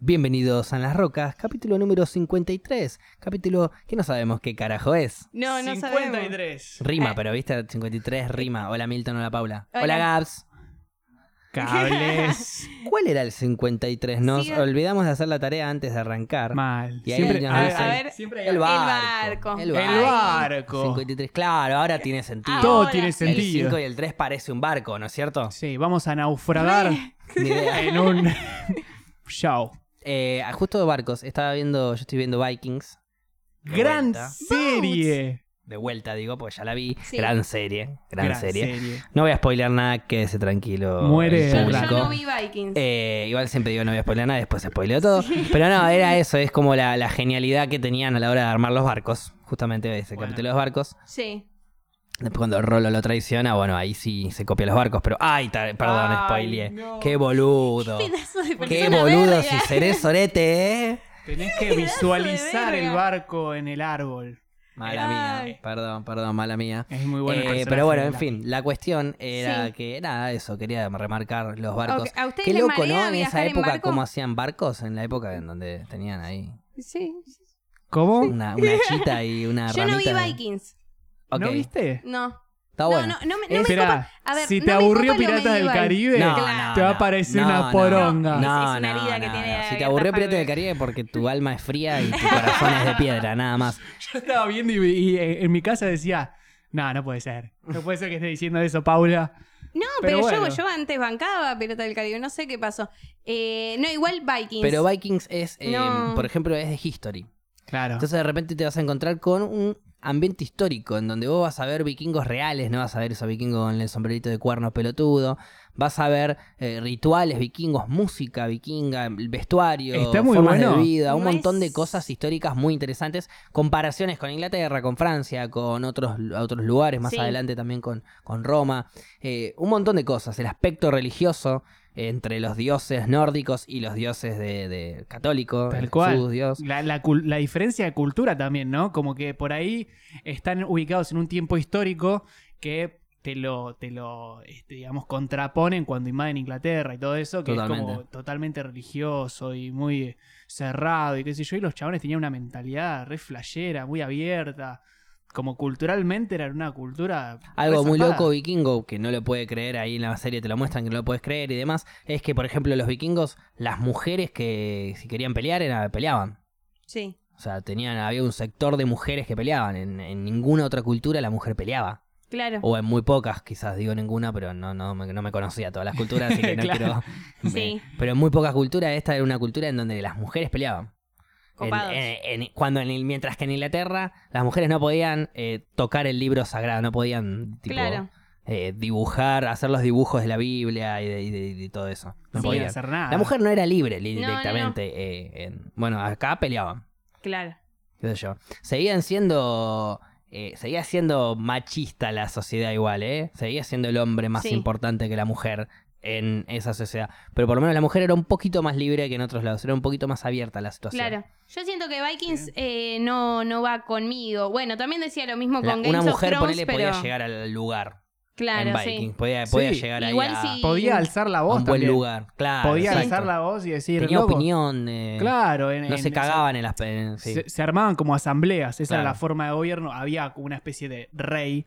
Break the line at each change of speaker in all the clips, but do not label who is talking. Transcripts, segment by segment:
Bienvenidos a Las Rocas, capítulo número 53, capítulo que no sabemos qué carajo es.
No, no sabemos.
53.
Rima,
Eh.
pero viste, 53 rima. Hola Milton, hola Paula. Hola,
Hola.
Gabs.
Cables.
¿Cuál era el 53? Nos
Sí.
olvidamos de hacer la tarea antes de arrancar.
Mal.
Y ahí
siempre,
ya
a,
no
a
sé.
ver, siempre hay
el
algo.
barco.
barco.
El
El
barco.
El barco.
53, claro, ahora tiene sentido.
Ahora.
Todo tiene
el
sentido.
5 y el 3 parece un barco, ¿no es cierto?
Sí, vamos a naufragar
Ni idea.
en un show.
Eh, justo de barcos, estaba viendo, yo estoy viendo Vikings. De
Gran
vuelta.
serie.
De vuelta, digo, pues ya la vi.
Sí.
Gran serie, gran, serie. No voy a spoilear nada, quédese tranquilo.
Muere
el
Yo, yo
público.
no vi Vikings.
Eh, igual siempre digo no voy a spoilear nada, después spoileo todo. Pero no, era eso, es como la, la genialidad que tenían a la hora de armar los barcos. Justamente ese
Bueno.
capítulo de los barcos.
sí.
Después cuando Rolo lo traiciona, bueno, ahí sí se copia los barcos. Pero, ay, ta- perdón,
Ay,
spoileé.
no.
Qué boludo.
Pedazo de
Qué
persona
boludo
verga.
si seré sorete, ¿eh?
Tenés que visualizar el
verga.
barco en el árbol.
Mala
Ay.
mía, perdón, perdón, mala mía.
Es muy bueno. el
Eh,
personaje
pero bueno,
de
en
la-
fin, la cuestión era
Sí.
que nada, eso, quería remarcar los barcos.
Ok, ¿a ustedes
Qué
les
loco, ¿no?
marea
En esa
viajar en
época,
barco?
cómo hacían barcos, en la época en donde tenían ahí
Sí.
¿Cómo?
una, una chita y una
Yo no vi
ramita. de-
Vikings.
Ok,
¿No viste?
No.
está
no,
bueno.
no,
Eh,
no me, no me copa-
Espera,
A ver,
si
no
te
me
aburrió
copa lo
Piratas del
medieval.
Caribe,
No,
claro.
no,
te va a
no,
parecer
no,
una
no, No,
poronga.
no,
Es una herida que
no,
tiene
no. Si te
Agatha
aburrió Pirata del
Harkness.
Caribe porque tu alma es fría y tu corazón es de piedra, nada más.
Yo estaba viendo y, y, eh, en mi casa decía, no, no puede ser. No puede ser que esté diciendo eso, Paula.
No,
Pero
pero,
bueno.
yo, yo antes bancaba Pirata del Caribe. No sé qué pasó. Eh, no, igual Vikings.
Pero Vikings es, eh,
No.
por ejemplo, es de History.
Claro.
Entonces de repente te vas a encontrar con un ambiente histórico en donde vos vas a ver vikingos reales, no vas a ver esos vikingos con el sombrerito de cuerno pelotudo, vas a ver eh, rituales vikingos, música vikinga, el vestuario,
Está muy
formas de
bueno.
vida, un
No
montón de
es-
cosas históricas muy interesantes, comparaciones con Inglaterra, con Francia, con otros, otros lugares, más
Sí.
adelante también con, con Roma, eh, un montón de cosas, el aspecto religioso entre los dioses nórdicos y los dioses de, de católico,
Tal
el
cual.
Jesús, Dios.
La, la cul- la diferencia de cultura también, ¿no? Como que por ahí están ubicados en un tiempo histórico que te lo, te lo este, digamos, contraponen cuando invaden Inglaterra y todo eso, que es como
Totalmente.
totalmente religioso y muy cerrado y qué sé yo. Y los chabones tenían una mentalidad re flashera, muy abierta. Como culturalmente era una cultura.
Algo
Pues
re
muy
zarpada.
loco vikingo que no lo puede creer, ahí en la serie te lo muestran que no lo puedes creer y demás, es que por ejemplo los vikingos, las mujeres que si querían pelear, era, peleaban.
Sí.
O sea, tenían, había un sector de mujeres que peleaban. En, en ninguna otra cultura la mujer peleaba.
Claro.
O en muy pocas, quizás digo ninguna, pero no, no, me, no me conocía todas las culturas, así que no
Claro.
quiero.
Sí.
Pero en muy pocas culturas, esta era una cultura en donde las mujeres peleaban. En-
Copados.
en- en- cuando en, el- mientras que en Inglaterra las mujeres no podían eh, tocar el libro sagrado, no podían tipo,
claro.
eh, dibujar, hacer los dibujos de la Biblia y de, y de- y de todo eso. No
No
Sí.
podían
podían.
hacer nada.
La mujer no era libre li-
No, no, no.
directamente. eh, en- bueno, acá peleaban,
Claro.
qué sé yo. Seguían siendo... eh, seguía siendo machista la sociedad igual, ¿eh? Seguía siendo el hombre más
Sí.
importante que la mujer en esa sociedad. Pero por lo menos la mujer era un poquito más libre que en otros lados, era un poquito más abierta a la situación.
Claro. Yo siento que Vikings eh, no, no va conmigo. Bueno, también decía lo mismo
La-
con Games
una
of
mujer,
Thrones,
ponele,
pero...
podía llegar al lugar
Claro,
en
sí.
Vikings. Podía, podía
Sí.
llegar ahí
Igual
a,
si-
Podía alzar la
a
voz.
un buen
también.
lugar. Claro,
Podía
exacto.
alzar la voz y decir.
Tenía
"Loco,
opinión. eh,
Claro, en-
No
en-
se cagaban en las... en- sí.
Se, se armaban como asambleas, esa era
Claro.
la forma de gobierno, había como una especie de rey,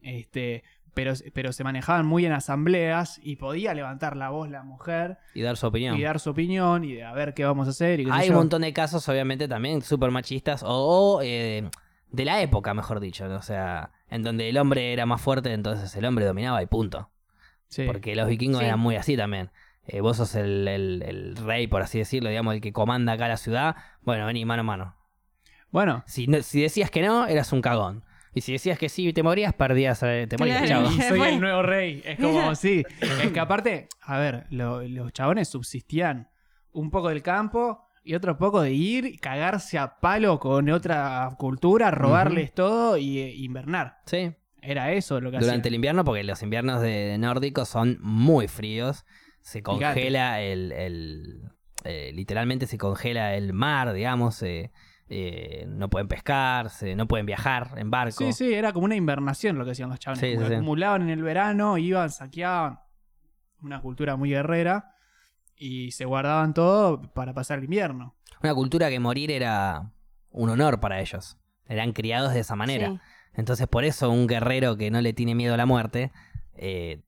este, pero, pero se manejaban muy en asambleas y podía levantar la voz la mujer
y dar su opinión.
y dar su opinión y de a ver qué vamos a hacer. Y qué sé
Hay un
yo.
montón de casos, obviamente, también súper machistas o, o, eh, de la época, mejor dicho. ¿no? O sea, en donde el hombre era más fuerte, entonces el hombre dominaba y punto.
Sí.
Porque los vikingos
Sí.
eran muy así también. Eh, vos sos el, el- el rey, por así decirlo, digamos, el que comanda acá la ciudad. Bueno, vení mano a mano.
Bueno,
Si, no- si decías que no, eras un cagón. Y si decías que sí, te morías, perdías, eh, te morías,
Claro.
chavo.
y soy
Bueno.
el nuevo rey, es como, sí, es que aparte, a ver, lo- los chabones subsistían un poco del campo y otro poco de ir, y cagarse a palo con otra cultura, robarles todo y eh, invernar.
Sí,
Era eso lo que
durante
hacían.
el invierno, porque los inviernos de nórdicos son muy fríos. Se
Gigante.
congela el, el- eh, literalmente se congela el mar, digamos. eh, eh, no pueden pescar, se- no pueden viajar en barco.
Sí, sí, era como una invernación lo que hacían los chavales.
Sí,
como
sí,
que
sí.
acumulaban en el verano, iban, saqueaban. Una cultura muy guerrera. y se guardaban todo para pasar el invierno.
Una cultura que morir era un honor para ellos. Eran criados de esa manera.
Sí.
Entonces, por eso un guerrero que no le tiene miedo a la muerte, eh,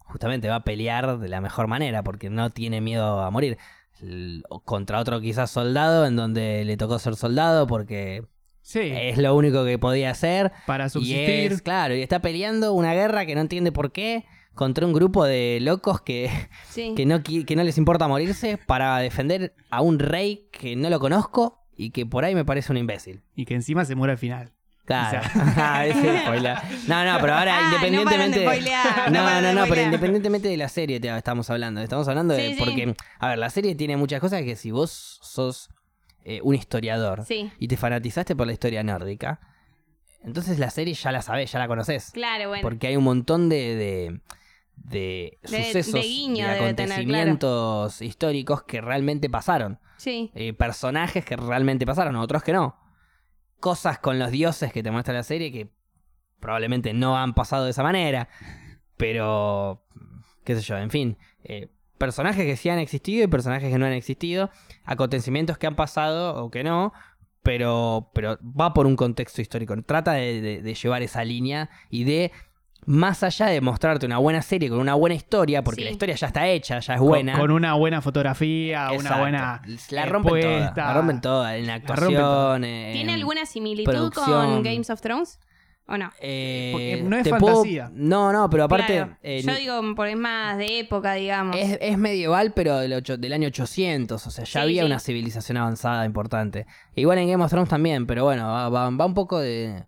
justamente va a pelear de la mejor manera, porque no tiene miedo a morir. L- o contra otro quizás soldado, en donde le tocó ser soldado porque
Sí,
es lo único que podía hacer.
para
Eh, Y
subsistir.
es, claro, y está peleando una guerra que no entiende por qué contra un grupo de locos que,
Sí.
que, no, qui- que no les importa morirse para defender a un rey que no lo conozco y que por ahí me parece un imbécil.
Y que encima se muere al final.
Claro.
O
Ah, ese spoiler. No, no, pero ahora
Ah,
independientemente.
No, paran de spoilear,
no, no,
paran de
no, pero
spoilear.
independientemente de la serie te estamos hablando. Estamos hablando de.
Sí, sí.
Porque, a ver, la serie tiene muchas cosas que si vos sos eh, un historiador
Sí.
y te fanatizaste por la historia nórdica, entonces la serie ya la sabés, ya la conocés.
Claro, bueno.
Porque hay un montón de. de de
De- de
sucesos,
guiño
de
debe tener, claro.
acontecimientos históricos que realmente pasaron
Sí.
eh, personajes que realmente pasaron, otros que no. Cosas con los dioses que te muestra la serie que probablemente no han pasado de esa manera. Pero, qué sé yo, en fin. eh, personajes que sí han existido y personajes que no han existido. Acontecimientos que han pasado o que no. Pero, pero va por un contexto histórico. Trata de, de- de llevar esa línea y de, más allá de mostrarte una buena serie con una buena historia, porque
Sí.
la historia ya está hecha, ya es
Con-
buena.
Con, una buena fotografía, una
Exacto.
buena. eh,
La rompen toda.
puesta.
La rompen toda. En la
rompen
actuación. en-
¿Tiene alguna similitud
em, producción.
con Games of Thrones? ¿O no?
eh,
Porque no es
te puedo-
fantasía.
No, no, pero aparte.
Claro.
eh,
Yo
ni-
digo, porque es más de época, digamos.
es, es medieval, pero del, ocho- del año 800. O sea, ya
Sí,
había
sí.
una civilización avanzada importante. Igual en Game of Thrones también, pero bueno, va, va- va un poco de.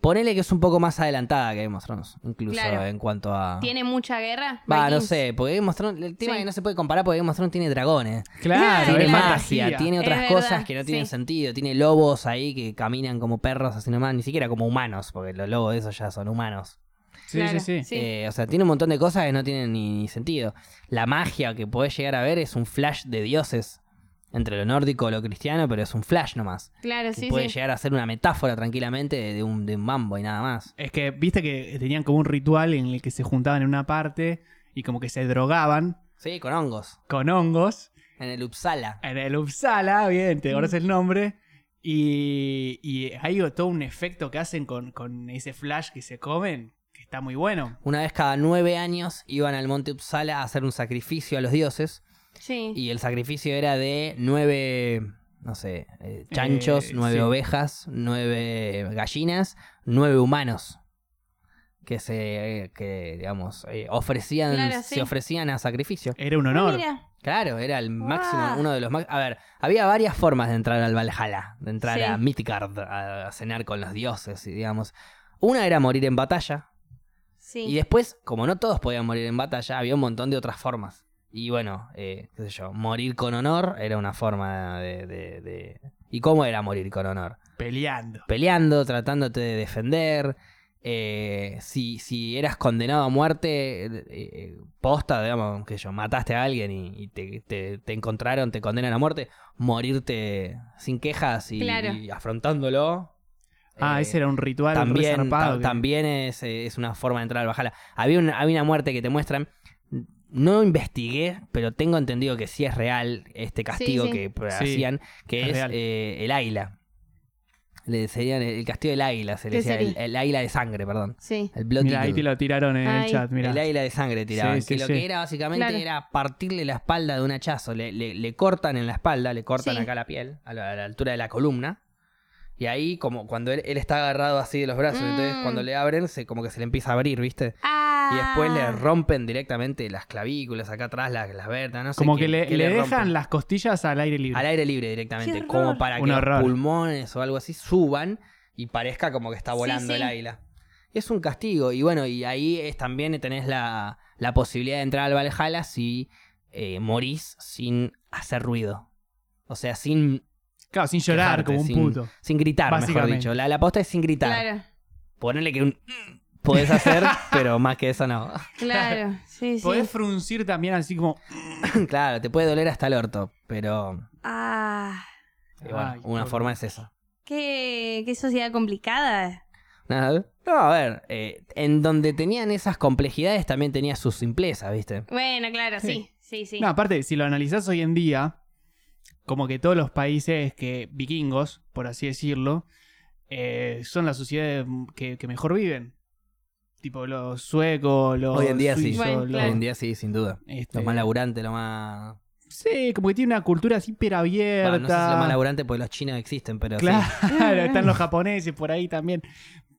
Ponele que es un poco más adelantada que Game of Thrones, incluso
Claro.
en cuanto a.
¿Tiene mucha guerra?
Va, no
Vikings.
sé, porque Game of Thrones. El tema
Sí.
es que no se puede comparar porque Game of Thrones tiene dragones.
Claro,
Claro,
tiene
es
claro.
magia, tiene
Ah, Es
otras
verdad,
cosas que no tienen
sí.
sentido. Tiene lobos ahí que caminan como perros, así nomás, ni siquiera como humanos, porque los lobos de esos ya son humanos.
Sí,
Claro,
sí, sí.
sí.
Eh, o sea, tiene un montón de cosas que no tienen ni, ni sentido. La magia que podés llegar a ver es un flash de dioses. Entre lo nórdico y lo cristiano, pero es un flash nomás.
Claro,
Que
sí,
puede
sí.
llegar a ser una metáfora tranquilamente de, de un, de un mambo y nada más.
Es que viste que tenían como un ritual en el que se juntaban en una parte y como que se drogaban
Sí, con hongos.
con hongos
En el Uppsala.
en el Uppsala, bien, te acordás el nombre. Y, y hay todo un efecto que hacen con, con ese flash que se comen, que está muy bueno.
Una vez cada nueve años iban al monte Uppsala a hacer un sacrificio a los dioses.
Sí.
Y el sacrificio era de nueve, no sé, eh, chanchos,
Eh,
nueve
sí.
ovejas, nueve gallinas, nueve humanos que se, eh, que digamos, eh, ofrecían,
Claro, sí.
se ofrecían a sacrificio.
Era un
Ah,
honor.
mira.
Claro, era el máximo,
Guau.
uno de los más. A ver, había varias formas de entrar al Valhalla, de entrar
Sí.
a Midgard, a, a cenar con los dioses, y digamos. Una era morir en batalla,
Sí.
y después, como no todos podían morir en batalla, había un montón de otras formas. Y bueno, eh, qué sé yo, morir con honor era una forma de, de- de- ¿Y cómo era morir con honor?
Peleando.
Peleando, tratándote de defender. eh, si, si eras condenado a muerte, eh, eh, posta, digamos, que yo, mataste a alguien y, y te, te- te encontraron, te condenan a muerte, morirte sin quejas y,
Claro.
y afrontándolo.
Ah,
eh,
ese era un ritual
también,
re zarpado
ta-
que-
también es, eh, es una forma de entrar al Valhalla. Había una, había una muerte que te muestran. No investigué, pero tengo entendido que sí es real este castigo
sí.
que pr-
Sí,
hacían, que
es
es,
real.
eh, el águila. Le decían el, el castigo del águila, se le
¿Qué
decía el,
sería?
el águila de sangre, perdón.
Sí.
El Blood
Mirá, ahí
Eagle.
te lo tiraron en
Ay.
el chat, mirá.
El águila de sangre tiraban.
Sí, sí,
que lo
sí.
que era básicamente
Claro.
era partirle la espalda de un hachazo. Le, le- le cortan en la espalda, le cortan
Sí.
acá la piel, a la, a la altura de la columna. Y ahí, como cuando él, él está agarrado así de los brazos, entonces
Mm.
cuando le abren, se, como que se le empieza a abrir, ¿viste?
Ah.
Y después le rompen directamente las clavículas, acá atrás las, las vértebras, no sé
Como
qué-
que le,
qué
le dejan
rompen.
las costillas al aire libre.
Al aire libre directamente,
¡Qué
como
horror!
para que
Un
los
horror.
pulmones o algo así suban y parezca como que está
Sí,
volando
sí.
el águila. Es un castigo, y bueno, y ahí es, también tenés la, la posibilidad de entrar al Valhalla si eh, morís sin hacer ruido. O sea, sin,
Claro, sin llorar,
Quejarte,
como un
sin-
puto.
sin gritar, mejor
Básicamente.
dicho. La, la posta es sin gritar.
Claro,
Ponerle que un podés hacer, pero más que eso no.
claro. Sí, sí.
Podés fruncir también así como...
claro, te puede doler hasta el orto, pero
Ah.
eh, bueno,
Ay,
una
por-
forma es esa.
Qué, qué sociedad complicada.
Nada. No, a ver, eh, en donde tenían esas complejidades también tenía sus simplezas, ¿viste?
Bueno, claro, sí. Sí, Sí, sí.
No, aparte, si lo analizás hoy en día, como que todos los países que vikingos, por así decirlo, eh, son las sociedades que, que mejor viven. Tipo los suecos, los
Hoy en día sí.
suizos,
Bueno,
los-
claro.
Hoy en día sí, sin duda.
este,
Lo más laburante, lo más.
Sí, como que tiene una cultura así hiperabierta.
Bueno, no sé si lo más laburante porque los chinos existen, pero sí.
Claro, están los japoneses por ahí también.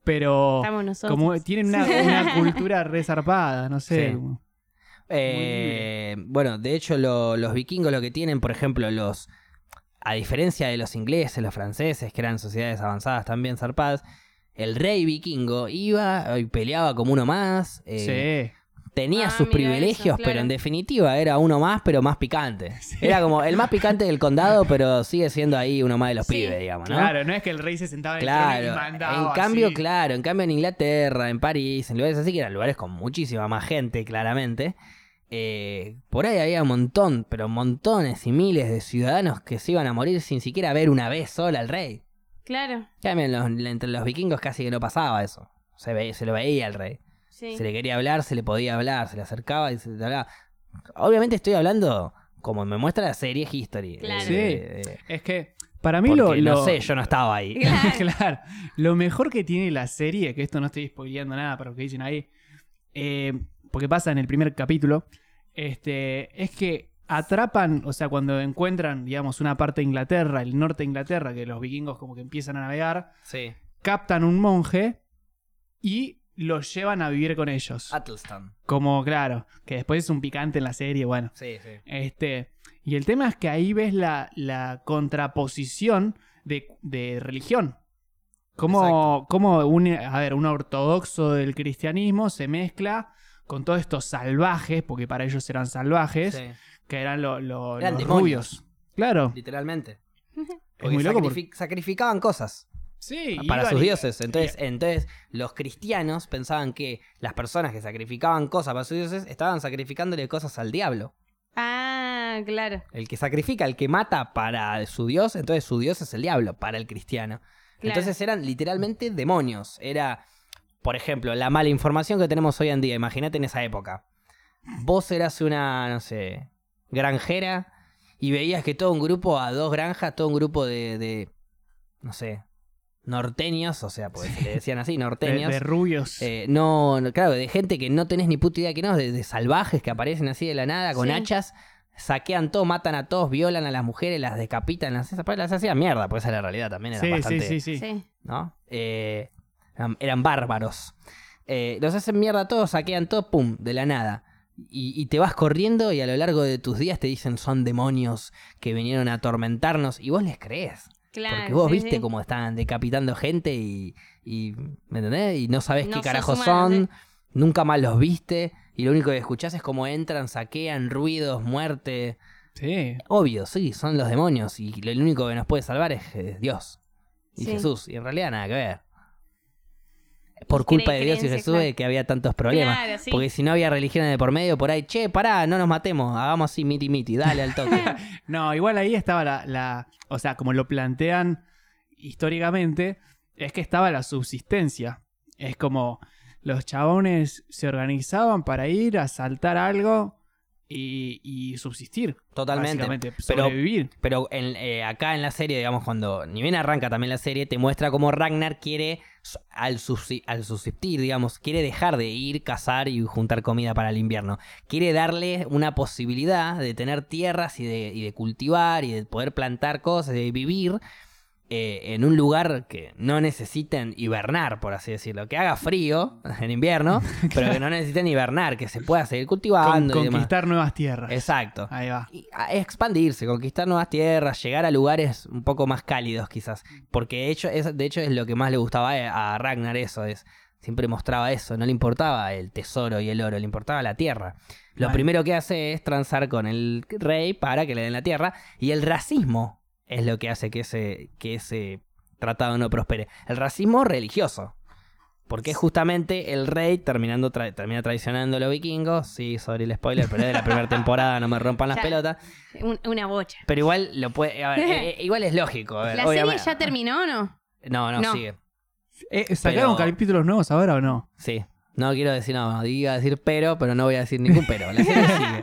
Pero
Estamos nosotros.
como tienen una, una cultura resarpada, no sé.
Sí.
como-
Eh, bueno, de hecho, lo- los vikingos lo que tienen, por ejemplo, los. A diferencia de los ingleses, los franceses, que eran sociedades avanzadas también zarpadas, el rey vikingo iba y peleaba como uno más. eh,
sí.
Tenía
Ah,
sus
mira
privilegios,
eso,
pero
claro.
en definitiva era uno más, pero más picante. Era como el más picante del condado, pero sigue siendo ahí uno más de los
Sí.
pibes, digamos, ¿no?
Claro, no es que el rey se sentaba en el trono y mandaba
Claro, en cambio,
así.
claro, en cambio en Inglaterra, en París, en lugares así que eran lugares con muchísima más gente, claramente. eh, por ahí había un montón, pero montones y miles de ciudadanos que se iban a morir sin siquiera ver una vez sola al rey.
Claro,
Ya, miren, los- entre los vikingos casi que no pasaba eso. Se, ve- se lo veía al rey.
sí.
Se le quería hablar, se le podía hablar, se le acercaba y se le hablaba. Obviamente estoy hablando como me muestra la serie History.
Claro.
Sí.
eh,
Es que para mí
porque
lo,
no
lo-
sé, yo no estaba ahí.
claro, lo mejor que tiene la serie, que esto no estoy spoileando nada para lo que dicen ahí, eh, porque pasa en el primer capítulo, este, es que atrapan, o sea, cuando encuentran, digamos, una parte de Inglaterra, el norte de Inglaterra, que los vikingos como que empiezan a navegar,
Sí.
captan un monje y lo llevan a vivir con ellos.
Atlestan.
Como, claro, que después es un picante en la serie, bueno.
Sí, sí.
Este, y el tema es que ahí ves la, la contraposición de, de religión. Cómo, cómo un, a ver, un ortodoxo del cristianismo se mezcla con todos estos salvajes, porque para ellos eran salvajes,
Sí,
que eran lo- lo-
Eran
los
demonios.
rubios. Claro,
literalmente.
es
Porque
muy loco. porque-
sacrific- sacrificaban cosas
Sí,
para
iban
sus
y-
dioses. Entonces, entonces, los cristianos pensaban que las personas que sacrificaban cosas para sus dioses estaban sacrificándole cosas al diablo.
Ah, claro.
El que sacrifica, el que mata para su dios, entonces su dios es el diablo para el cristiano.
Claro.
Entonces eran literalmente demonios. Era, por ejemplo, la mala información que tenemos hoy en día. Imagínate en esa época. Vos eras una, no sé, granjera y veías que todo un grupo, a dos granjas, todo un grupo de, de, no sé, norteños, o sea, pues le decían así,
de,
norteños.
de rubios.
Eh, no, no, claro, de gente que no tenés ni puta idea que no, de, de salvajes que aparecen así de la nada con
Sí.
hachas, saquean todo, matan a todos, violan a las mujeres, las decapitan, las, esas- las hacían mierda, pues esa era la realidad también, era
sí,
bastante,
sí, sí, sí.
Sí.
¿no? Eh, eran, eran bárbaros. Eh, los hacen mierda a todos, saquean todo, pum, de la nada. Y, y te vas corriendo y a lo largo de tus días te dicen son demonios que vinieron a atormentarnos y vos les crees.
Claro.
Porque vos
sí,
viste
sí.
cómo están decapitando gente y, y, ¿me entendés? Y no sabés
No
qué
sos
carajos
humano,
son, nunca más los viste y lo único que escuchás es cómo entran, saquean, ruidos, muerte.
Sí.
Obvio, sí, son los demonios y lo único que nos puede salvar es, eh, Dios y
Sí.
Jesús. Y en realidad nada que ver. Por
Y
culpa
cre-
de Dios y
creencias,
Jesús
claro.
es que había tantos problemas.
Claro, sí.
Porque si no había religiones de por medio, por ahí, che, pará, no nos matemos, hagamos así miti miti, dale al toque.
No, igual ahí estaba la, la- O sea, como lo plantean históricamente, es que estaba la subsistencia. Es como los chabones se organizaban para ir a saltar algo y, y subsistir.
Totalmente.
básicamente,
Pero-
sobrevivir.
Pero en- eh, acá en la serie, digamos, cuando ni bien arranca también la serie, te muestra cómo Ragnar quiere, s- al, subsi- al subsistir, digamos, quiere dejar de ir, cazar y juntar comida para el invierno. Quiere darle una posibilidad de tener tierras y de, y de cultivar y de poder plantar cosas, de vivir eh, en un lugar que no necesiten hibernar, por así decirlo. Que haga frío en invierno, pero que no necesiten hibernar, que se pueda seguir
Con-
cultivando y demás.
conquistar nuevas tierras.
Exacto
Ahí va.
y a- expandirse, conquistar nuevas tierras, llegar a lugares un poco más cálidos quizás. Porque de hecho, es, de hecho es lo que más le gustaba a a Ragnar eso, es siempre mostraba eso, no le importaba el tesoro y el oro, le importaba la tierra. Lo
Mal.
primero que hace es transar con el rey para que le den la tierra y el racismo es lo que hace que ese, que ese tratado no prospere. El racismo religioso. Porque justamente el rey terminando tra- termina traicionando a los vikingos. Sí, sorry el spoiler, pero es de la primera temporada, no me rompan las
Ya.
pelotas.
Un- una bocha.
Pero igual lo puede. a ver, eh, eh, igual es lógico. a ver,
¿La
obviamente-
serie ya terminó o no?
No, no,
No.
sigue.
Eh, ¿Sacaron
Pero-
capítulos nuevos ahora o no?
Sí. No quiero decir, no, iba a decir pero, pero no voy a decir ningún pero. La serie sigue.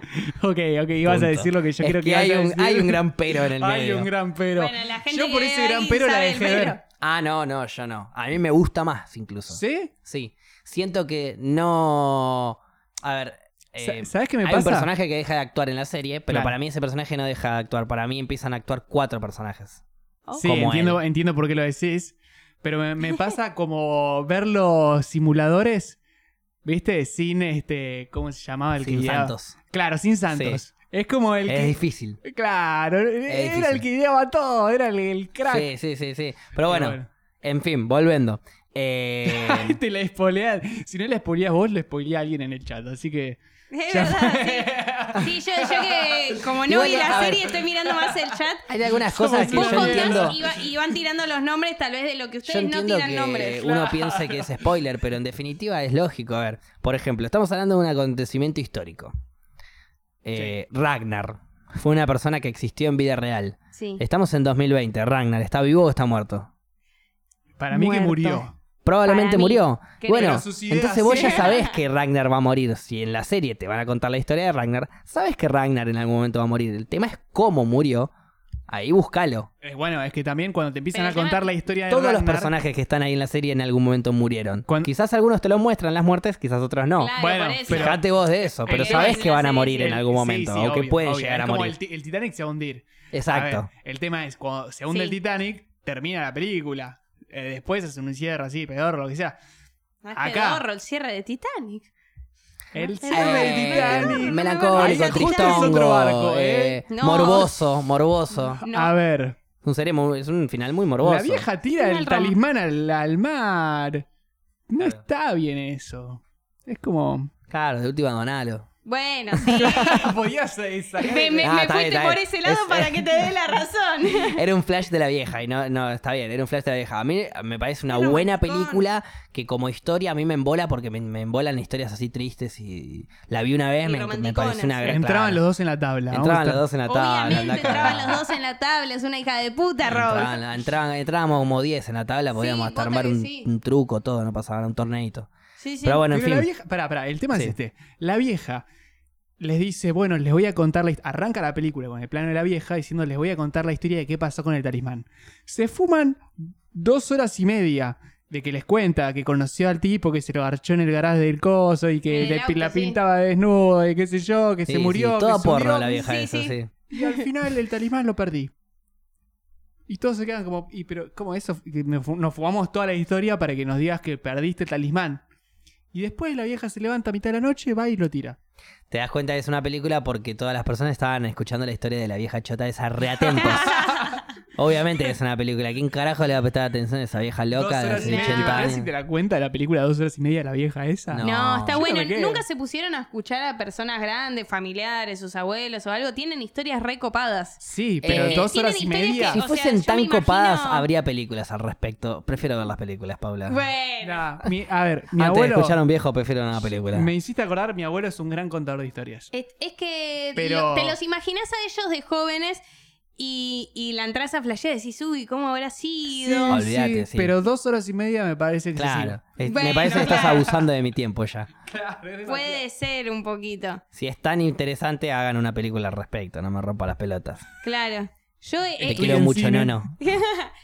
Ok, ok, ibas
Punto.
a decir lo que yo
Es
creo que,
que hay
ibas a
un,
decir.
hay un gran pero en el
Hay
medio.
un gran pero.
Bueno, la gente
yo por
que
ese
ve
gran
ahí
pero la
sabe el
dejé
pero.
ver.
Ah, no, no, yo no. A mí me gusta más incluso.
¿Sí?
Sí. Siento que no... A ver... eh,
Sa- ¿Sabes qué me
hay
pasa?
un personaje que deja de actuar en la serie, pero
Claro.
para mí ese personaje no deja de actuar. Para mí empiezan a actuar cuatro personajes.
Oh.
Sí,
como
entiendo, entiendo por qué lo decís. Pero me, me pasa como ver los simuladores, ¿viste? Sin este. ¿Cómo se llamaba el
Sin
que guiaba?
Santos.
Claro, sin Santos. Es como el
Es
que.
difícil.
Claro, era
difícil.
el que guiaba todo, era el, el crack.
Sí, sí, sí, sí. Pero bueno,
Pero
en fin, volviendo. Eh,
bueno. Te la spoileas. este Si no la spoileas vos, la spoilea alguien en el chat. Así que.
Es
ya
verdad, sí. Sí, yo, yo que como no
Igual,
vi la
a ver.
serie estoy mirando más el chat.
hay algunas
Somos
cosas que
Vos
una
yo
contás
entiendo.
y, va- y van tirando los nombres tal vez de lo
Yo
que ustedes no
entiendo
tiran
que
nombres.
uno piense que es spoiler, pero en definitiva es lógico. A ver, por ejemplo, estamos hablando de un acontecimiento histórico. Eh, Ragnar fue una persona que existió en vida real.
Sí.
Estamos en 2020. Ragnar, ¿está vivo o está muerto?
Para mí
Muerto.
que murió.
Probablemente
Para mí,
murió.
que
Bueno,
pero sus ideas
entonces vos ya
sí.
sabés que Ragnar va a morir. Si en la serie te van a contar la historia de Ragnar, sabés que Ragnar en algún momento va a morir. El tema es cómo murió. Ahí búscalo.
Eh, bueno, es que también cuando te empiezan
Pero
a
el tema-
contar la historia de
Todos los
Eh, Ragnar-
personajes que están ahí en la serie en algún momento murieron.
Cuan-
Quizás algunos te lo muestran las muertes, quizás otros no.
Claro,
Bueno,
por eso.
pero-
Fijate vos de eso, pero
Eh,
sabés
en
que
la
van a
serie,
morir en
sí.
algún
Sí,
momento,
sí,
o que
obvio,
pueden
obvio.
llegar
Es
a
como
morir.
El, ti- el Titanic se va a hundir. A ver,
Exacto.
el tema es cuando se hunde
Sí.
el Titanic, termina la película. eh, después hacen un cierre así, pedorro, lo que sea.
No es
acá.
pedorro, el cierre de Titanic.
El
Eh,
cierre del Titanic. Ahí
melancólico,
justo es
tristongo,
otro barco,
eh,
¿eh?
No.
morboso, morboso.
No.
A ver,
Un serie mu- es un final muy morboso.
la vieja tira
Final
el
rom-
talismán al, al mar. No
Claro.
está bien eso. Es como.
Claro, de última donalo.
Bueno, sí.
Podías eh, sacar-
Me, me-
Ah,
me
está
fuiste
bien, está
por
bien.
ese lado
Es-
para que te dé la razón.
Era un flash de la vieja y no, no, está bien, era un flash de la vieja. A mí eh, me parece una
Era un
buena
montón.
película que como historia a mí me embola porque me, me embolan historias así tristes y la vi una vez,
Y
me, me
romanticonas.
parece una gran...
Entraban
claro.
los dos en la tabla. vamos
Entraban
a
los
estar-
dos en la tabla.
Obviamente
anda a
entraban
cagar.
los dos en la tabla, es una hija de puta, Rob.
Entraban- entraban- entrábamos como 10 en la tabla,
Sí,
podíamos hasta
posta
armar
que
un,
sí.
un truco, todo, no pasaba era un torneito.
Sí, sí.
Pero bueno, en
Pero la
fin.
vieja, pará, pará, el tema
Sí.
es este. La vieja les dice, bueno, les voy a contar la hist- Arranca la película con el plano de la vieja diciendo, les voy a contar la historia de qué pasó con el talismán. Se fuman dos horas y media de que les cuenta que conoció al tipo que se lo garchó en el garaje del coso y
En
que
el
le pi-
auto,
la
sí.
pintaba de desnudo y qué sé yo, que
Sí,
se murió,
sí, todo
que se
porro
hundió,
la vieja
sí,
eso,
sí.
sí.
y al final el talismán lo perdí. Y todos se quedan como, y pero ¿cómo eso? Que me fu- Nos fumamos toda la historia para que nos digas que perdiste el talismán. Y después la vieja se levanta a mitad de la noche, va y lo tira.
Te das cuenta que es una película porque todas las personas estaban escuchando la historia de la vieja chota esa reatentos. Obviamente es una película. ¿Quién carajo le va a prestar atención a esa vieja loca de
Dos horas
hace
y media.
80
¿Te imaginas si te
años?
la cuenta la película dos horas y media de la vieja esa?
No.
No, está
Yo
bueno.
no me quedo.
Nunca se pusieron a escuchar a personas grandes, familiares, sus abuelos o algo. Tienen historias recopadas.
Sí, pero
Eh,
dos
tienen
horas y
historias
media.
Si
o sea,
fuesen
yo me
tan
imagino-
copadas, habría películas al respecto. Prefiero ver las películas, Paula.
Bueno.
Nah, mi- a ver,
Antes
mi
de
abuelo.
escuchar a un viejo, prefiero una película.
Me hiciste acordar, mi abuelo es un gran contador de historias.
Es, es que
Pero-
lo- te los imaginas a ellos de jóvenes y, y la entras a flashear y decís, uy, ¿cómo habrá sido?
Olvídate, sí.
Pero dos horas y media me parece excesivo.
Claro. Es- me
Bueno,
parece que estás
claro.
abusando de mi tiempo ya.
Claro, es demasiado.
Puede ser un poquito.
Si es tan interesante, hagan una película al respecto. No me rompa las pelotas.
Claro. Yo he,
Te
he-
quiero
en
mucho, no,
cine.
no.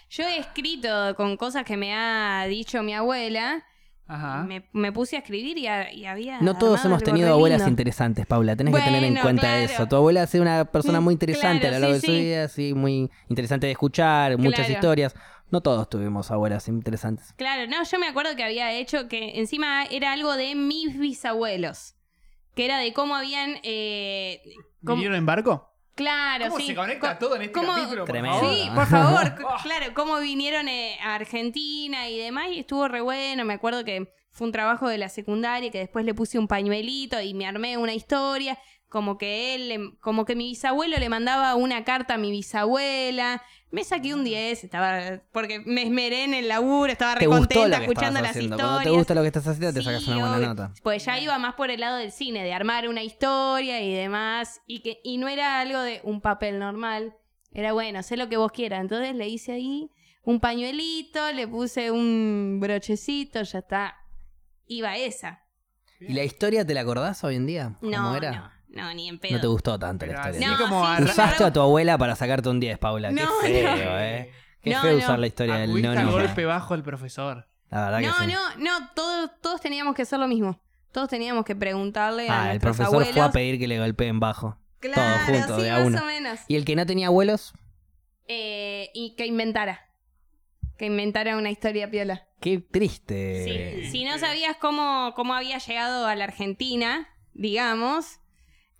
yo he escrito con cosas que me ha dicho mi abuela.
Ajá.
Me, me puse a escribir y, a- y había.
Ah. No todos
armado
hemos
algo
tenido
re
abuelas
lindo.
interesantes, Paula. Tenés que tener en
Bueno,
cuenta
claro.
eso. Tu abuela ha sido una persona
Mm,
muy interesante a
claro,
lo largo
sí,
de su
sí.
vida, sí, muy interesante de escuchar, muchas
Claro.
historias. No todos tuvimos abuelas interesantes.
Claro, no, yo me acuerdo que había hecho que encima era algo de mis bisabuelos. Que era de cómo habían. eh, cómo-
¿Vinieron en barco?
claro, sí. Co- cómo-
Tremendo. favor?
Sí, por favor, c- claro, cómo vinieron eh, a Argentina y demás, y estuvo re bueno. Me acuerdo que fue un trabajo de la secundaria que después le puse un pañuelito y me armé una historia. Como que él, le- como que mi bisabuelo le mandaba una carta a mi bisabuela. Me saqué un 10, estaba, porque me esmeré en el laburo, estaba re
Te gustó lo
contenta
que
escuchando
estabas
las
haciendo.
historias.
Cuando te gusta lo que estás haciendo, te
Sí,
sacas una buena
obvio.
nota.
Pues ya iba más por el lado del cine, de armar una historia y demás. Y que y no era algo de un papel normal. Era bueno, sé lo que vos quieras. Entonces le hice ahí un pañuelito, le puse un brochecito, ya está. Iba esa.
¿Y la historia te la acordás hoy en día? ¿Cómo
No,
era?
no, no, ni en pedo.
No te gustó tanto la
Pero
historia.
así
No,
como
sí,
a-
sí,
Usaste
no.
a tu abuela para sacarte un 10, Paula.
No,
Qué feo,
no.
¿eh? Qué
No,
feo
no.
usar la historia del
Agüita,
no, no.
golpe bajo el profesor.
La verdad
No,
que sí.
no, no, todos, todos teníamos que hacer lo mismo. Todos teníamos que preguntarle a
Ah, el
nuestros
profesor
abuelos.
fue a pedir que le golpeen bajo.
claro,
todo junto,
sí,
de a
más
uno.
o menos.
¿Y el que no tenía abuelos?
Eh, y que inventara. Que inventara una historia piola.
Qué triste.
Sí, Si no sabías cómo, cómo había llegado a la Argentina, digamos.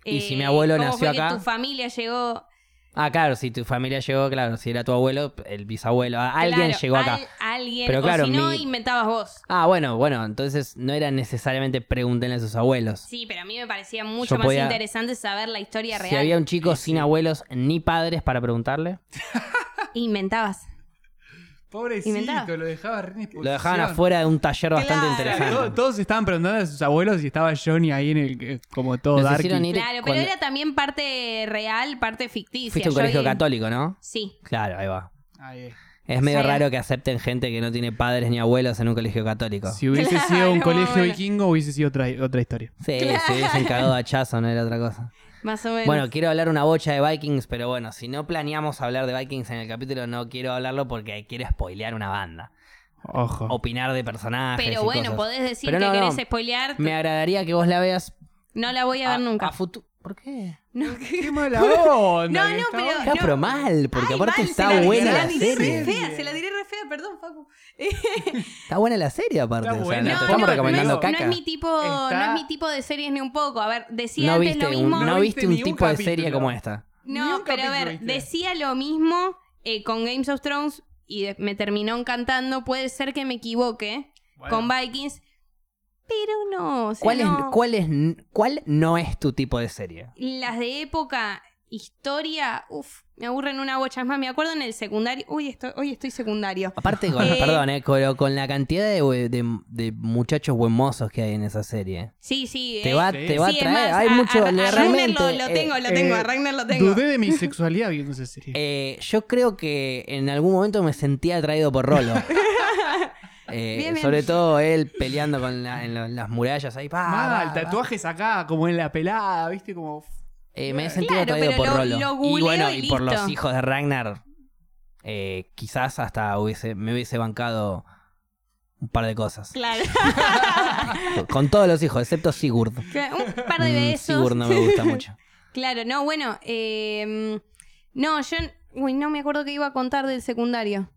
eh,
Y si mi abuelo
cómo
nació
fue
acá.
Que tu familia llegó.
Ah, claro, si tu familia llegó, claro, si era tu abuelo, el bisabuelo, a- alguien
Claro,
llegó acá.
al- alguien.
Pero
o
claro,
si no,
mi-
inventabas vos.
Ah, bueno, bueno, entonces no era necesariamente pregúntenle a sus abuelos.
Sí, pero a mí me parecía mucho
Yo
más
podía-
interesante saber la historia
Si
real.
había un chico sin abuelos ni padres para preguntarle,
Inventabas.
Pobrecito,
Inventado.
lo dejaba re en exposición.
lo dejaban afuera de un taller bastante
Claro.
interesante.
Todos, todos estaban preguntando a sus abuelos y estaba Johnny ahí en el que- como todo
Nos
darky.
hicieron ir- Mire,
Claro, pero
cuando-
era también parte real, parte ficticia.
Fuiste a un
Yo
colegio
vi-
católico, ¿no?
Sí.
Claro, ahí va.
Ahí es.
Es medio
Sí.
raro que acepten gente que no tiene padres ni abuelos en un colegio católico. Sí,
Si hubiese sido un
Claro,
colegio
bueno.
vikingo, hubiese sido otra, otra historia.
se hubiesen cagado a hachazo, no era otra cosa.
Más o menos.
Bueno, quiero hablar una bocha de Vikings, pero bueno, si no planeamos hablar de Vikings en el capítulo, no quiero hablarlo porque quiero spoilear una banda.
Ojo.
Opinar de personajes.
pero
y
bueno,
cosas.
podés decir
Pero
que
no, no.
querés spoilear.
Me Ah, agradaría que vos la veas.
No la voy a ver nunca.
futuro. ¿Por qué?
No, que-
Qué mala onda. ¿eh?
No,
que
no,
estaba.
pero-
Está, pero mal, porque
Ay,
aparte
mal,
está
se la-
buena la,
se la tiré re
serie.
fea, se la tiré re fea, perdón, Facu.
Está buena la serie, aparte.
Está
o sea,
buena.
la-
No,
te estamos
no,
recomendando
no es,
caca.
no es mi tipo,
Está-
no es mi tipo de series ni un poco. A ver, decía
No
antes
viste,
lo
un,
mismo.
no
No
viste
viste
un
ni un
tipo de
capítulo.
serie como esta.
No,
Ni un
pero a ver,
capítulo, ¿viste?
decía lo mismo eh, con Games of Thrones y de- me terminó encantando. Puede ser que me equivoque
Bueno.
con Vikings, pero no. o sea,
¿Cuál,
no.
es, cuál, es, ¿Cuál no es tu tipo de serie?
Las de época, historia, uff, me aburren una bocha. Es más, me acuerdo en el secundario. Uy, estoy, hoy estoy secundario.
Aparte, con,
Eh.
perdón, eh, con, con la cantidad de, de- de muchachos buen mozos que hay en esa serie.
Sí, sí.
Te
eh.
va,
sí.
te va
Sí,
a
es
traer.
más,
hay
a-
mucho.
a- a Ragnar
realmente,
lo, lo
eh,
tengo, lo tengo, a
eh,
Ragnar lo tengo.
Dudé de mi sexualidad viendo esa serie.
Eh, yo creo que en algún momento me sentía atraído por Rolo. Eh,
Bien, bien.
Sobre todo él peleando con la- en lo- las murallas ahí. pa,
Ah,
pa,
Mal,
pa.
tatuajes acá, como en la pelada, ¿viste? Como.
Eh, me he sentido
Claro,
atraído
pero
por
lo-
Rolo.
lo
y
googleo
bueno,
y
y por los
listo.
hijos de Ragnar, eh, quizás hasta hubiese, me hubiese bancado un par de cosas.
Claro.
Con todos los hijos, excepto Sigurd.
Un par de
Mm,
besos.
Sigurd no me gusta mucho.
Claro, no, bueno, eh, no, yo, uy, no me acuerdo qué iba a contar del secundario.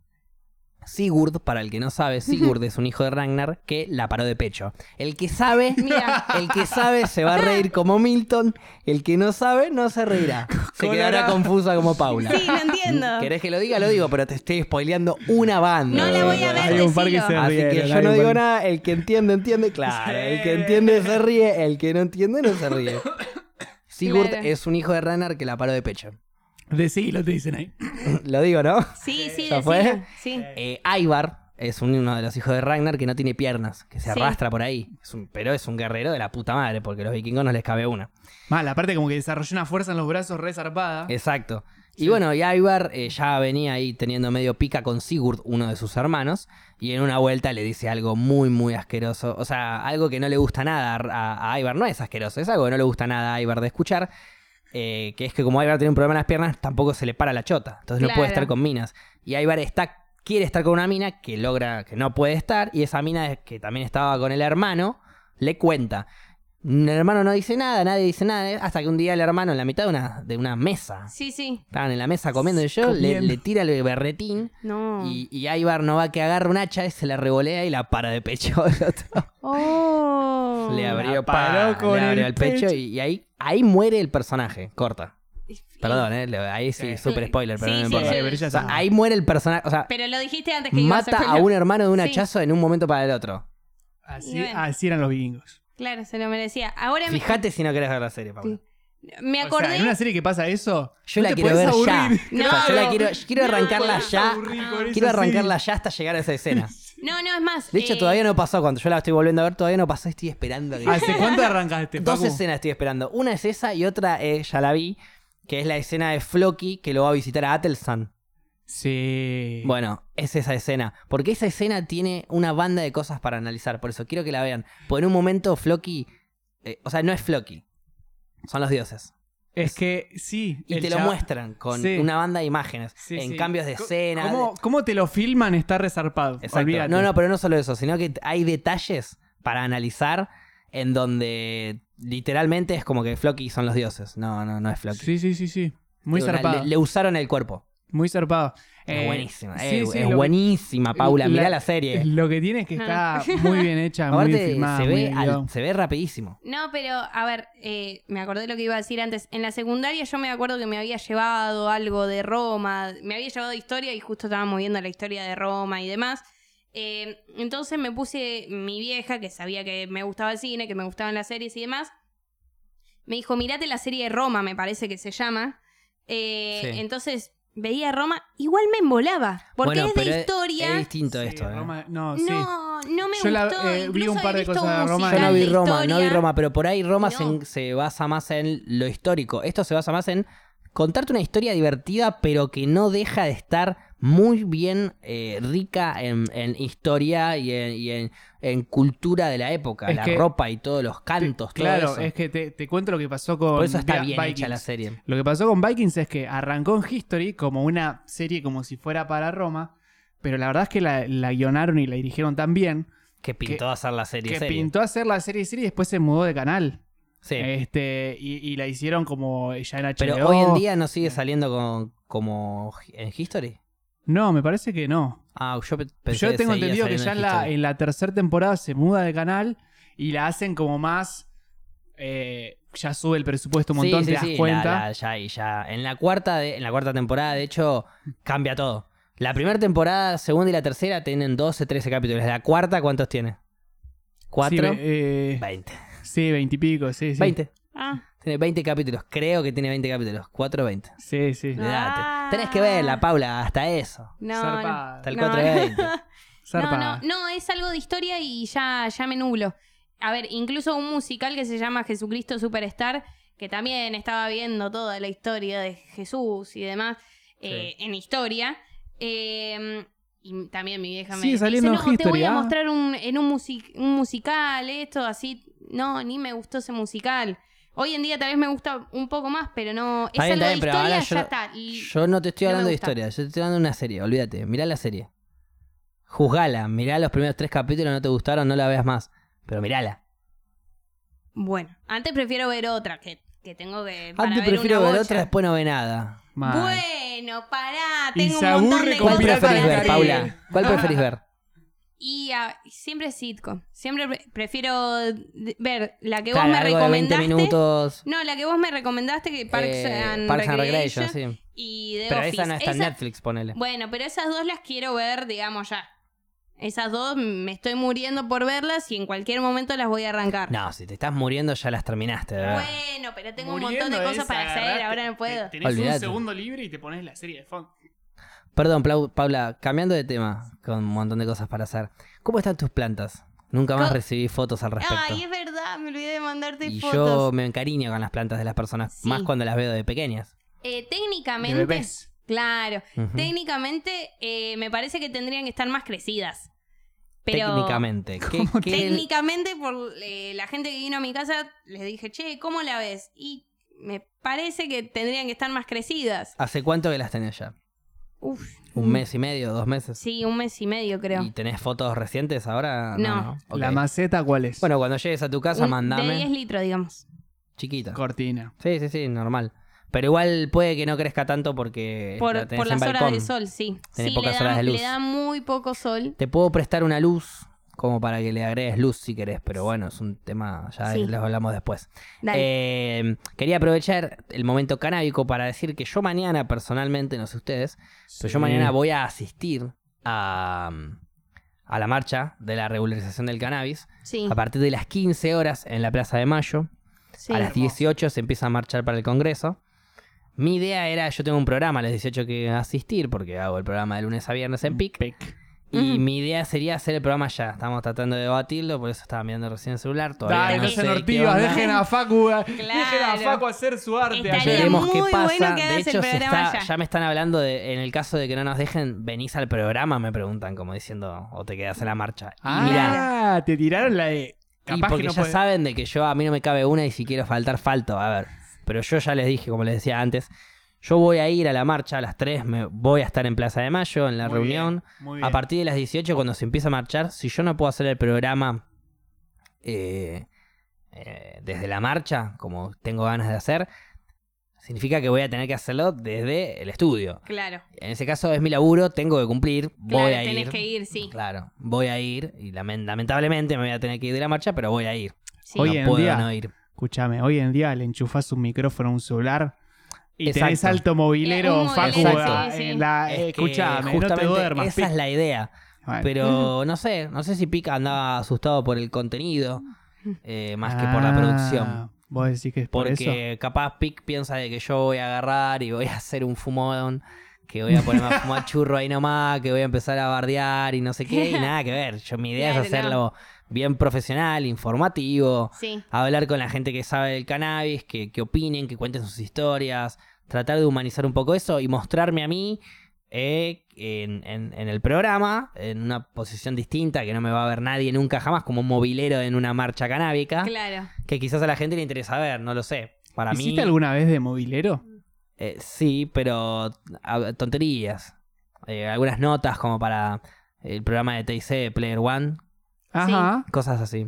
Sigurd, para el que no sabe, Sigurd es un hijo de Ragnar que la paró de pecho. El que sabe,
Mira.
el que sabe se va a reír como Milton, el que no sabe no se reirá. Se quedará
Colorado.
confusa como Paula. Mm,
Sí, lo entiendo.
¿Querés que lo diga? Lo digo, pero te estoy spoileando una banda.
No la voy a ver,
Hay un par que
decilo.
se
Así que
rieron,
yo
hay
no
un
digo
par-
nada, el que entiende, entiende, claro,
Sí.
el que entiende se ríe, el que no entiende no se ríe. Sigurd
Claro.
es un hijo de Ragnar que la paró de pecho.
Decilo, te dicen ahí.
Lo digo, ¿no?
Sí, sí,
¿Ya
decilo,
fue?
sí.
Eh, Ivar es un- uno de los hijos de Ragnar que no tiene piernas, que se
Sí.
arrastra por ahí. Es un- pero es un guerrero de la puta madre, porque los vikingos no les cabe una.
Mal, aparte, como que desarrolló una fuerza en los brazos re zarpada.
Exacto. Y
Sí.
bueno, y Ivar eh, ya venía ahí teniendo medio pica con Sigurd, uno de sus hermanos, y en una vuelta le dice algo muy, muy asqueroso. O sea, algo que no le gusta nada a, a Ivar. No es asqueroso, es algo que no le gusta nada a Ivar de escuchar. eh, que es que como Ivar tiene un problema en las piernas, tampoco se le para la chota. Entonces no puede
Claro.
estar con minas. Y Ivar está, quiere estar con una mina que logra, que no puede estar, y esa mina es- que también estaba con el hermano, le cuenta. El hermano no dice nada, nadie dice nada, ¿eh? hasta que un día el hermano en la mitad de una, de una mesa,
Sí, sí.
estaban en la mesa comiendo y yo, le,
Comiendo.
le tira el berretín
No.
y, y Ivar no va que agarra un hacha y se la revolea y la para de pecho al
Ah.
otro.
Oh.
Le abrió,
La paró
pa,
con
le
el
abrió el pecho,
pecho.
y, y ahí, ahí muere el personaje, corta.
Y-
Perdón, eh, le- ahí sí,
Sí.
súper spoiler, pero
Sí,
no
sí,
me importa.
sí.
pero ya
O sea,
está.
ahí muere el personaje, o sea,
Pero lo dijiste antes que ibas
mata a un hermano de un
Sí.
hachazo en un momento para el otro.
Así,
Y bueno.
así eran los vikingos.
Claro, se lo merecía. Ahora me,
Fíjate si no querés ver la serie, Paula.
Sí. me
O sea,
acordé.
en una serie que pasa eso,
Yo la
no te
quiero ver
podés
ya.
aburrir.
O sea, yo la
No.
quiero, yo quiero
No,
arrancarla
no,
ya.
Aburrir con
Quiero
esa
arrancarla ya hasta llegar a esa escena.
No, no, es más.
De hecho,
eh,
todavía no pasó. Cuando yo la estoy volviendo a ver, todavía no pasó. Estoy esperando.
serie.
que-
¿Hace Ah, cuánto arrancaste?
Dos
Facu?
escenas estoy esperando. Una es esa y otra eh, ya la vi, que es la escena de Floki que lo va a visitar a Atelsan.
Sí.
Bueno, es esa escena. Porque esa escena tiene una banda de cosas para analizar. Por eso quiero que la vean. Porque en un momento Floki. eh, o sea, no es Floki. Son los dioses.
es que sí.
Y
el
te lo
chava-
muestran con
Sí.
una banda de imágenes.
Sí,
en
sí.
cambios de
Co-
escena.
¿Cómo, cómo te lo filman está resarpado?
Exacto. No, no, pero no solo eso, sino que hay detalles para analizar en donde literalmente es como que Floki son los dioses. No, no, no es Floki.
Sí, sí, sí, sí. Muy
Digo, na-
zarpado.
Le, le usaron el cuerpo.
Muy zarpado.
es
Eh,
buenísima.
sí,
eh,
sí,
es
lo que-
buenísima, Paula.
la-
Mirá la serie.
Lo que tiene es que
No.
está muy bien hecha, muy bien
Aparte,
filmada.
se
muy
ve,
bien
al-
guión.
se ve rapidísimo.
No, pero a ver, eh, me acordé lo que iba a decir antes. En la secundaria yo me acuerdo que me había llevado algo de Roma, me había llevado historia y justo estábamos viendo la historia de Roma y demás. Eh, entonces me puse mi vieja, que sabía que me gustaba el cine, que me gustaban las series y demás, me dijo, mirate la serie de Roma, me parece que se llama. Eh,
Sí.
Entonces veía Roma, igual me embolaba, porque
Bueno,
es
pero
de historia.
Es distinto
Sí,
esto. eh.
Roma- no, sí.
No, no me
Yo la-
gustó.
eh, vi
incluso
un par
he
de
visto
cosas de
un
Roma y-
Yo no
musical
vi
de
Roma, no vi
historia.
Roma, pero por ahí Roma se,
No.
se basa más en lo histórico. Esto se basa más en contarte una historia divertida, pero que no deja de estar muy bien eh, rica en, en historia y en, y en- en cultura de la época,
Es
la
que-
ropa y todos los cantos, todo
claro,
eso.
es que te, te cuento lo que pasó con
Por eso está
Vi-
bien hecha
Vikings.
la serie.
Lo que pasó con Vikings es que arrancó en History como una serie como si fuera para Roma, pero la verdad es que la, la guionaron y la dirigieron tan bien
Que pintó hacer la serie.
que
serie.
pintó hacer la serie serie y después se mudó de canal.
Sí.
Este, y, y la hicieron como ya en HBO.
pero hoy
Oh.
en día no sigue saliendo con- como en History.
No, me parece que no.
Ah, yo pe- pensé
Yo
que
tengo
seguía
entendido que ya en
saliendo
la,
History.
en la tercera temporada se muda de canal y la hacen como más. eh, ya sube el presupuesto un montón,
Sí,
te
sí,
das
sí, la-
cuenta.
la- ya, y ya. En la cuarta de, en la cuarta temporada, de hecho, cambia todo. La primera temporada, segunda y la tercera tienen 12, 13 capítulos. La cuarta, ¿cuántos tiene?
Sí,
¿Cuatro?
ve- eh,
20.
sí, 20 y pico, sí, sí.
20.
Ah.
Tiene 20 capítulos. Creo que tiene 20 capítulos. 4 o 20.
Sí, sí.
No.
Olvídate.
Ah.
Tenés que verla, Paula, hasta eso.
No, no.
Zarpada,
Hasta el
No,
4
no.
20.
no,
zarpada.
no, no, es algo de historia y ya, ya me nublo. A ver, incluso un musical que se llama Jesucristo Superstar, que también estaba viendo toda la historia de Jesús y demás eh, en historia. eh, y también mi vieja me
Sigue
dice,
saliendo en
no, te voy
History,
a
ah".
mostrar un, en un, musi- un musical, esto, así. No, ni me gustó ese musical. Hoy en día tal vez me gusta un poco más, pero no... Es
Está bien,
algo
está
de
bien, pero ahora
historia,
yo
ya
no-
está. Y-
Yo no te estoy
no me
hablando de
gusta.
historia, yo te estoy hablando de una serie, olvídate. Mirá la serie. Juzgala, mirá los primeros tres capítulos, no te gustaron, no la veas más. Pero mirala.
Bueno, antes prefiero ver otra, que, que tengo que. para
Antes
ver
prefiero
una
ver
bocha.
otra, después no ve nada.
Mal.
Bueno, pará,
Y
tengo
se
un montón
aburre
de
con
¿Cuál
cosas
preferís
Pirata
para
del
ver,
hacer.
Caribe.
Paula? ¿Cuál preferís ver?
Y ah, siempre sitcom. Siempre pre- prefiero de- ver la que
Claro,
vos me
algo de 20
recomendaste.
minutos.
No, la que vos me recomendaste, que Parks,
eh,
and,
Parks and
Recreation,
Recreation, sí.
y The
Pero
Office.
esa no está en
Esa-
Netflix, ponele.
Bueno, pero esas dos las quiero ver, digamos ya. Esas dos me estoy muriendo por verlas y en cualquier momento las voy a arrancar.
No, si te estás muriendo ya las terminaste, de verdad.
Bueno, pero tengo un montón de cosas para hacer, ahora no puedo.
Tenés
Olvídate.
un segundo libre y te pones la serie de fondo.
Perdón, Plau- Paula, cambiando de tema, con un montón de cosas para hacer. ¿Cómo están tus plantas? Nunca más
Co-
recibí fotos al respecto.
Ay, es verdad, me olvidé de mandarte
y yo
fotos.
me encariño con las plantas de las personas,
Sí.
más cuando las veo de pequeñas.
Eh,
De
técnicamente,
bebés.
claro,
Ujú.
técnicamente eh, me parece que tendrían que estar más crecidas. Pero
Técnicamente. ¿Qué- qué-
técnicamente, por eh, la gente que vino a mi casa, les dije, che, ¿cómo la ves? Y me parece que tendrían que estar más crecidas.
¿Hace cuánto que las tenés ya?
Uf.
¿Un mes y medio? ¿Dos meses?
Sí, un mes y medio creo.
¿Y tenés fotos recientes ahora?
No.
Ok.
¿La maceta cuál es?
Bueno, cuando llegues a tu casa,
Un- De
mandame.
10 litros, digamos.
Chiquita.
Cortina.
Sí, sí, sí, normal. Pero igual puede que no crezca tanto porque
Por,
Eh, la tenés
por
en
las horas
balcón.
de sol, sí.
Tenés
sí,
pocas
le da-
horas de luz.
le da muy poco sol.
Te puedo prestar una luz como para que le agregues luz si querés, pero bueno, es un tema, ya
Sí.
lo hablamos después.
Dale.
Eh, quería aprovechar el momento canábico para decir que yo mañana, personalmente, no sé ustedes, pero yo mañana voy a asistir a, a la marcha de la regularización del cannabis
sí.
a partir de las 15 horas en la Plaza de Mayo.
sí.
A las
Hermoso.
18 se empieza a marchar para el Congreso. Mi idea era, yo tengo un programa a las 18 que asistir, porque hago el programa de lunes a viernes en PIC.
Pic.
Y
Ujú.
mi idea sería hacer el programa ya. Estamos tratando de debatirlo, por eso estaba mirando recién el celular. Todavía
Dale,
no
no
sé
sean
qué
ortivas,
onda.
dejen a Facu, eh. dejen a Facu hacer su arte.
Estaría
ayer.
Veremos
muy
qué
bueno
pasa.
que
de
hagas el
hecho, se
programa
está-
ya.
ya me están hablando de, en el caso de que no nos dejen, venís al programa, me preguntan, como diciendo, o te quedas en la marcha. Y
Ah,
mirá,
te tiraron la de.
y
Capaz
porque
que no
ya
puede-
saben de que yo a mí no me cabe una y si quiero faltar, falto. A ver. Pero yo ya les dije, como les decía antes, yo voy a ir a la marcha a las 3, me voy a estar en Plaza de Mayo, en la
Muy bien,
reunión.
muy
A
bien.
partir de las 18, cuando se empieza a marchar, si yo no puedo hacer el programa eh, eh, desde la marcha, como tengo ganas de hacer, significa que voy a tener que hacerlo desde el estudio.
Claro.
En ese caso es mi laburo, tengo que cumplir, voy
Claro,
a
tenés
ir.
que ir, sí.
Claro, voy a ir y lamen- lamentablemente me voy a tener que ir de la marcha, pero voy a ir.
sí.
Hoy
no
en
puedo
día-
no ir.
Escúchame, hoy en día le enchufás un micrófono a un celular y
Exacto.
tenés alto movilero
Eh, un
Facu.
movilero,
ah,
sí, sí.
en la-
Es
eh,
que
Escuchame, no te
justamente
duermas.
esa
pi-
es la idea.
Bueno.
Pero no sé, no sé si Pica andaba asustado por el contenido eh, más que por la
Ah,
producción.
Vos decís que es por eso.
Porque capaz Pic piensa de que yo voy a agarrar y voy a hacer un fumón, que voy a ponerme a fumar churro ahí nomás, que voy a empezar a bardear y no sé qué, y nada que ver. Yo mi idea
Claro,
es hacerlo bien profesional, informativo,
Sí.
hablar con la gente que sabe del cannabis, que, que opinen, que cuenten sus historias, tratar de humanizar un poco eso y mostrarme a mí eh, en, en- en el programa, en una posición distinta, que no me va a ver nadie nunca jamás, como un movilero en una marcha canábica
Claro.
que quizás a la gente le interesa ver, no lo sé. Para mí,
¿Hiciste alguna vez de movilero?
eh, sí, pero a- tonterías. Eh, algunas notas como para el programa de TIC, Player One,
Ajá.
cosas así,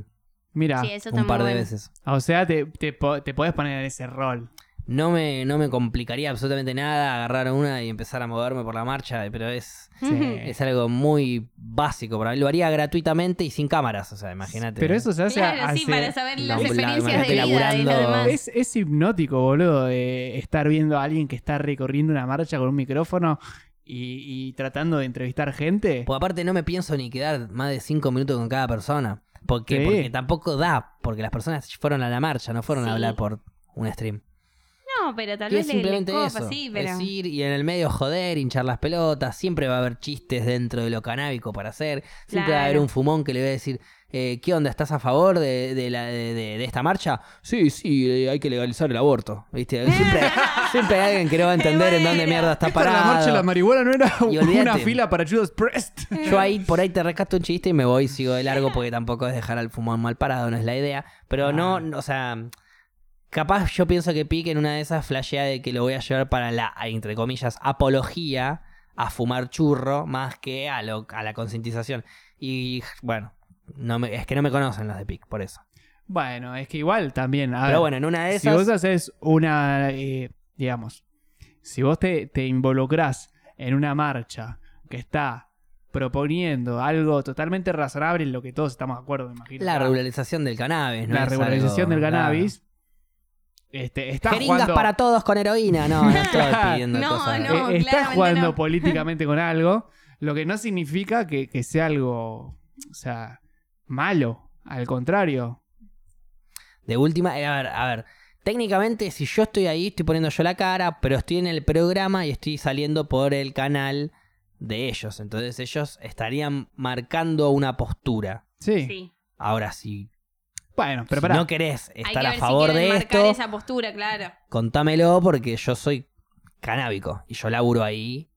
Mira,
Sí, eso está
un
muy
par de
bueno.
veces.
o sea, te, te, po- te podés poner en ese rol.
No me, no me complicaría absolutamente nada agarrar una y empezar a moverme por la marcha, eh, pero es,
Ujú.
es algo muy básico para mí. Lo haría gratuitamente y sin cámaras, o sea, imagínate.
Pero eso se hace
Claro,
hace-
sí, para saber las
labura-
experiencias de vida de los
laburando-
demás.
Es, es hipnótico, boludo, eh, estar viendo a alguien que está recorriendo una marcha con un micrófono y, y tratando de entrevistar gente.
Pues aparte no me pienso ni quedar más de cinco minutos con cada persona. ¿Por qué?
Sí.
Porque tampoco da, porque las personas fueron a la marcha, no fueron
Sí.
a hablar por un stream.
No, pero tal
Y
vez
es
le, le
simplemente
copa,
eso.
sí, pero.
Decir y en el medio joder, hinchar las pelotas, siempre va a haber chistes dentro de lo canábico para hacer, siempre va a haber
Claro.
un fumón que le va a decir, eh, ¿qué onda? ¿Estás a favor de, de la- de- de- de esta marcha? Sí, sí, eh, hay que legalizar el aborto. ¿Viste? Siempre, siempre hay alguien que no va a entender en dónde
Bueno.
mierda está
Esta era la marcha de la
parado.
marihuana no era
Y
una
olvídate.
fila para Judas Prest.
Yo ahí por ahí te rescato un chiste y me voy, sigo de largo porque tampoco es dejar al fumón mal parado, no es la idea. Pero no, no, o sea, capaz yo pienso que Pique en una de esas flashea de que lo voy a llevar para la, entre comillas, apología a fumar churro más que a, lo, a la concientización. Y bueno, no me- es que no me conocen los de Pic, por eso.
Bueno, es que igual también. a
Pero
ver,
bueno, en una de
si vos
esas...
haces una, eh, digamos, si vos te, te involucrás en una marcha que está proponiendo algo totalmente razonable en lo que todos estamos de acuerdo, me imagino.
La
¿no?
regularización del cannabis, ¿no?
La
Es
regularización
algo-
del
nada.
cannabis. Este, está
Jeringas
jugando,
para todos con heroína, no, no estoy pidiendo
No,
cosas.
no.
eh, está
claramente
jugando
no.
políticamente con algo, lo que no significa que, que sea algo, o sea, malo. Al contrario.
De última, eh, a ver, a ver. Técnicamente, si yo estoy ahí, estoy poniendo yo la cara, pero estoy en el programa y estoy saliendo por el canal de ellos. Entonces ellos estarían marcando una postura.
Sí.
Sí.
Ahora, si,
Bueno,
si
pero pará.
no querés
Hay que
estar
ver
a
si
favor
quieren
de
marcar
esto,
esa postura, claro.
contámelo porque yo soy canábico y yo laburo ahí.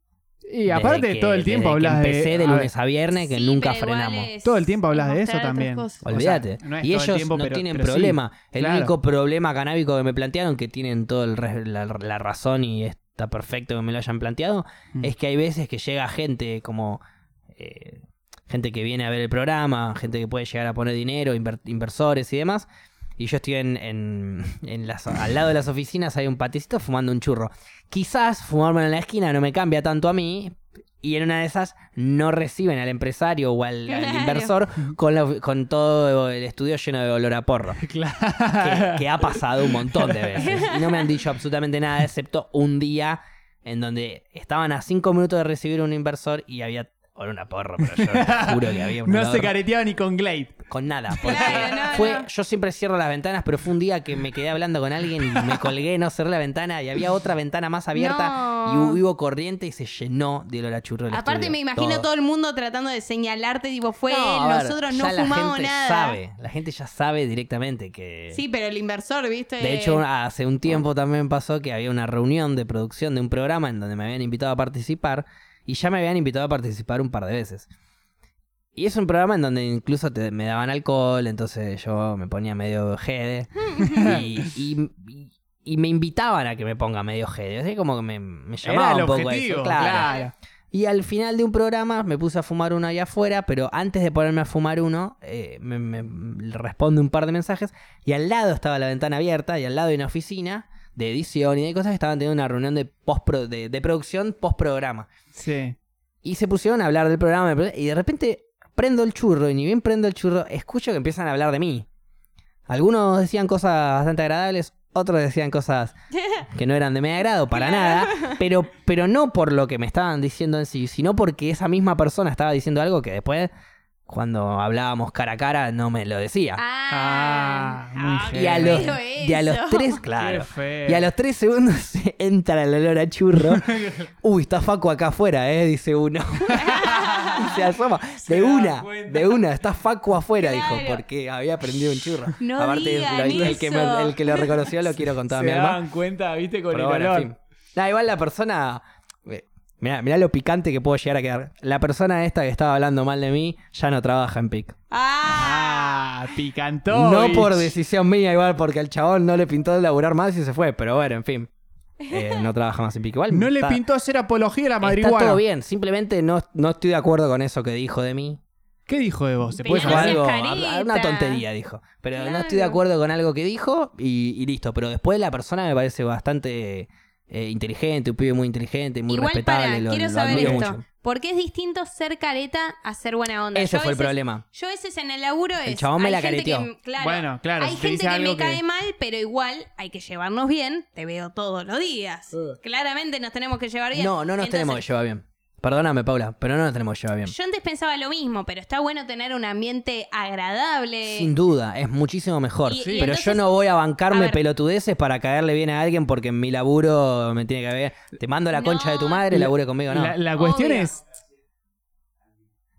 y
desde
aparte
que-
todo el tiempo
desde que
hablas de.
empecé
a
de
ver,
lunes a viernes que
Sí,
nunca
pero igual
frenamos.
es-
Todo el tiempo
es
hablas de eso
mostrar otras
también.
cosas.
O sea,
Olvídate.
no es
y
todo el
ellos
tiempo,
no
pero-
tienen
pero sí,
problema. el
claro.
único problema canábico que me plantearon, que tienen toda la, la razón y está perfecto que me lo hayan planteado,
Mm.
es que hay veces que llega gente como. eh, gente que viene a ver el programa, gente que puede llegar a poner dinero, inver- inversores y demás. Y yo estoy en, en- en las- al lado de las oficinas, hay un paticito fumando un churro. Quizás fumarme en la esquina no me cambia tanto a mí. Y en una de esas no reciben al empresario o al, al
Claro.
inversor con, la- con todo el estudio lleno de olor a porro. Que,
Claro.
que ha pasado un montón de veces. Y no me han dicho absolutamente nada, excepto un día en donde estaban a cinco minutos de recibir un inversor y había con una porra, pero yo te juro que había un
No
olor
se careteaba ni con Glade.
con nada. porque
Claro, no,
fue,
no.
Yo siempre cierro las ventanas, pero fue un día que me quedé hablando con alguien y me colgué, no cerré la ventana y había otra ventana más abierta
No.
y hu- hubo corriente y se llenó de olor a churro el
Aparte
estudio.
me imagino todo. el mundo tratando de señalarte, tipo, fue
No,
él,
a ver,
nosotros no
ya la
fumamos
gente
nada.
sabe, la gente ya sabe directamente que...
Sí, pero el inversor, ¿viste?
De hecho, una- hace un tiempo también pasó que había una reunión de producción de un programa en donde me habían invitado a participar y ya me habían invitado a participar un par de veces. Y es un programa en donde incluso te- me daban alcohol, entonces yo me ponía medio jede y, y- y- y me invitaban a que me ponga medio jede. Así como que me, me llamaba
Era el
un poco
objetivo,
eso,
claro.
claro. Y al final de un programa me puse a fumar uno ahí afuera, pero antes de ponerme a fumar uno, eh, me, me responde un par de mensajes. Y al lado estaba la ventana abierta y al lado hay una oficina de edición y de cosas que estaban teniendo una reunión de, postpro- de, de producción post-programa.
Sí.
Y se pusieron a hablar del programa y de repente prendo el churro y ni bien prendo el churro, escucho que empiezan a hablar de mí. Algunos decían cosas bastante agradables, otros decían cosas que no eran de mi agrado para nada, pero, pero no por lo que me estaban diciendo en sí, sino porque esa misma persona estaba diciendo algo que después, cuando hablábamos cara a cara, no me lo decía.
Ah,
Ah, muy
y, a
qué
los,
pero
y a los
eso.
tres, claro.
Qué feo.
Y a los tres segundos entra el olor a churro. Uy, está Facu acá afuera, eh, dice uno. Y se asoma.
Se
De
da
una,
cuenta.
de una, está Facu afuera,
Claro.
dijo, porque había prendido un churro.
No digan
lo- el, que me-
eso.
el que lo reconoció lo quiero con toda
Se
mi alma.
daban cuenta, viste, con
Pero
el
bueno,
olor.
en fin. Nah, igual la persona. eh, Mirá, mirá lo picante que puedo llegar a quedar. La persona esta que estaba hablando mal de mí ya no trabaja en PIC.
Ah,
Ah, picantó.
No por decisión mía, igual, porque al chabón no le pintó laburar más y se fue. Pero bueno, en fin. Eh, no trabaja más en PIC. Igual.
No le
está-
pintó hacer apología a la
Está
marihuana.
todo bien. Simplemente no, no estoy de acuerdo con eso que dijo de mí.
¿Qué dijo de vos? ¿Se
Pero
puede
Dijo
no
saber?
seas
Pues algo,
carita.
una tontería dijo. Pero no estoy de
Claro.
acuerdo con algo que dijo y, y listo. Pero después la persona me parece bastante eh, inteligente, un pibe muy inteligente, muy
igual
respetable.
para,
lo-
quiero
lo
saber
admiro
esto.
mucho.
¿Por qué es distinto ser careta a ser buena onda?
Ese
Yo a
fue el
veces-
problema.
Yo a veces en el laburo es.
El chabón me
hay
la
gente que-
careteó.
claro,
Bueno, claro,
Hay
si te
gente
dice
que me
algo que-
cae mal, pero igual hay que llevarnos bien. Te veo todos los días. Claramente nos tenemos que llevar bien.
No, no nos
Entonces,
tenemos que llevar bien. Perdóname, Paula, pero no nos tenemos que llevar bien.
Yo antes pensaba lo mismo, pero está bueno tener un ambiente agradable.
Sin duda, es muchísimo mejor.
eh, Y- y
pero yo
entonces-
no voy a
a
bancarme
ver.
pelotudeces para caerle bien a alguien porque en mi laburo me tiene que haber. Te mando la
No.
concha de tu madre, labure conmigo, no.
La, la cuestión
Obvio.
es.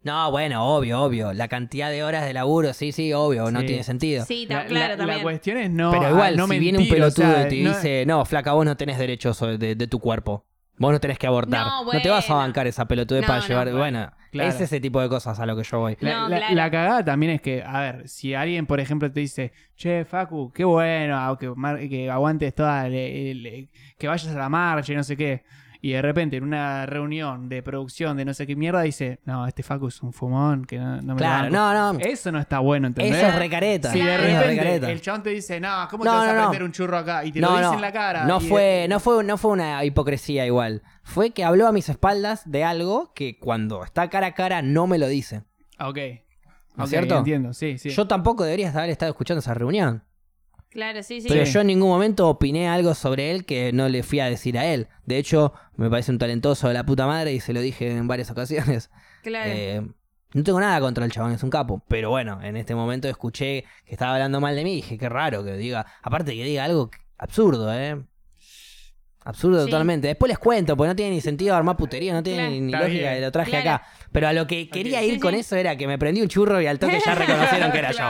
No, bueno, obvio, obvio. La cantidad de horas de laburo, sí, sí, obvio, no
Sí.
tiene sentido.
Sí, ta-
La,
claro,
la- la
también.
cuestión es no.
pero igual,
ah, no
si viene un
mentir, o
pelotudo
sea,
y te
no-
dice, no, flaca, vos no tenés derecho sobre- de, de tu cuerpo. Vos no tenés que abortar. No,
No,
te vas a
bueno.
bancar esa pelotudez
No,
para
no,
llevar.
bueno.
Bueno,
Claro.
es ese tipo de cosas a lo que yo voy.
La,
No,
la-
claro.
la cagada también es que, a ver, si alguien, por ejemplo, te dice, che, Facu, qué bueno, ah, que, mar- que aguantes toda, le- le- que vayas a la marcha y no sé qué. Y de repente en una reunión de producción de no sé qué mierda dice, no, este Facu es un fumón, que no, no me
Claro,
lo banco".
no, no.
Eso no está bueno, ¿entendés?
Eso es recareta.
Si de
Eso es
repente
recareta.
el chabón te dice, no, ¿cómo
No,
te vas
no,
a
no.
prender un churro acá? Y te lo dice en la cara.
No
y-
fue, no fue, no fue una hipocresía igual. Fue que habló a mis espaldas de algo que cuando está cara a cara no me lo dice.
Ah, Ok.
¿No es
Ok,
cierto?
Entiendo, sí, sí.
Yo tampoco debería haber estado escuchando esa reunión.
Claro, sí, sí.
Pero
Sí.
yo en ningún momento opiné algo sobre él que no le fui a decir a él. De hecho, me parece un talentoso de la puta madre y se lo dije en varias ocasiones.
claro.
Eh, no tengo nada contra el chabón, es un capo. Pero bueno, en este momento escuché que estaba hablando mal de mí y dije, qué raro que diga. Aparte que diga algo absurdo, ¿eh? Absurdo
Sí.
totalmente. Después les cuento, porque no tiene ni sentido armar putería, no tiene
Claro.
ni
Está
lógica
bien.
que lo traje
Claro.
acá. Pero a lo que quería
Ok.
ir
Sí,
con
sí.
eso era que me prendí un churro y al toque ya reconocieron que era yo.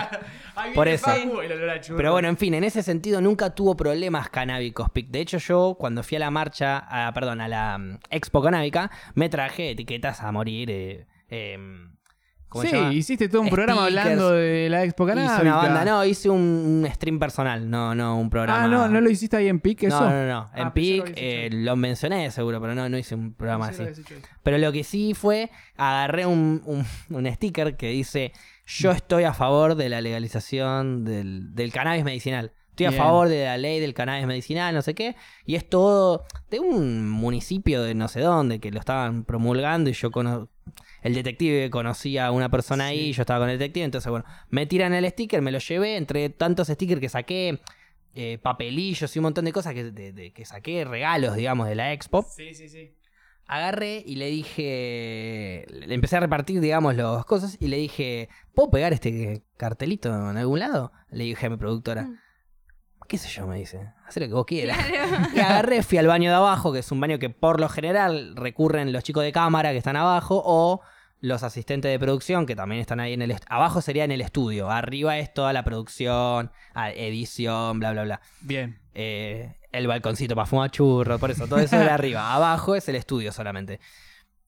Ahí
Por
viene
eso.
Facu, el olor a churro.
Pero bueno, en fin, en ese sentido nunca tuvo problemas canábicos, Pic. De hecho, yo cuando fui a la marcha, a- perdón, a la mm, expo canábica, me traje etiquetas a morir. Eh, eh, ¿cómo se
Sí,
llama?
hiciste todo un programa
Speakers.
hablando de la Expo Canábica.
Hice una banda, no, hice un, un stream personal, no, no un programa.
Ah, no, no lo hiciste ahí en PIC, eso.
No, no, no. En
Ah, pensé que lo
PIC
habías
eh,
hecho.
lo mencioné seguro, pero no, no hice un programa
Pensé que
así.
lo habías hecho ahí.
Pero lo que sí fue, agarré un, un- un sticker que dice,
Mm.
yo estoy a favor de la legalización del, del cannabis medicinal. Estoy a
Bien.
favor de la ley del cannabis medicinal, no sé qué. Y es todo de un municipio de no sé dónde que lo estaban promulgando y yo cono- El detective conocía a una persona ahí,
Sí.
y yo estaba con el detective, entonces bueno, me tiran el sticker, me lo llevé, entre tantos stickers que saqué, eh, papelillos y un montón de cosas que, de- de- que saqué, regalos, digamos, de la expo.
Sí, sí, sí.
agarré y le dije, le empecé a repartir, digamos, las cosas y le dije, ¿puedo pegar este cartelito en algún lado? Le dije a mi productora,
Mm.
qué sé yo, me dice, haz lo que vos quieras.
Claro.
Y agarré, fui al baño de abajo, que es un baño que por lo general recurren los chicos de cámara que están abajo o los asistentes de producción que también están ahí en el... est- Abajo sería en el estudio, arriba es toda la producción, ah, edición, bla, bla, bla.
Bien.
Eh, el balconcito para fumar churros, por eso, todo eso era arriba. Abajo es el estudio solamente.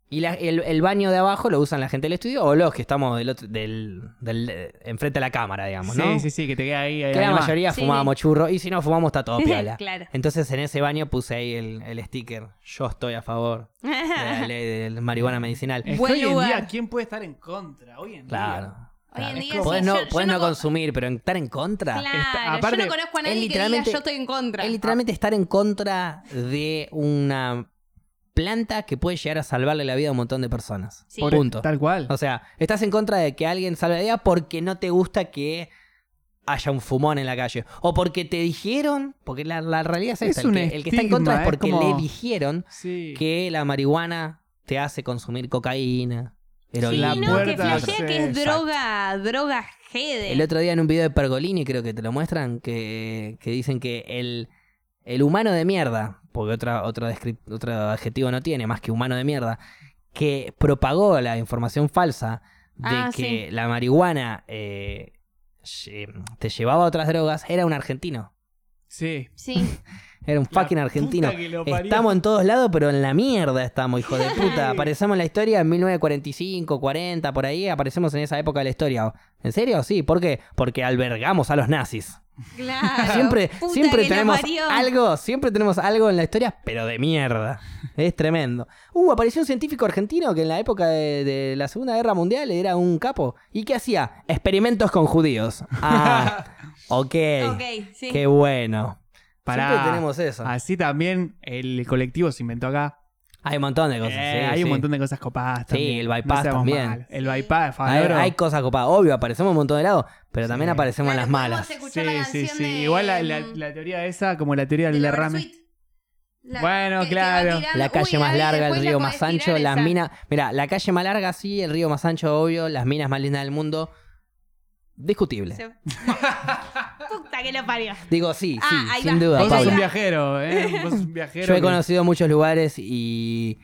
Y la- el, el baño de abajo lo usan la gente del estudio o los que estamos del otro, del, del- eh, enfrente a la cámara, digamos, ¿no?
Sí, sí, sí, que te queda ahí. ahí
Que la
además.
mayoría
Sí,
fumábamos churros y si no fumamos está todo piola.
Claro.
Entonces en ese baño puse ahí el, el sticker. Yo estoy a favor de la ley del marihuana medicinal.
Es que
Buen
hoy en
lugar.
día, ¿quién puede estar en contra? Hoy en
Claro.
día.
Hoy en
Claro.
día
podés
sí,
no,
yo- yo
podés
no
no
co-
consumir, pero estar en contra.
Claro,
Está- aparte,
yo no conozco a
es
nadie que
literalmente-
diga yo estoy en contra.
Es literalmente estar en contra de una planta que puede llegar a salvarle la vida a un montón de personas.
Sí.
Por-
Punto.
Tal cual.
O sea, estás en contra de que alguien salve la vida porque no te gusta que haya un fumón en la calle. O porque te dijeron, porque la, la realidad es
Es
esta, el
un
que, el que está en contra es
estigma, es
porque
como-
le dijeron
Sí.
que la marihuana te hace consumir cocaína,
Sí,
heroína.
La
no, que
puerta-
flashea
sí,
que es
exacto.
droga, droga G de-
El otro día en un video de Pergolini, creo que te lo muestran, que, que dicen que el, el humano de mierda, porque otra, otra descrip- otro adjetivo no tiene más que humano de mierda, que propagó la información falsa de
Ah,
que la marihuana eh, lle- te llevaba a otras drogas, era un argentino.
Sí.
Sí,
Era un
La
fucking argentino.
puta que lo parió.
Estamos en todos lados, pero en la mierda estamos, hijo de puta. Aparecemos en la historia en 1945, 40, por ahí. Aparecemos en esa época de la historia. ¿En serio? Sí. ¿Por qué? Porque albergamos a los nazis.
claro.
siempre
Puta
siempre
que la
tenemos
parió.
algo, siempre tenemos algo en la historia, pero de mierda. Es tremendo. Uh, apareció un científico argentino que en la época de, de la Segunda Guerra Mundial era un capo. ¿Y qué hacía? Experimentos con judíos. Ah,
Ok,
ok.
sí.
Qué bueno.
Pará.
Siempre tenemos eso.
Así también el colectivo se inventó acá.
Hay un montón de cosas.
Eh,
sí,
hay un
sí.
montón de cosas copadas también.
el
No
bypass
seamos
también.
malos. El bypass,
Hay,
Fabro.
hay cosas copadas. Obvio, aparecemos un montón de lados, pero también
Sí.
aparecemos en
Claro,
las
podemos
malas.
escuchar la
Sí, sí,
canción
sí.
de,
Igual la, la-
mm,
la teoría esa, como la teoría
de
del
Taylor
derrame.
Swift. La-
Bueno,
que- que
claro.
va tirando,
La calle
uy,
más
ahí
larga, el
después la
río
podés
más ancho,
tirar
las
esa.
minas. Mira, la calle más larga, sí, el río más ancho, obvio, las minas más lindas del mundo. Discutible.
Se- Puta que lo parió.
Digo, sí,
Ah,
sí,
ahí
sin
va,
duda,
ahí
Vos
va.
sos
Paula.
un viajero, ¿eh? Vos sos un viajero.
Yo he
que-
conocido muchos lugares y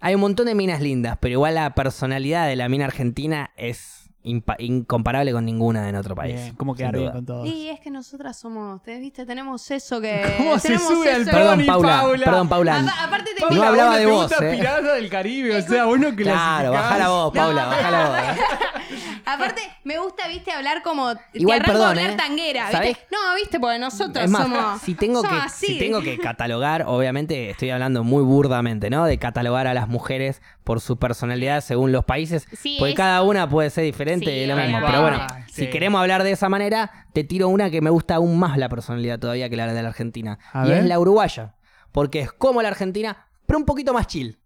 hay un montón de minas lindas, pero igual la personalidad de la mina argentina es impa- incomparable con ninguna en otro país.
Bien, ¿Cómo
sin
quedar bien
duda.
con todo?
Y es que nosotras somos, ustedes viste, tenemos eso que.
¿Cómo se
tenemos
sube al
eso- Este
perdón,
Perdón,
y
Paula.
Paula.
Perdón, Paula.
Apa- aparte te
No
invito-
habla- hablaba
Paula,
de
te
vos,
gusta
eh.
Pirata del Caribe, o sea, uno que
Claro, baja la voz, Paula, eh.
No,
baja la voz.
Aparte, me gusta, viste, hablar como. que
Igual,
arranco a
perdón,
hablar
¿eh?
tanguera, ¿viste?
¿Sabés?
No, viste, porque nosotros
Es más,
somos.
si, tengo que,
somos así.
si tengo que catalogar, obviamente estoy hablando muy burdamente, ¿no? De catalogar a las mujeres por su personalidad según los países.
Sí,
porque
es-
cada una puede ser diferente
Sí,
de lo
obvio.
mismo. Pero bueno,
Ah,
si
sí.
queremos hablar de esa manera, te tiro una que me gusta aún más la personalidad todavía que la de la Argentina.
A
y
ver.
es la uruguaya. Porque es como la Argentina, pero un poquito más chill.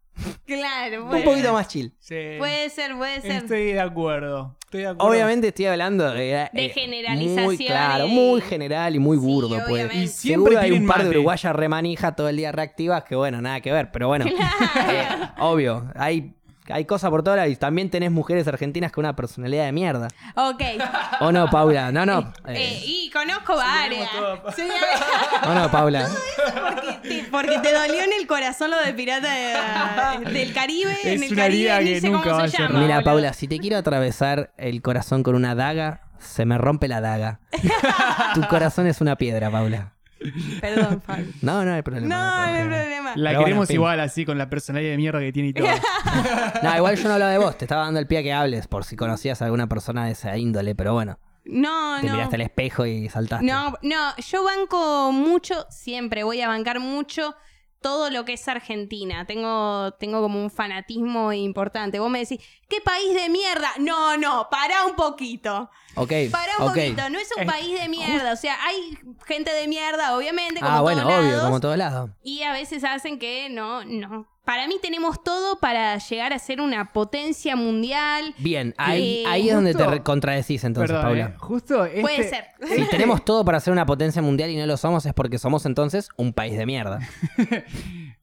Claro,
Un
bueno.
poquito más chill.
Sí.
Puede ser, puede ser.
Estoy de acuerdo. Estoy de acuerdo.
Obviamente estoy hablando de,
De
eh,
generalizaciones.
Muy claro, muy general y muy
Sí,
burdo. pues.
obviamente. Y
siempre
Seguro hay un
tienen
par de
mate.
uruguayas remanijas todo el día reactivas que, bueno, nada que ver, pero bueno. Eh, obvio, hay, hay cosas por todas y también tenés mujeres argentinas con una personalidad de mierda.
Ok.
Eh. ¿O no, Paula? No, no.
Eh,
Eh,
y conozco varias.
todo.
Sí, a
¿O no, Paula?
ver, porque, te, porque te dolió en el corazón lo de pirata de- del Caribe.
Es
en el
una
Caribe,
herida
ni
que
sé
nunca
cómo
va
se
a
llama.
cerrar.
Mira,
boludo.
Paula, si te quiero atravesar el corazón con una daga, se me rompe la daga. Tu corazón es una piedra, Paula.
Perdón, Pablo.
No, no hay problema.
No, no
hay
hay
problema.
problema.
La
Pero bueno,
queremos
fin.
igual así, con la personalidad de mierda que tiene y todo.
No, igual yo no hablaba de vos, te estaba dando el pie a que hables, por si conocías a alguna persona de esa índole, pero bueno,
No,
te
no.
miraste al espejo y saltaste.
No, no, yo banco mucho, siempre voy a bancar mucho todo lo que es Argentina. Tengo, tengo como un fanatismo importante. Vos me decís, ¿qué país de mierda? No, no, pará un poquito.
Ok,
Pará un
ok.
poquito, no es un
Es-
país de mierda. O sea, hay gente de mierda, obviamente, como
Ah, bueno,
todos
obvio,
lados,
como todos lados.
Y a veces hacen que no, no. Para mí tenemos todo para llegar a ser una potencia mundial.
Bien, ahí,
Eh,
ahí es donde te
justo-
re- contradecís entonces,
Perdón, eh.
Paula.
justo este...
Puede ser.
Si tenemos todo para ser una potencia mundial y no lo somos es porque somos entonces un país de mierda.
Vi-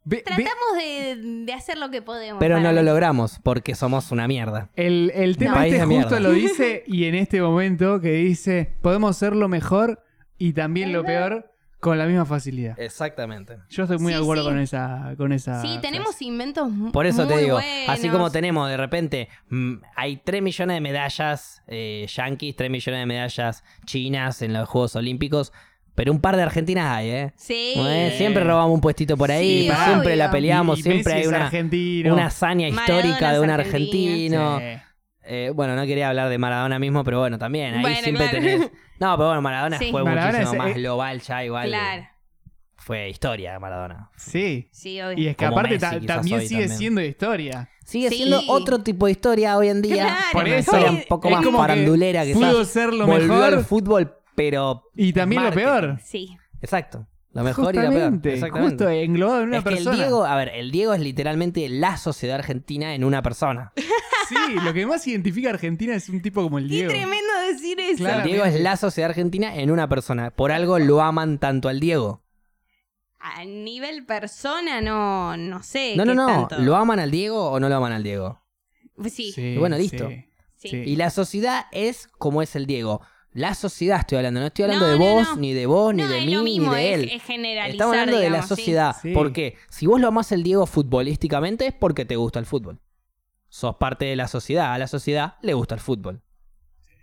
vi-
Tratamos de, de hacer lo que podemos.
Pero
para
no lo
mí.
logramos porque somos una mierda.
el, el tema
No. País
este
de
justo
mierda.
lo dice y en este momento que dice, podemos ser lo mejor y también lo peor con la misma facilidad.
Exactamente.
Yo estoy muy
Sí,
de acuerdo
sí.
con esa con esa
Sí, tenemos
frase.
inventos mu-
Por eso te
muy
digo, así
buenos.
como tenemos de repente, mm, hay 3 millones de medallas eh, yanquis, 3 millones de medallas chinas en los Juegos Olímpicos, pero un par de argentinas hay, ¿eh?
Sí.
Eh, siempre robamos un puestito por ahí,
Sí, pará.
siempre la
obvio.
peleamos,
Y
siempre
Messi
hay
es
una,
argentino.
una hazaña
Maradona
histórica de
es
un
argentino.
argentino.
Sí.
Eh, bueno, no quería hablar de Maradona mismo, pero bueno, también, ahí
Bueno,
siempre
claro.
tenés... No, pero bueno, Maradona
Sí.
fue
Maradona
muchísimo
es-
más
eh,
global ya, igual.
Claro,
Fue historia de Maradona.
Sí.
sí, obvio.
Y es que
Como
aparte
Messi,
ta-
quizás
también
hoy
sigue
también.
siendo historia.
Sigue
Sí.
siendo otro tipo de historia hoy en día.
Claro.
Por
Por
eso
eso,
historia un poco
es
más
como que
farandulera que
Pudo ser lo
Volvió al
mejor
fútbol, pero
y también
marketing.
lo peor.
Sí.
exacto, lo mejor
Justamente,
y lo peor. Exactamente.
justo englobado en una
es que
persona.
el Diego, a ver, el Diego es literalmente la sociedad argentina en una persona.
Sí, lo que más identifica a Argentina es un tipo como el
Qué
Diego.
tremendo decir eso.
Claro.
El Diego es la sociedad argentina en una persona. Por algo lo aman tanto al Diego.
A nivel persona, no, no sé.
No, no,
Eh, qué
no.
tanto.
¿Lo aman al Diego o no lo aman al Diego?
Sí, sí.
Sí,
Bueno, listo.
sí.
sí.
Y la sociedad es como es el Diego. La sociedad estoy hablando, no estoy hablando
No,
de
no,
vos,
no.
ni de vos, ni
No,
de
es
mí,
lo mismo,
ni de
es,
él.
es generalizar.
Estamos hablando de la
digamos, sí.
sociedad.
Sí.
Porque si vos lo amás el Diego futbolísticamente es porque te gusta el fútbol. Sos parte de la sociedad. A la sociedad le gusta el fútbol.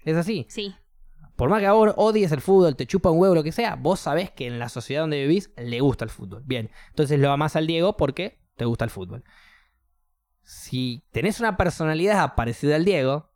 Es así.
Sí.
Por más que a vos odies el fútbol, te chupa un huevo, lo que sea, vos sabés que en la sociedad donde vivís le gusta el fútbol. Bien, entonces lo amás al Diego porque te gusta el fútbol. Si tenés una personalidad parecida al Diego,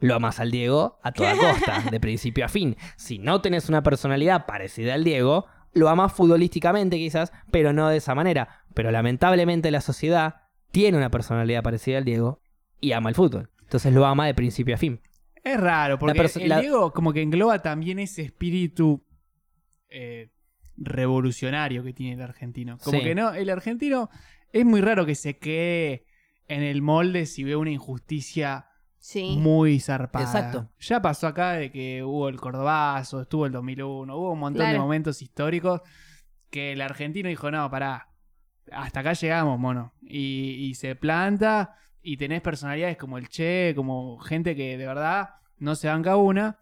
lo amás al Diego a toda costa, de principio a fin. Si no tenés una personalidad parecida al Diego, lo amás futbolísticamente quizás, pero no de esa manera. Pero lamentablemente la sociedad tiene una personalidad parecida al Diego y ama el fútbol. Entonces lo ama de principio a fin.
Es raro, porque
perso-
el
la-
Diego como que engloba también ese espíritu eh, revolucionario que tiene el argentino. Como
Sí.
que no, el argentino es muy raro que se quede en el molde si ve una injusticia
Sí.
muy zarpada.
Exacto.
Ya pasó acá de que hubo el Cordobazo, estuvo el 2001, hubo un montón de
Claro.
momentos históricos que el argentino dijo, no, pará, hasta acá llegamos, mono. Y, y se planta y tenés personalidades como el Che, como gente que de verdad no se banca una.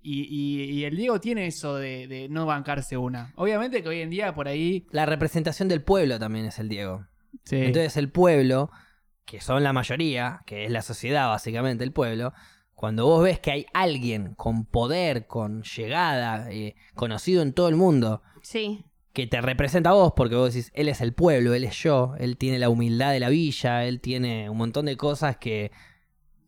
Y, y- y el Diego tiene eso de, de no bancarse una. Obviamente que hoy en día por ahí...
La representación del pueblo también es el Diego.
Sí.
Entonces el pueblo, que son la mayoría, que es la sociedad básicamente, el pueblo, cuando vos ves que hay alguien con poder, con llegada, eh, conocido en todo el mundo,
Sí.
que te representa a vos, porque vos decís, él es el pueblo, él es yo, él tiene la humildad de la villa, él tiene un montón de cosas que,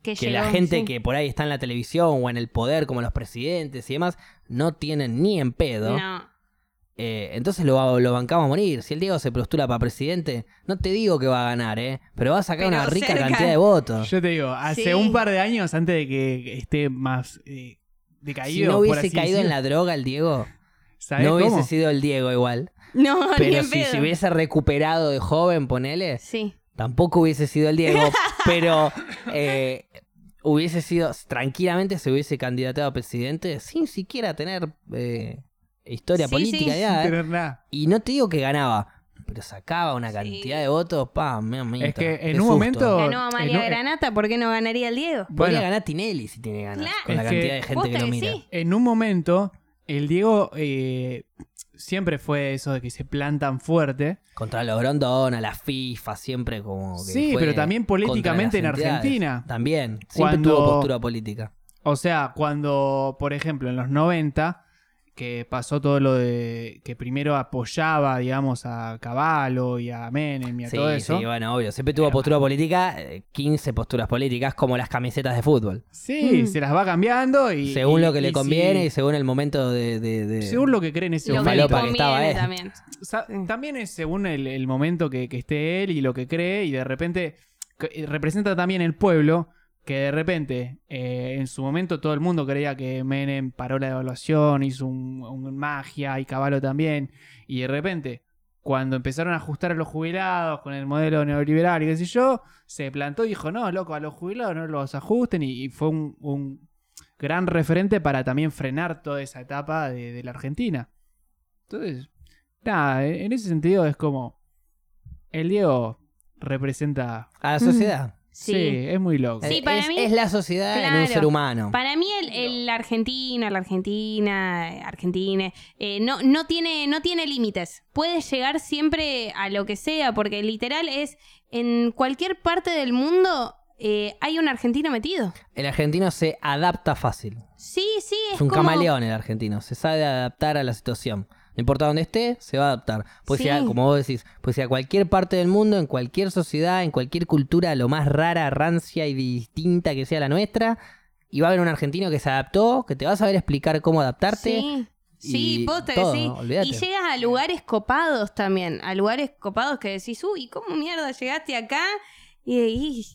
Que,
que
llegó,
la gente
sí.
que por ahí está en la televisión o en el poder, como los presidentes y demás, no tienen ni en pedo.
No.
Eh, entonces lo, lo bancamos a morir. Si el Diego se postula para presidente, no te digo que va a ganar, ¿eh? Pero va a sacar
Pero
una rica
cerca.
cantidad de votos.
Yo te digo, hace
Sí.
un par de años antes de que esté más eh,
si
decaído.
no
por
hubiese
así
caído en
decirlo.
la droga el Diego,
¿Sabés
no hubiese
cómo?
sido el Diego igual.
No, ni
Pero
en
si
pedo.
se hubiese recuperado de joven, ponele,
Sí.
tampoco hubiese sido el Diego. pero eh, hubiese sido, tranquilamente se hubiese candidateado a presidente sin siquiera tener eh, historia
Sí,
política.
sí.
ni nada, ¿eh?
Sin tener nada.
Y no te digo que ganaba, pero sacaba una
Sí.
cantidad de votos, pa, me
Es que en un momento.
Ganó Amalia
en un-
Granata, ¿por qué Oh, eh, no ganaría el Diego?
Podría
Bueno.
ganar Tinelli si tiene ganas,
Claro.
con la
Es
cantidad
que-
de gente que
Posta
lo
que
mira.
sí.
en un momento, el Diego eh, siempre fue eso de que se plantan fuerte.
Contra los Grondona, la FIFA, siempre como que
Sí,
fue
pero también
contra
políticamente en
las entidades.
Argentina.
También, siempre
Cuando-
tuvo postura política.
O sea, cuando, por ejemplo, en los 90, que pasó todo lo de que primero apoyaba, digamos, a Caballo y a Menem y a
Sí,
todo eso.
sí, bueno, obvio, siempre tuvo postura política, eh, 15 posturas políticas como las camisetas de fútbol.
Sí,
Mm.
se las va cambiando y.
según
y-
lo que
y
le
si-
conviene eh, y según el momento de... de- de-
según lo que cree en ese
Lo
momento.
le
falopa que estaba eh.
conviene
él.
también.
Sa- También es según el, el momento que, que esté él y lo que cree, y de repente que- eh, representa también el pueblo, que de repente eh, en su momento todo el mundo creía que Menem paró la devaluación, hizo un, un magia y Caballo también, y de repente cuando empezaron a ajustar a los jubilados con el modelo neoliberal y qué sé yo, se plantó y dijo, no, loco, a los jubilados no los ajusten, y, y fue un, un gran referente para también frenar toda esa etapa de- e-, de la Argentina. Entonces, Nada, en ese sentido es como. el Diego representa.
A la sociedad.
Sí,
Sí.
es muy loco.
Sí,
Es-
para
es,
mí-
es la sociedad en un
Claro.
ser humano.
Para mí el, el argentino, la argentina, eh, argentine, eh, no, no tiene, no tiene límites. Puedes llegar siempre a lo que sea, porque literal es en cualquier parte del mundo eh, hay un argentino metido.
El argentino se adapta fácil.
Sí, sí, es,
Es un
como-
camaleón el argentino, se sabe adaptar a la situación. No importa dónde esté, se va a adaptar. Pues
Sí.
como vos decís, pues a cualquier parte del mundo, en cualquier sociedad, en cualquier cultura, lo más rara, rancia y distinta que sea la nuestra, y va a haber un argentino que se adaptó, que te va a saber explicar cómo adaptarte.
Sí.
y
Sí, posta que
todo,
sí.
¿no? Olvídate.
Y llegas a lugares copados también, a lugares copados que decís, uy, ¿cómo mierda llegaste acá? Y, y-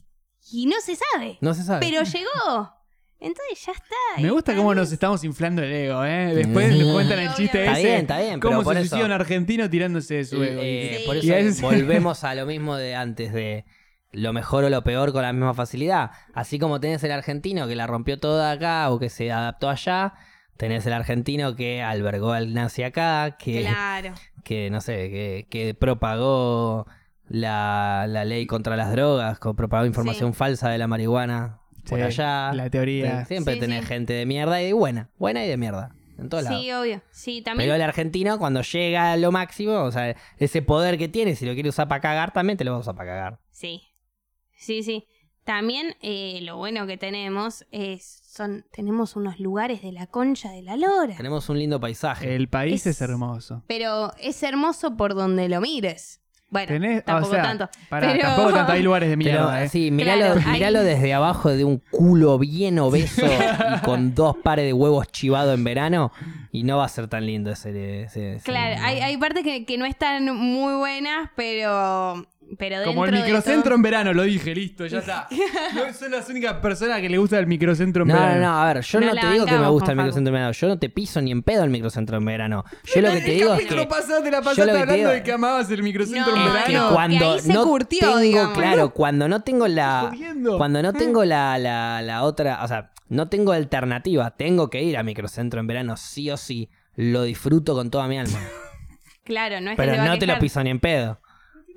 y no se sabe,
No se sabe.
pero llegó. Entonces ya está.
Me
y
gusta
está
cómo
bien.
nos estamos inflando el ego, ¿eh? Después
Sí.
nos cuentan el chiste
Está
ese.
bien, está bien, pero
Cómo
por
se
eso-
suicida un argentino tirándose de su
Y,
ego.
eh,
Sí.
Por
Y
eso
a veces-
volvemos a lo mismo de antes, de lo mejor o lo peor con la misma facilidad. Así como tenés el argentino que la rompió toda acá o que se adaptó allá, tenés el argentino que albergó al nazi acá, que,
Claro.
que no sé, que, que propagó la, la ley contra las drogas, que propagó información falsa de la marihuana por
Sí,
allá.
La teoría.
Siempre
Sí,
tenés
sí.
gente de mierda y de buena, buena y de mierda. En todos lados.
Sí, obvio. Sí, también.
Pero el argentino, cuando llega a lo máximo, o sea, ese poder que tiene, si lo quiere usar para cagar, también te lo va a usar para cagar.
Sí. Sí, sí. También eh, lo bueno que tenemos es son tenemos unos lugares de la concha de la lora.
Tenemos un lindo paisaje.
El país es,
Es-
hermoso.
Pero es hermoso por donde lo mires. Bueno,
Tenés,
tampoco
o sea,
tanto.
pará,
pero-
tampoco tanto. Hay lugares de
Pero
mierda, ¿eh?
sí, míralo,
Claro, ahí-
míralo desde abajo de un culo bien obeso y con dos pares de huevos chivados en verano y no va a ser tan lindo ese... ese- ese-
Claro, hay, hay partes que, que no están muy buenas, pero, pero dentro
Como el
de
microcentro
todo-
en verano, lo dije, listo, ya está. No son las únicas personas que le gusta el microcentro en
No, no,
verano.
no, a ver, yo no,
No
te
la
digo que me gusta el
bancamos, Juan Pablo.
microcentro en verano, yo no te piso ni en pedo el microcentro en verano. Yo lo que te digo es que...
pasado, te la
yo pasaste lo que te hablando digo- de que
amabas el microcentro
microcentro en
en
No,
es Eh, que
verano.
verano.
cuando
que ahí se
no
curtió,
tengo,
digamos. Mm.
claro, cuando no tengo la...
Jodiendo.
Cuando no tengo la, la, la otra, o sea, no tengo alternativa, tengo que ir a microcentro en verano, sí o sí. Lo disfruto con toda mi alma.
Claro, no es que
Pero
te va a
no te lo
quejar.
piso ni en pedo.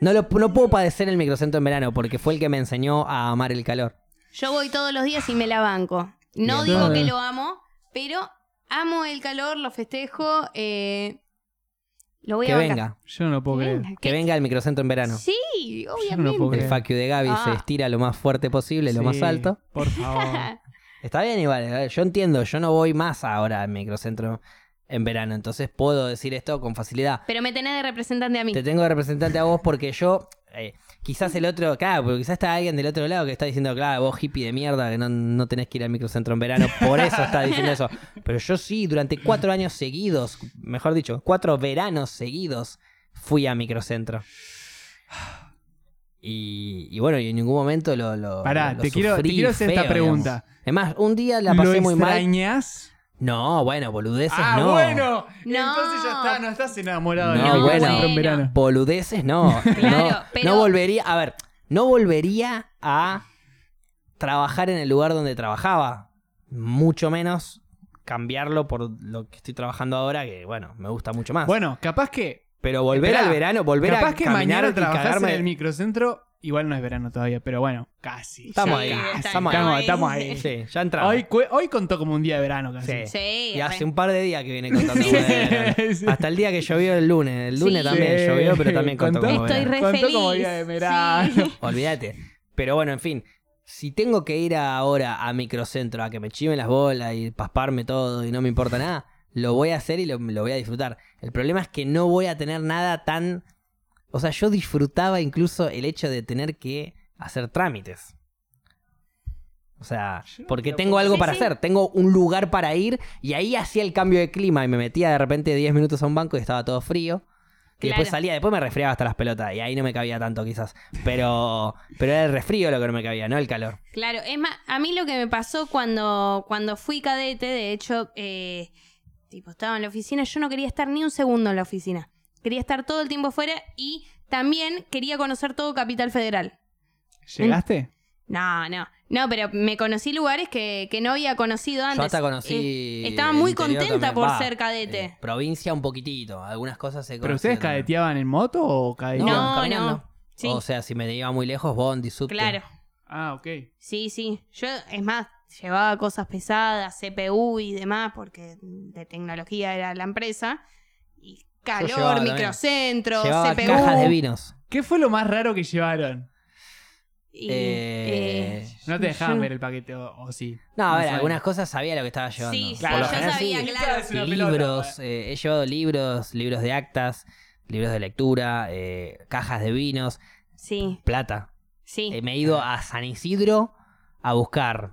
No, lo, no puedo padecer el microcentro en verano porque fue el que me enseñó a amar el calor.
Yo voy todos los días y me la banco. No
Bien.
digo
Claro.
que lo amo, pero amo el calor, lo festejo. eh, lo voy
Que
a bancar.
venga,
Yo no lo puedo
Que
creer.
venga,
que
que-
venga el microcentro en verano.
Sí,
Yo no lo puedo
obviamente.
El
creer.
facu de Gaby se
Ah.
estira lo más fuerte posible, lo
Sí,
más alto.
Por favor.
Está bien igual, a ver, yo entiendo, yo no voy más ahora al microcentro en verano, entonces puedo decir esto con facilidad.
Pero me tenés de representante a mí.
Te tengo de representante a vos porque yo. eh, quizás el otro. Claro, porque quizás está alguien del otro lado que está diciendo, claro, vos hippie de mierda, que no, no tenés que ir al microcentro en verano. Por eso está diciendo eso. Pero yo sí, durante cuatro años seguidos, mejor dicho, cuatro veranos seguidos, fui a microcentro. Y, y bueno, y en ningún momento lo. lo
Pará,
lo
te quiero- te
sufrí
quiero hacer esta
feo, digamos.
pregunta.
Es más, un día la
¿Lo
pasé muy mal.
extrañas?
No, bueno, boludeces
Ah,
no.
bueno.
No.
Entonces ya está, no estás enamorado
No, bueno.
del microcentro en verano.
Boludeces no.
Claro,
no,
pero-
no volvería. A ver, no volvería a trabajar en el lugar donde trabajaba. Mucho menos cambiarlo por lo que estoy trabajando ahora, que bueno, me gusta mucho más.
Bueno, capaz que.
pero volver
esperá,
al verano, volver
capaz
a
que
caminar
mañana
y
trabajás
cagarme.
en el microcentro. Igual no es verano todavía, pero bueno, casi.
Estamos ahí,
Sí, está-
estamos
estamos,
ahí.
estamos ahí.
Sí, ya entramos.
Hoy, cu- hoy contó como un día de verano casi.
Sí.
Sí,
y hace
re.
un par de días que viene contando.
Sí.
como de verano.
Sí.
Hasta el día que llovió el lunes. El lunes
Sí.
también
Sí.
llovió, pero también contó
Contó.
como
Estoy
verano.
re
Contó
feliz.
como día de verano.
Sí.
Olvídate. Pero bueno, en fin. Si tengo que ir ahora a microcentro a que me chiven las bolas y pasparme todo y no me importa nada, lo voy a hacer y lo, lo voy a disfrutar. El problema es que no voy a tener nada tan. O sea, yo disfrutaba incluso el hecho de tener que hacer trámites. O sea, porque tengo algo
Sí,
para
sí.
hacer, tengo un lugar para ir y ahí hacía el cambio de clima y me metía de repente 10 minutos a un banco y estaba todo frío. Y después
Claro.
salía, después me resfriaba hasta las pelotas y ahí no me cabía tanto quizás. Pero, pero era el resfrío lo que no me cabía, no el calor.
Claro, es más, a mí lo que me pasó cuando, cuando fui cadete, de hecho, eh, tipo, estaba en la oficina, yo no quería estar ni un segundo en la oficina. Quería estar todo el tiempo fuera y también quería conocer todo Capital Federal.
¿Llegaste?
No, no. No, pero me conocí lugares que, que no había conocido antes.
Yo hasta conocí.
Eh, estaba
el
muy
interior
contenta
también.
por
Va,
ser cadete.
eh, provincia un poquitito, algunas cosas se
¿Pero
conocían
ustedes
también.
cadeteaban en moto o
No,
cadeteaban?
no.
caminando.
Sí,
O sea, si me iba muy lejos, Bondi, subte.
claro.
Ah, ok.
Sí, sí. Yo, es más, llevaba cosas pesadas, CPU y demás, porque de tecnología era la empresa. Y
llevaba
calor,
también.
microcentro,
Llevaba
CPU.
cajas de vinos.
¿Qué fue lo más raro que llevaron?
y,
Eh,
eh,
No te dejaban
Yo-
ver el paquete, o, o sí.
No, a ver,
saben.
algunas cosas sabía lo que estaba llevando.
Sí, sí,
Por lo
yo
general,
sabía,
sí.
claro.
Es una pelota,
libros,
eh.
eh, he llevado libros, libros de actas, libros de lectura, eh, cajas de vinos,
sí,
plata.
sí.
Eh, me he ido a San Isidro a buscar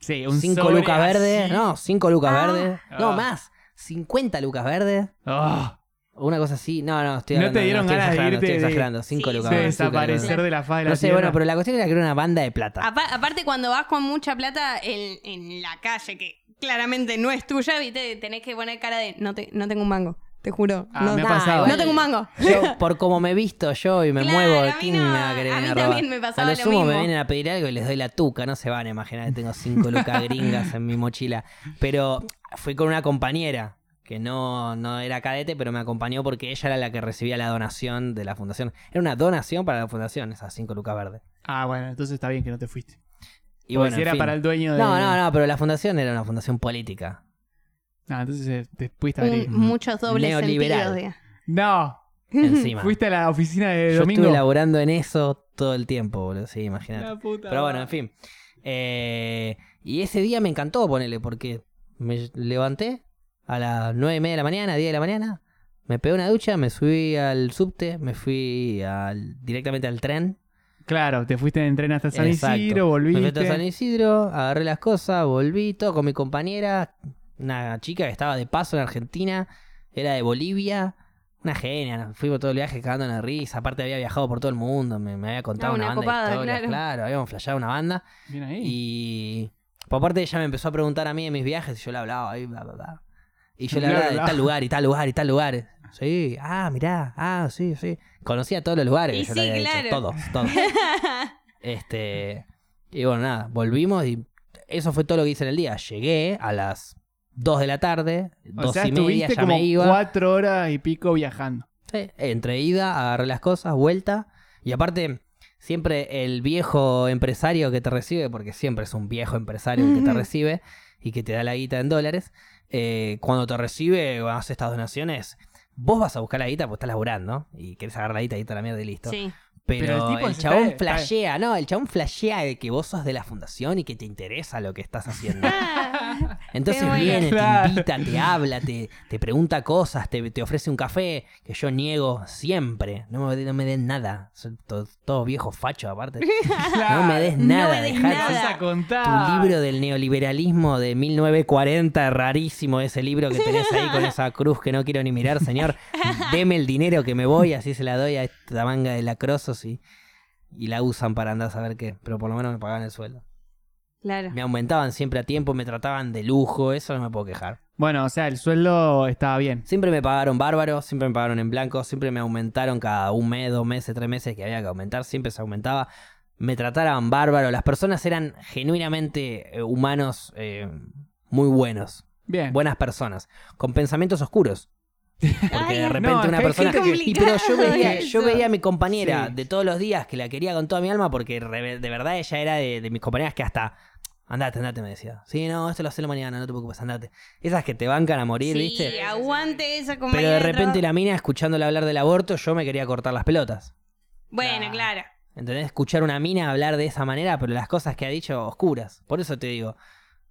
Sí, un
5
sobre
lucas verdes,
así.
no, 5 lucas
Ah.
verdes, no
Ah.
más, 50 lucas verdes,
Ah,
o una cosa así. No, no, estoy
No
hablando-
te dieron
estoy
ganas de
exagerando,
irte
estoy
de-
exagerando, 5
Sí,
lucas
de
sí,
verdes, cinco lucas
desaparecer
verdes.
de la faz de la
No sé,
tierra.
bueno, pero la cuestión era que era una banda de plata.
Apa- aparte, cuando vas con mucha plata en, en la calle, que claramente no es tuya, viste, tenés que poner cara de no, te- no tengo un mango, te juro.
Ah,
no,
me ha
nah,
pasado.
igual-
no tengo un mango.
Yo, por como me visto yo y me
Claro,
muevo,
a mí
¿quién
no,
me va a querer
a mí
venir robar?
también me pasaba
a lo,
lo
sumo me
mismo.
vienen a pedir algo y les doy la tuca, no se van a imaginar que tengo cinco lucas gringas en mi mochila. Pero fui con una compañera que no, no era cadete, pero me acompañó porque ella era la que recibía la donación de la fundación. Era una donación para la fundación, esas cinco lucas verdes.
Ah, bueno, entonces está bien que no te fuiste.
Y
Porque
bueno, en
si era
fin.
para el dueño de...
No, no, no, pero la fundación era una fundación política.
Ah, entonces eh, te fuiste a
Mm.
Un-
abrir.
muchos dobles
Neoliberal.
sentidos. diga.
No,
Encima.
fuiste a la oficina de
Yo
Domingo.
estuve laburando en eso todo el tiempo, boludo. Sí, imagínate.
La puta
Pero bueno,
madre.
en fin. Eh, y ese día me encantó, ponele, porque me levanté a las nueve y media de la mañana, 10 de la mañana, me pegué una ducha, me subí al subte, me fui al, directamente al tren.
Claro, te fuiste en tren hasta San
Exacto.
Isidro,
Me
volviste.
fui hasta San Isidro, agarré las cosas, volví, todo con mi compañera, una chica que estaba de paso en Argentina, era de Bolivia. Una genia, nos fuimos todo el viaje cagando en la risa. Aparte, había viajado por todo el mundo, me, me había contado
Ah,
una,
una
banda
copada,
de historias,
claro.
claro, habíamos flasheado una banda.
Bien ahí.
Y por parte ella me empezó a preguntar a mí de mis viajes y yo le hablaba ahí, bla, bla, bla. Y yo le
Bla,
hablaba
bla,
de
bla.
tal lugar y tal lugar y tal lugar. Sí, ah, mirá, ah, sí, sí. Conocía todos los lugares
Y
que yo le
sí,
había dicho,
claro.
todos, todos. este, y bueno, nada, volvimos y eso fue todo lo que hice en el día. Llegué a las 2 de la tarde,
O
dos
sea,
y media
estuviste
ya
como
me iba.
cuatro horas y pico viajando.
Sí, entre ida, agarré las cosas, vuelta. Y aparte, siempre el viejo empresario que te recibe, porque siempre es un viejo empresario el que te
Ujú.
recibe y que te da la guita en dólares, eh, cuando te recibe, cuando hace estas donaciones, vos vas a buscar la guita porque estás laburando y querés agarrar la guita, guita a la mierda y listo.
Sí.
Pero,
Pero el
el,
tipo se
chabón
está- está-
flashea, no, el chabón flashea de que vos sos de la fundación y que te interesa lo que estás haciendo.
Ah,
Entonces
Qué bueno.
viene,
Claro.
te invita, te habla, te, te pregunta cosas, te, te ofrece un café, que yo niego siempre. No me, no me den nada. Son to- todos viejos fachos aparte. No me des
No
nada,
me des
dejá-
nada.
Vas a contar.
Tu libro del neoliberalismo de 1940, rarísimo ese libro que tenés ahí con esa cruz que no quiero ni mirar, señor. Deme el dinero que me voy, así se la doy a esta manga de lacrosos y, y la usan para andar a saber qué. Pero por lo menos me pagaban el sueldo.
claro.
Me aumentaban siempre a tiempo, me trataban de lujo, eso no me puedo quejar.
Bueno, o sea, el sueldo estaba bien.
Siempre me pagaron bárbaro, siempre me pagaron en blanco, siempre me aumentaron cada un mes, dos meses, tres meses que había que aumentar, siempre se aumentaba. Me trataban bárbaro, las personas eran genuinamente eh, humanos eh, muy buenos,
Bien.
buenas personas, con pensamientos oscuros. Porque
Ay,
de
es-
repente
No, es que
una
hay
persona...
gente que-
Y pero yo veía,
Complicado
yo
eso.
veía a mi compañera
Sí.
de todos los días que la quería con toda mi alma porque re- de verdad ella era de, de mis compañeras que hasta... Andate, andate, me decía. Sí, no, esto lo hacemos mañana, no te preocupes, andate. Esas que te bancan a morir,
sí,
¿viste?
aguante esa compañía
Pero de
trabajo.
repente la mina, escuchándola hablar del aborto, yo me quería cortar las pelotas. Ah.
Bueno, claro.
¿Entendés? Escuchar una mina hablar de esa manera, pero las cosas que ha dicho oscuras. Por eso te digo,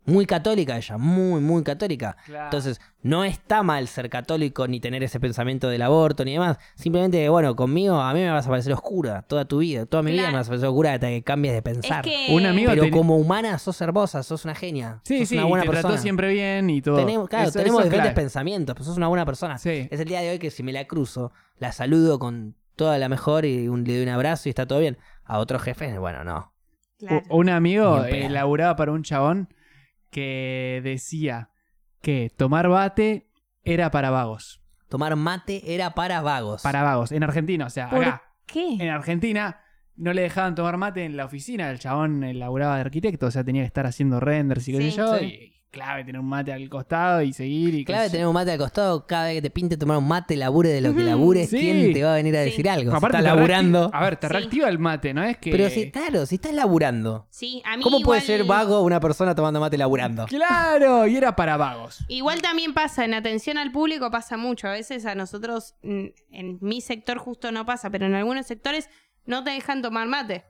muy católica ella, muy, muy católica.
Ah.
Entonces, no está mal ser católico ni tener ese pensamiento del aborto ni demás. Simplemente, que, bueno, conmigo a mí me vas a parecer oscura toda tu vida. Toda mi vida
Claro.
me vas a parecer oscura hasta que cambies de pensar.
que-
un amigo
Pero
teni-
como humana sos hermosa, sos una genia.
Sí,
sos
sí,
una buena
te
persona.
trató siempre bien y todo.
Tenemos, claro,
Eso-
tenemos
eso es
diferentes
claro.
pensamientos, pero sos una buena persona.
Sí.
Es el día de hoy que si me la cruzo, la saludo con toda la mejor y un- le doy un abrazo y está todo bien. A otros jefes, bueno, no.
Claro.
U- Un amigo
Ni en pedo.
eh, laburaba para un chabón que decía que tomar bate era para vagos.
Tomar mate era para vagos.
Para vagos. En Argentina, o sea,
¿Por
acá.
qué?
En Argentina, no le dejaban tomar mate en la oficina. El chabón eh, laburaba de arquitecto, o sea, tenía que estar haciendo renders y qué
Sí.
sé yo.
Sí.
Y clave tener un mate al costado y seguir. Y qué
Clave
sé yo.
tener un mate al costado, cada vez que te pinte tomar un mate, labure de lo que
Ujú,
labures,
sí.
¿quién te va a venir a
Sí.
decir algo? Si
Aparte
estás
te reacti-
laburando.
A ver, te
Sí.
reactiva el mate, ¿no? Es que.
Pero si, claro, si estás laburando,
Sí, a mí
¿cómo puede
igual-
ser vago una persona tomando mate laburando?
Claro, y era para vagos.
Igual también pasa, en atención al público pasa mucho. A veces a nosotros, mm, en mi sector justo no pasa, pero en algunos sectores no te dejan tomar mate.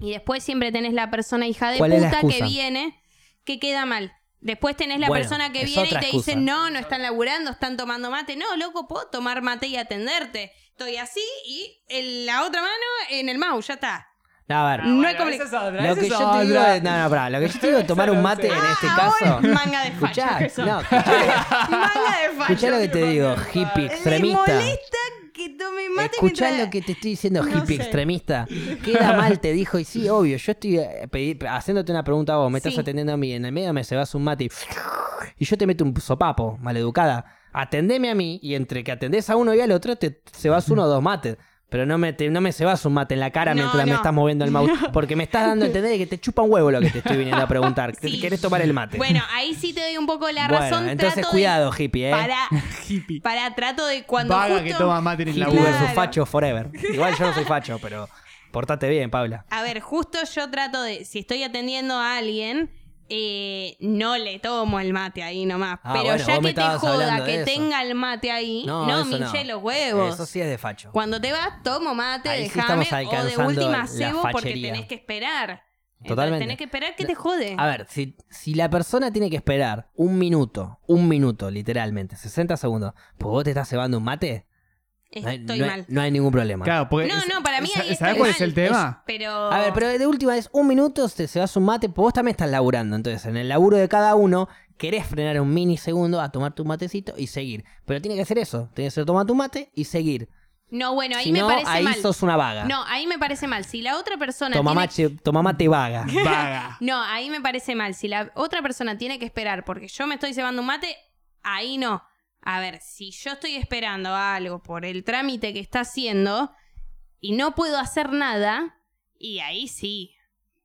Y después siempre tenés la persona hija de
¿Cuál es la
puta que
excusa?
viene, que queda mal. Después tenés la
Bueno,
persona que
es
viene y te
otra
dice,
excusa.
no, no están laburando, están tomando mate. No, loco, puedo tomar mate y atenderte. Estoy así y en la otra mano en el mouse, ya está.
No, a ver.
No hay compli-
esa Ah, es otra,
Lo
esa
que
es
yo te digo
otra.
es, no, no, pará, lo que yo te digo es tomar un mate en este
Ah,
caso.
vos, manga de
Escuchá,
fallo.
no, escuchá,
Manga de fallo.
escuchá lo que te digo, hippie extremista.
Le Eh, molesta que tome mate
Escuchá
mientras-
lo que te estoy diciendo,
No
hippie
sé.
extremista. Queda mal, te dijo, y sí, obvio, yo estoy eh, pedi- haciéndote una pregunta a vos, me estás
Sí.
atendiendo a mí, en el medio me se vas un mate y, y yo te meto un sopapo, maleducada. Atendeme a mí y entre que atendés a uno y al otro te se vas uno o dos mates. Pero no me, te, no me cebas un mate en la cara
No,
mientras me
no.
estás moviendo el mouse. Porque me estás dando a entender que te chupa un huevo lo que te estoy viniendo a preguntar. que
Sí.
te querés tomar el mate.
Bueno, ahí sí te doy un poco la
Bueno,
razón.
entonces
trato
cuidado, hippie,
De...
¿eh?
Para,
Hippie.
para trato de cuando
Vaga
justo...
que toma mate en el
Hippie
Claro.
laburo.
versus facho forever. Igual yo no soy facho, pero portate bien, Paula.
A ver, justo yo trato de... Si estoy atendiendo a alguien... eh, no le tomo el mate ahí nomás.
Ah,
Pero
bueno,
ya
vos me
que te
estabas
joda
hablando
que
de eso.
tenga el mate ahí, no,
No,
me
eso no.
hinché los huevos.
Eso sí es de facho.
Cuando te vas, tomo mate,
Ahí sí
dejame,
estamos
o de
alcanzando
última
la
cebo porque
fachería.
tenés que esperar. Entonces,
Totalmente.
tenés que esperar que te jode.
A ver, si, si la persona tiene que esperar un minuto, un minuto, literalmente, 60 segundos, pues vos te estás cebando un mate, no hay,
Estoy
no hay-
mal.
no hay ningún problema.
Claro, porque.
No, no, para mí
¿sa-
ahí está
¿Sabes cuál es
mal.
el tema?
Pero.
A ver, pero de última es un minuto, te cebas un mate, pues vos también estás laburando. Entonces, en el laburo de cada uno, querés frenar un minisegundo a tomar tu matecito y seguir. Pero tiene que ser eso, tiene que ser tomar tu mate y seguir.
No, bueno, ahí
si
me
no,
parece
ahí
mal.
sos una vaga.
No, ahí me parece mal. Si la otra persona.
Toma,
tiene...
mate, toma mate vaga.
Vaga.
No, ahí me parece mal. Si la otra persona tiene que esperar porque yo me estoy cebando un mate, ahí no. A ver, si yo estoy esperando algo por el trámite que está haciendo y no puedo hacer nada, y ahí sí.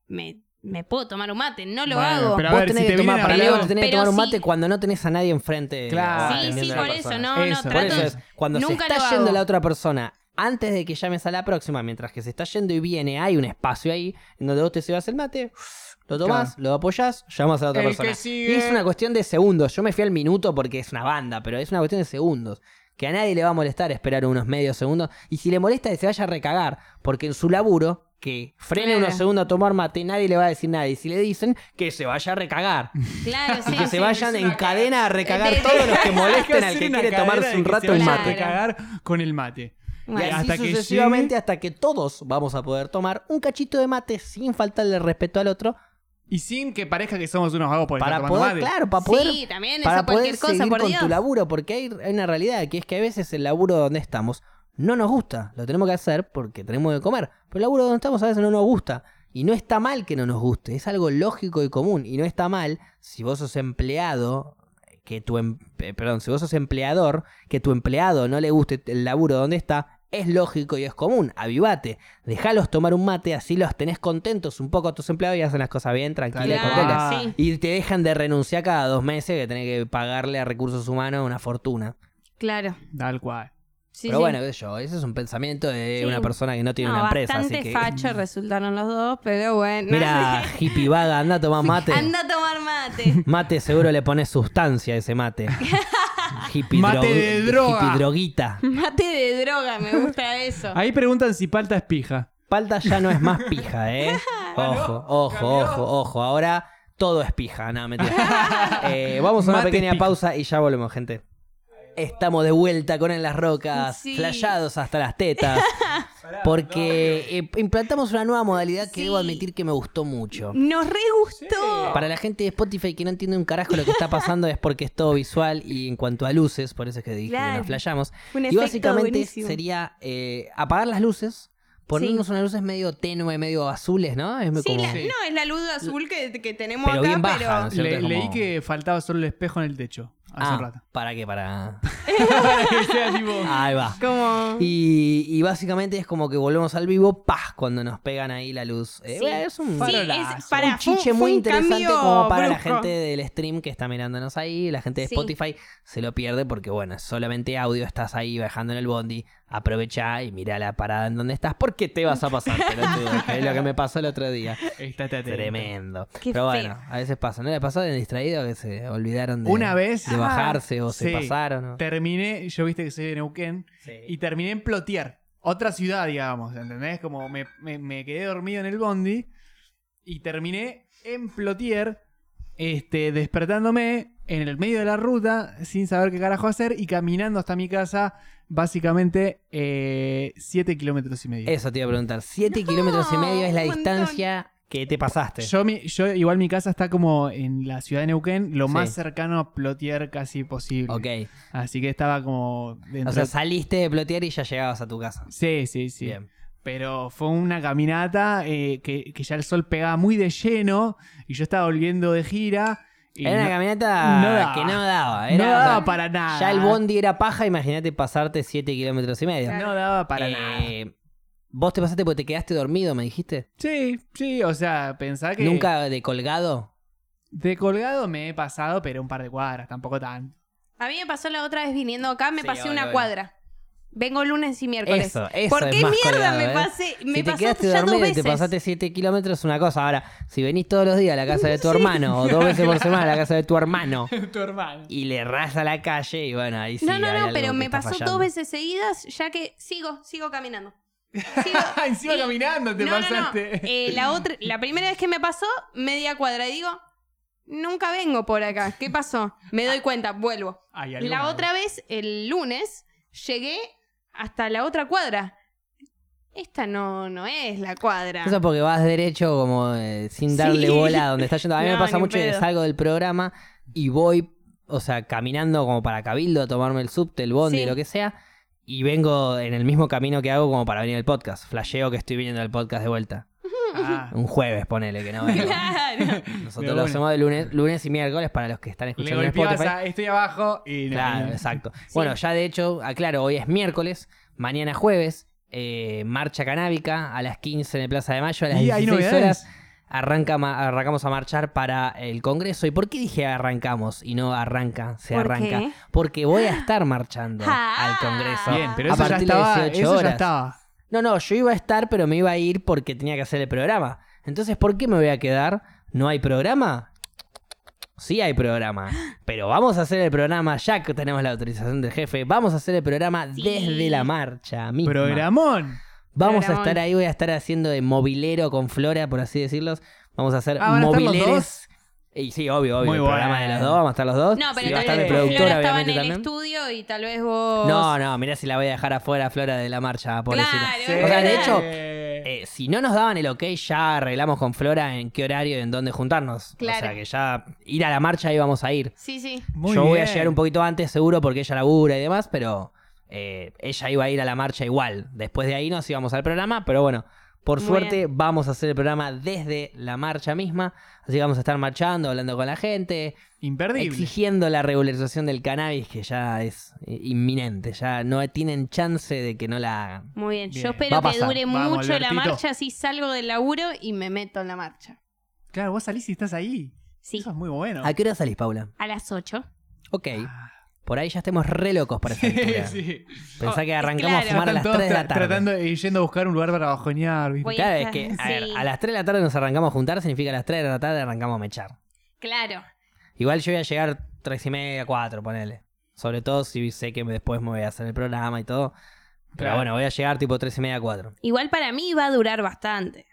Me, me puedo tomar un mate, no lo
Bueno,
hago.
Pero a
vos
ver,
tenés
si
que
te
tomar,
vienen a
para mí
hablar-
vos tenés que
Pero
tomar un
sí.
mate cuando no tenés a nadie enfrente.
Claro.
o
Sí,
atendiendo
sí,
a la
por
persona.
eso, no,
Eso,
no,
por
Por
trato.
eso es, cuando
Nunca
se
lo
está
hago.
yendo la otra persona, antes de que llames a la próxima, mientras que se está yendo y viene, hay un espacio ahí en donde vos te llevas el mate, lo tomás, lo apoyás, llamas a la otra
El que
persona.
sigue.
Y es una cuestión de segundos. Yo me fui al minuto porque es una banda, pero es una cuestión de segundos. Que a nadie le va a molestar esperar unos medios segundos. Y si le molesta, que se vaya a recagar. Porque en su laburo, que frene
Claro.
unos segundos a tomar mate, nadie le va a decir nada. Y si le dicen, que se vaya a recagar.
Claro, sí,
Ah,
Y que
sí.
se vayan en cadena a recagar
De-
todos los que
Hay
molesten
que
al
hacer
que
una
quiere
cadena
tomarse
de
un
que se
rato el
vayan a
mate.
cagar con el mate.
Y
Bueno,
así
Hasta que
sucesivamente
llegue-
hasta que todos vamos a poder tomar un cachito de mate sin faltarle respeto al otro
Y sin que parezca que somos unos vagos por estar
para
Pues tomando
poder,
mate.
claro, para poder
sí, también
para
eso
poder
cualquier cosa,
seguir
por
con
Dios.
tu laburo, porque hay, hay una realidad que es que a veces el laburo donde estamos no nos gusta, lo tenemos que hacer porque tenemos que comer, pero el laburo donde estamos a veces no nos gusta y no está mal que no nos guste, es algo lógico y común y no está mal si vos sos empleado que tu em- eh, perdón, si vos sos empleador que tu empleado no le guste el laburo donde está es lógico y es común, avivate, dejalos tomar un mate, así los tenés contentos un poco a tus empleados y hacen las cosas bien, tranquilos y
Claro,
contentos.
Claro, sí.
Y te dejan de renunciar cada dos meses que tenés que pagarle a recursos humanos una fortuna.
Claro.
Tal cual.
Sí,
Pero
sí.
bueno, qué sé yo, ese es un pensamiento de
Sí.
una persona que no tiene
No,
una empresa.
Bastante
así que... mm.
facho resultaron los dos, pero bueno.
Mira, hippie vaga, anda a tomar mate.
Anda a tomar mate.
Mate seguro le pones sustancia a ese mate. hippie
Mate
drog-
de droga.
hippie droguita.
Mate de droga, me gusta eso.
Ahí preguntan si palta es pija.
Palta ya no es más pija, ¿eh? Ojo, ojo, ojo, ojo. Ahora todo es pija, nada, mentira. Eh, vamos a una
Mate es
pequeña
pija.
pausa y ya volvemos, gente. Estamos de vuelta con En las Rocas,
Sí.
flayados hasta las tetas, porque eh, implantamos una nueva modalidad que
Sí.
debo admitir que me gustó mucho.
Nos re gustó.
Para la gente de Spotify que no entiende un carajo lo que está pasando es porque es todo visual y en cuanto a luces, por eso es que dije que
Claro.
nos flayamos.
Un
Y
efecto
básicamente
buenísimo.
sería eh, apagar las luces, ponernos unas luces medio tenue, medio azules, ¿no? Es muy
Sí,
como-
la- no, es la luz azul que, que tenemos
Pero
acá,
bien baja,
pero.
¿no es cierto?
Le-
Como-
Leí que faltaba solo el espejo en el techo hace
Ah,
rato.
¿Para qué? Para.
que sea tipo.
Ahí va.
Como.
Y, y básicamente es como que volvemos al vivo, ¡paz! cuando nos pegan ahí la luz. Eh,
Sí.
bueno, es un,
Sí,
farolazo,
es- pará,
un
fue
chiche
fue
muy
un
interesante
cambio
como para la
brusco.
gente del stream que está mirándonos ahí. La gente de
Sí.
Spotify se lo pierde porque, bueno, es solamente audio, estás ahí bajando en el bondi. Aprovecha y mira la parada en donde estás porque te vas a pasar. pelotudo, que es lo que me pasó el otro día.
Está, está, está.
Tremendo.
Qué
Pero bueno,
feo.
a veces pasa. ¿No le pasó de distraído que se olvidaron de,
Una vez- ah,
de bajarse o se
Sí.
pasaron? o-
Terminé, yo viste que soy de Neuquén, y terminé en Plotier, otra ciudad, digamos, ¿entendés? Como me, me- me quedé dormido en el bondi y terminé en Plotier, este, despertándome en el medio de la ruta sin saber qué carajo hacer y caminando hasta mi casa, básicamente 7 kilómetros y medio.
Eso te iba a preguntar. Siete kilómetros y medio es la
un montón.
distancia que te pasaste.
Yo, mi- yo, igual mi casa está como en la ciudad de Neuquén, lo
Sí.
más cercano a Plotier casi posible.
ok.
Así que estaba como dentro.
O sea, saliste de plotear y ya llegabas a tu casa.
sí, sí, sí.
Bien.
Pero fue una caminata eh, que, que ya el sol pegaba muy de lleno y yo estaba volviendo de gira. Y
Era una
no-
caminata
no daba.
que no daba.
no,
Era,
daba
o sea,
para nada.
Ya el bondi era paja, imagínate pasarte siete kilómetros y medio.
No daba para
Eh,
nada.
Vos te pasaste porque te quedaste dormido, me dijiste.
Sí, sí, o sea, pensá que.
Nunca de colgado.
De colgado me he pasado, pero un par de cuadras, tampoco tan.
A mí me pasó la otra vez viniendo acá, me
Sí,
pasé
obvio,
una
obvio.
cuadra. Vengo lunes y miércoles.
Eso, eso
¿Por
es
qué
más
mierda
colgado,
me
eh?
pasé? Me
si te
pasó
quedaste
ya dos
dormido y
veces.
te pasaste 7 kilómetros es una cosa. Ahora, si venís todos los días a la casa de tu hermano o dos veces por semana a la casa de tu hermano
tu hermano.
y le rasa la calle y bueno, ahí sí.
no, no,
hay
no,
algo
pero
que
me
está
pasó
fallando.
dos veces seguidas, ya que sigo, sigo caminando. Sigo-
Ah, Encima
y-
caminando te
no, no, no.
pasaste.
Eh, la, otra, la primera vez que me pasó, media cuadra. Y digo, nunca vengo por acá. ¿Qué pasó? Me doy cuenta, vuelvo.
Hay algo
La
mal.
otra vez, el lunes, llegué hasta la otra cuadra. Esta no, no es la cuadra.
Eso porque vas derecho como eh, sin darle
Sí.
bola a donde está yendo. A mí me
No,
pasa
ni
mucho que
pedo.
salgo del programa y voy, o sea, caminando como para Cabildo a tomarme el subte, el bondi,
Sí.
lo que sea. Y vengo en el mismo camino que hago como para venir al podcast. Flasheo que estoy viniendo al podcast de vuelta.
Ah,
Un jueves, ponele, que no vengo.
Claro.
Nosotros
De
lo
una.
hacemos de lunes, lunes y miércoles para los que están
le
escuchando en
golpeabas
Spotify.
a estoy abajo y no,
Claro,
no.
exacto. Bueno, ya de hecho, aclaro, hoy es miércoles, mañana jueves, eh, marcha canábica a las 15 en Plaza de Mayo, a las
Y hay
16
novedades.
horas. Arranca, ma- arrancamos a marchar para el Congreso. ¿Y por qué dije arrancamos y no arranca? Se
¿Por
arranca.
qué? Ah.
Porque voy a estar marchando al Congreso.
Bien, pero
a
eso ya
partir de
estaba.
18
Eso ya
horas.
estaba.
No, no, yo iba a estar, pero me iba a ir porque tenía que hacer el programa. Entonces, ¿por qué me voy a quedar? ¿No hay programa? Sí hay programa, pero vamos a hacer el programa ya que tenemos la autorización del jefe. Vamos a hacer el programa
Sí.
desde la marcha misma.
Programón.
Vamos a
Programón.
estar ahí, voy a estar haciendo de movilero con Flora, por así decirlos. Vamos a hacer
Ah, ¿van a estar los
mobileres. Y sí, obvio, obvio,
Muy
el programa de
bueno.
los dos, vamos a estar los dos.
No, pero
Sí, va a estar
tal vez
el
porque
productor,
Flora estaba en
obviamente,
el
también.
estudio y tal vez vos.
No, no, mirá si la voy a dejar afuera a Flora de la marcha, pobrecita.
Claro.
O sea, de hecho,
Eh,
Eh, si no nos daban el ok, ya arreglamos con Flora en qué horario y en dónde juntarnos. O
Claro.
sea que ya ir a la marcha íbamos a ir.
Sí, sí.
muy
Yo voy a
bien.
llegar un poquito antes, seguro, porque ella labura y demás, pero eh, ella iba a ir a la marcha igual. Después de ahí nos íbamos al programa, pero bueno, por
Muy
suerte vamos a hacer el programa desde la marcha misma. Así que vamos a estar marchando, hablando con la gente,
Imperdible.
exigiendo la regularización del cannabis, que ya es eh, inminente, ya no tienen chance de que no la hagan.
Muy bien.
Bien.
Va
Yo
a
espero que
pasar.
dure
Vamos,
mucho la
Albertito.
marcha, así salgo del laburo y me meto en la marcha.
Claro, vos salís y estás ahí.
Sí.
Eso es muy bueno.
¿A qué hora salís, Paula?
A las 8.
Ok.
Ah.
Por ahí ya estemos re locos para esa altura.
Sí.
Pensá que
Oh,
arrancamos
claro,
a fumar a
Están
las
todos
3 de la
tra-
tarde.
Tratando de yendo a buscar un lugar para bajonear. ¿viste?
Voy
Cada vez
Esta-
que a,
sí.
ver, a las 3 de la tarde nos arrancamos a juntar, significa a las 3 de la tarde arrancamos a mechar.
Claro.
Igual yo voy a llegar 3 y media, 4, ponele. Sobre todo si sé que me- después me voy a hacer el programa y todo. Pero
Claro.
bueno, voy a llegar tipo 3 y media, 4.
Igual para mí va a durar bastante.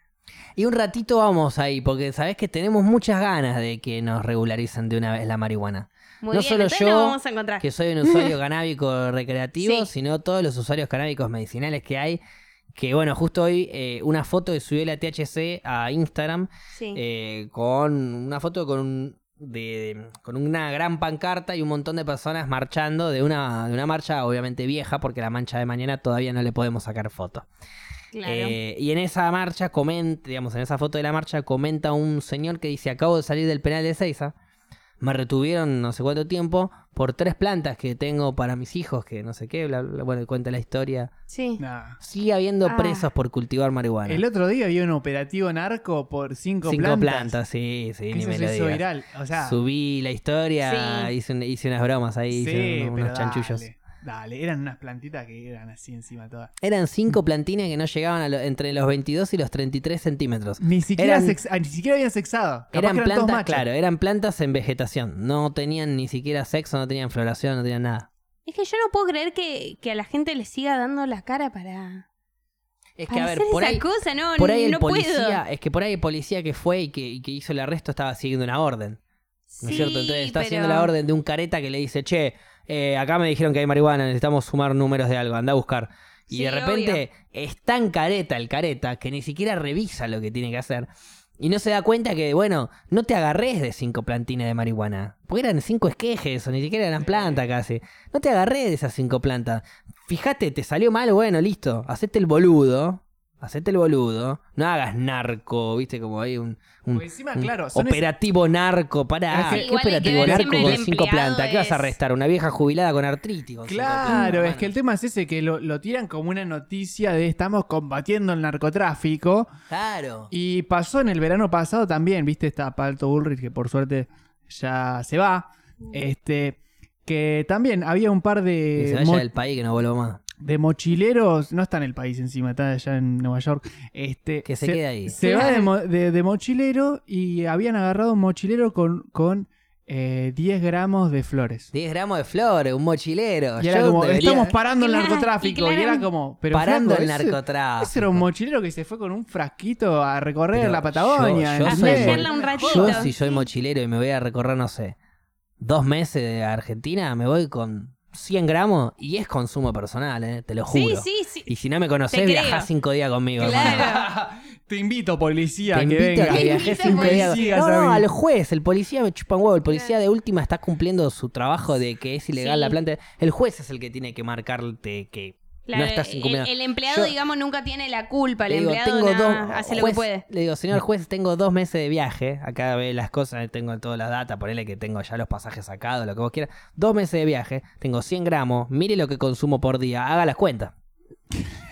Y un ratito vamos ahí, porque sabés que tenemos muchas ganas de que nos regularicen de una vez la marihuana.
Muy
No
bien.
solo
entonces
yo,
nos vamos a encontrar.
que soy un usuario canábico recreativo,
Sí.
sino todos los usuarios canábicos medicinales que hay. Que bueno, justo hoy eh, una foto que subió la THC a Instagram
Sí.
eh, con una foto con un- de- con una gran pancarta y un montón de personas marchando de una, de una marcha obviamente vieja porque la mancha de mañana todavía no le podemos sacar foto.
claro.
Eh, y en esa marcha comenta, digamos, en esa foto de la marcha comenta un señor que dice, acabo de salir del penal de Seiza, me retuvieron no sé cuánto tiempo por tres plantas que tengo para mis hijos, que no sé qué, bla, bla, bla. bueno, cuenta la historia.
Sí.
Nah.
Sigue habiendo
Ah.
presos por cultivar marihuana.
El otro día había un operativo narco por cinco,
Cinco plantas.
plantas.
sí, sí,
Que
ni
eso
me
se
lo
hizo
digas.
viral. O sea,
Subí la historia,
Sí.
hice, un- hice unas bromas ahí, hice un- unos
pero
chanchullos.
Dale, dale, eran unas plantitas que eran así encima todas.
Eran cinco plantinas que no llegaban a lo- entre los 22 y los 33 centímetros.
Ni siquiera,
Eran-
sex- ah, ni siquiera habían sexado. Capaz
eran
que eran todos
plantas,
machos.
claro, eh. eran plantas en vegetación. No tenían ni siquiera sexo, no tenían floración, no tenían nada.
Es que yo no puedo creer que, que a la gente le siga dando la cara para,
Es que,
para
a ver,
hacer
por
esa
ahí,
cosa. No,
por ahí el
no
policía,
puedo.
es que por ahí el policía que fue y que, y que hizo el arresto estaba siguiendo una orden. ¿No es cierto? Entonces está
pero-
haciendo la orden de un careta que le dice, che, eh, acá me dijeron que hay marihuana, necesitamos sumar números de algo, anda a buscar. Y
Sí,
de repente es tan careta el careta que ni siquiera revisa lo que tiene que hacer. Y no se da cuenta que, bueno, no te agarrés de cinco plantines de marihuana. Porque eran cinco esquejes, o ni siquiera eran plantas casi. No te agarrés de esas cinco plantas. Fíjate, te salió mal, bueno, listo. Hacete el boludo. Hacete el boludo. No hagas narco, viste, como hay un, un-
Porque encima,
un
claro, son esas-
operativo narco, pará.
Es que-
¿Qué
Igual hay que
operativo
ver
narco
siempre
con
el
cinco
empleado
plantas? ¿Qué vas a
es-
arrestar? ¿Una vieja jubilada con artritis? con cinco
Claro,
plantas,
es que el
hermano?
tema es ese, que lo, lo tiran como una noticia de estamos combatiendo el narcotráfico.
Claro.
Y pasó en el verano pasado también, viste, está Palto Bullrich, que por suerte ya se va. Este, que también había un par
Que se
de,
vaya
mo-
eh, del país que no vuelva más.
de mochileros, no está en el país encima, está allá en Nueva York. Este,
Que se quede ahí.
Se va de, mo- de- de mochilero y habían agarrado un mochilero con, con eh, 10 gramos de flores.
10 gramos de flores, un mochilero.
Y era
Yo
como,
Ah, debería- ¿eh?
estamos parando el
Claro, y
narcotráfico. Y, era
claramente-
como, pero
parando
flaco,
el
ese-
narcotráfico.
Ese era un mochilero que se fue con un frasquito a recorrer
Pero
la Patagonia.
yo- yo
A
soy
¿entendés?
flashearla un ratito.
Yo, si soy mochilero y me voy a recorrer, no sé, dos meses de Argentina, me voy con 100 gramos y es consumo personal, ¿eh? te lo
Sí,
juro.
sí, sí.
Y si no me
Te
conocés,
creo.
viajás cinco días conmigo. hermano.
Claro.
Te invito, policía,
Te
que
invito
venga.
a que
Te
viajes
invito
cinco
a que
días.
sigas
No,
a
no,
mí.
al juez, el policía me chupa un huevo. El policía de última está cumpliendo su trabajo de que es ilegal
Sí.
la planta. El juez es el que tiene que marcarte que
Claro,
no estás
el,
incumpliendo.
el empleado,
Yo-
digamos, nunca tiene la culpa. e- El
Le digo,
empleado
tengo
nada,
dos,
hace lo
juez,
que puede.
Le digo, señor juez, tengo dos meses de viaje. Acá ve las cosas, tengo todas las datas, ponele que tengo ya los pasajes sacados, lo que vos quieras. Dos meses de viaje, tengo 100 gramos, mire lo que consumo por día, haga las cuentas.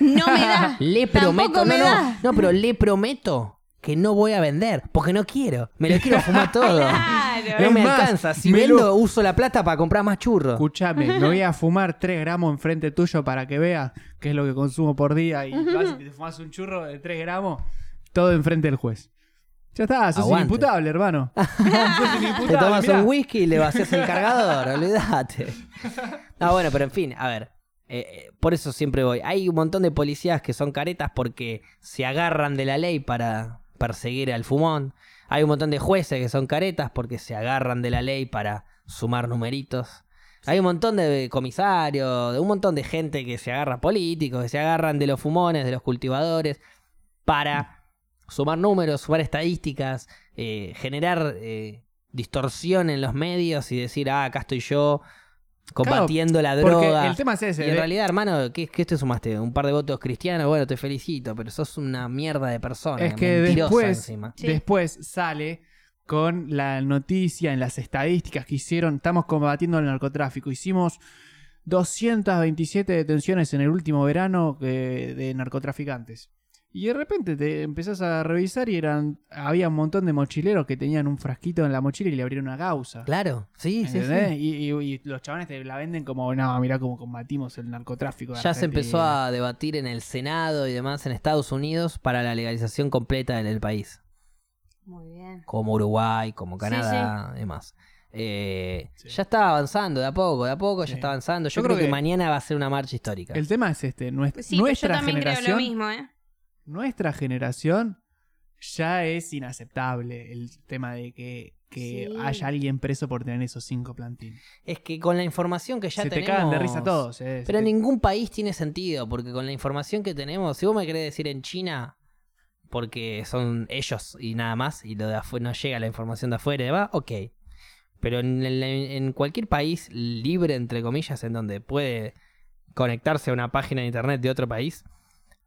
No me da.
Le
Tampoco
prometo,
me
no, no,
da.
no, pero le prometo que no voy a vender, porque no quiero, me lo quiero fumar todo.
Claro.
No
Es
me
más,
alcanza, si
me
vendo
lo-
uso la plata para comprar más churros.
Escuchame, me voy a fumar 3 gramos enfrente tuyo para que veas qué es lo que consumo por día. Y vas y te fumas un churro de 3 gramos, todo enfrente del juez. Ya está, sos
Aguante.
inimputable, hermano. sos inimputable.
Te tomas
mirá.
un whisky y le vacías el cargador, olvídate. No, bueno, pero en fin, a ver. eh, eh, por eso siempre voy. Hay un montón de policías que son caretas porque se agarran de la ley para perseguir al fumón. Hay un montón de jueces que son caretas porque se agarran de la ley para sumar numeritos. Hay un montón de comisarios, de un montón de gente que se agarra políticos, que se agarran de los fumones, de los cultivadores, para sumar números, sumar estadísticas, eh, generar eh, distorsión en los medios y decir, ah, acá estoy yo combatiendo la
Porque
droga.
el tema es ese.
Y en
de-
realidad, hermano, ¿qué, ¿qué te sumaste? ¿Un par de votos cristianos? Bueno, te felicito, pero sos una mierda de persona.
Es que
mentirosa
después-
encima.
Sí.
Después sale con la noticia en las estadísticas que hicieron, estamos combatiendo el narcotráfico. Hicimos 227 detenciones en el último verano eh, de narcotraficantes. Y de repente te empezás a revisar y eran había un montón de mochileros que tenían un frasquito en la mochila y le abrieron una causa.
Claro, sí, sí, sí.
¿Entendés? Y, y- y los chavales te la venden como, no, mirá cómo combatimos el narcotráfico. de
Ya se empezó
Argentina".
a debatir en el Senado y demás en Estados Unidos para la legalización completa en el país,
Muy bien.
como Uruguay, como
Sí,
Canadá y demás. Eh,
Sí.
Ya está avanzando de a poco, de a poco ya
Sí.
está avanzando. Yo,
Yo
creo,
creo
que,
que
mañana va a ser una marcha histórica.
El tema es este, nues-
Pues Sí, pero yo
nuestra
también creo
generación
lo mismo, ¿eh?
nuestra generación ya es inaceptable el tema de que, que
Sí.
haya alguien preso por tener esos cinco plantines.
Es que con la información que ya
se
tenemos...
te cagan de risa todos. eh, se
Pero en
te-
ningún país tiene sentido, porque con la información que tenemos, si vos me querés decir en China, porque son ellos y nada más, y lo de afu- no llega la información de afuera y demás, ok. Pero en, el- en cualquier país libre, entre comillas, en donde puede conectarse a una página de internet de otro país,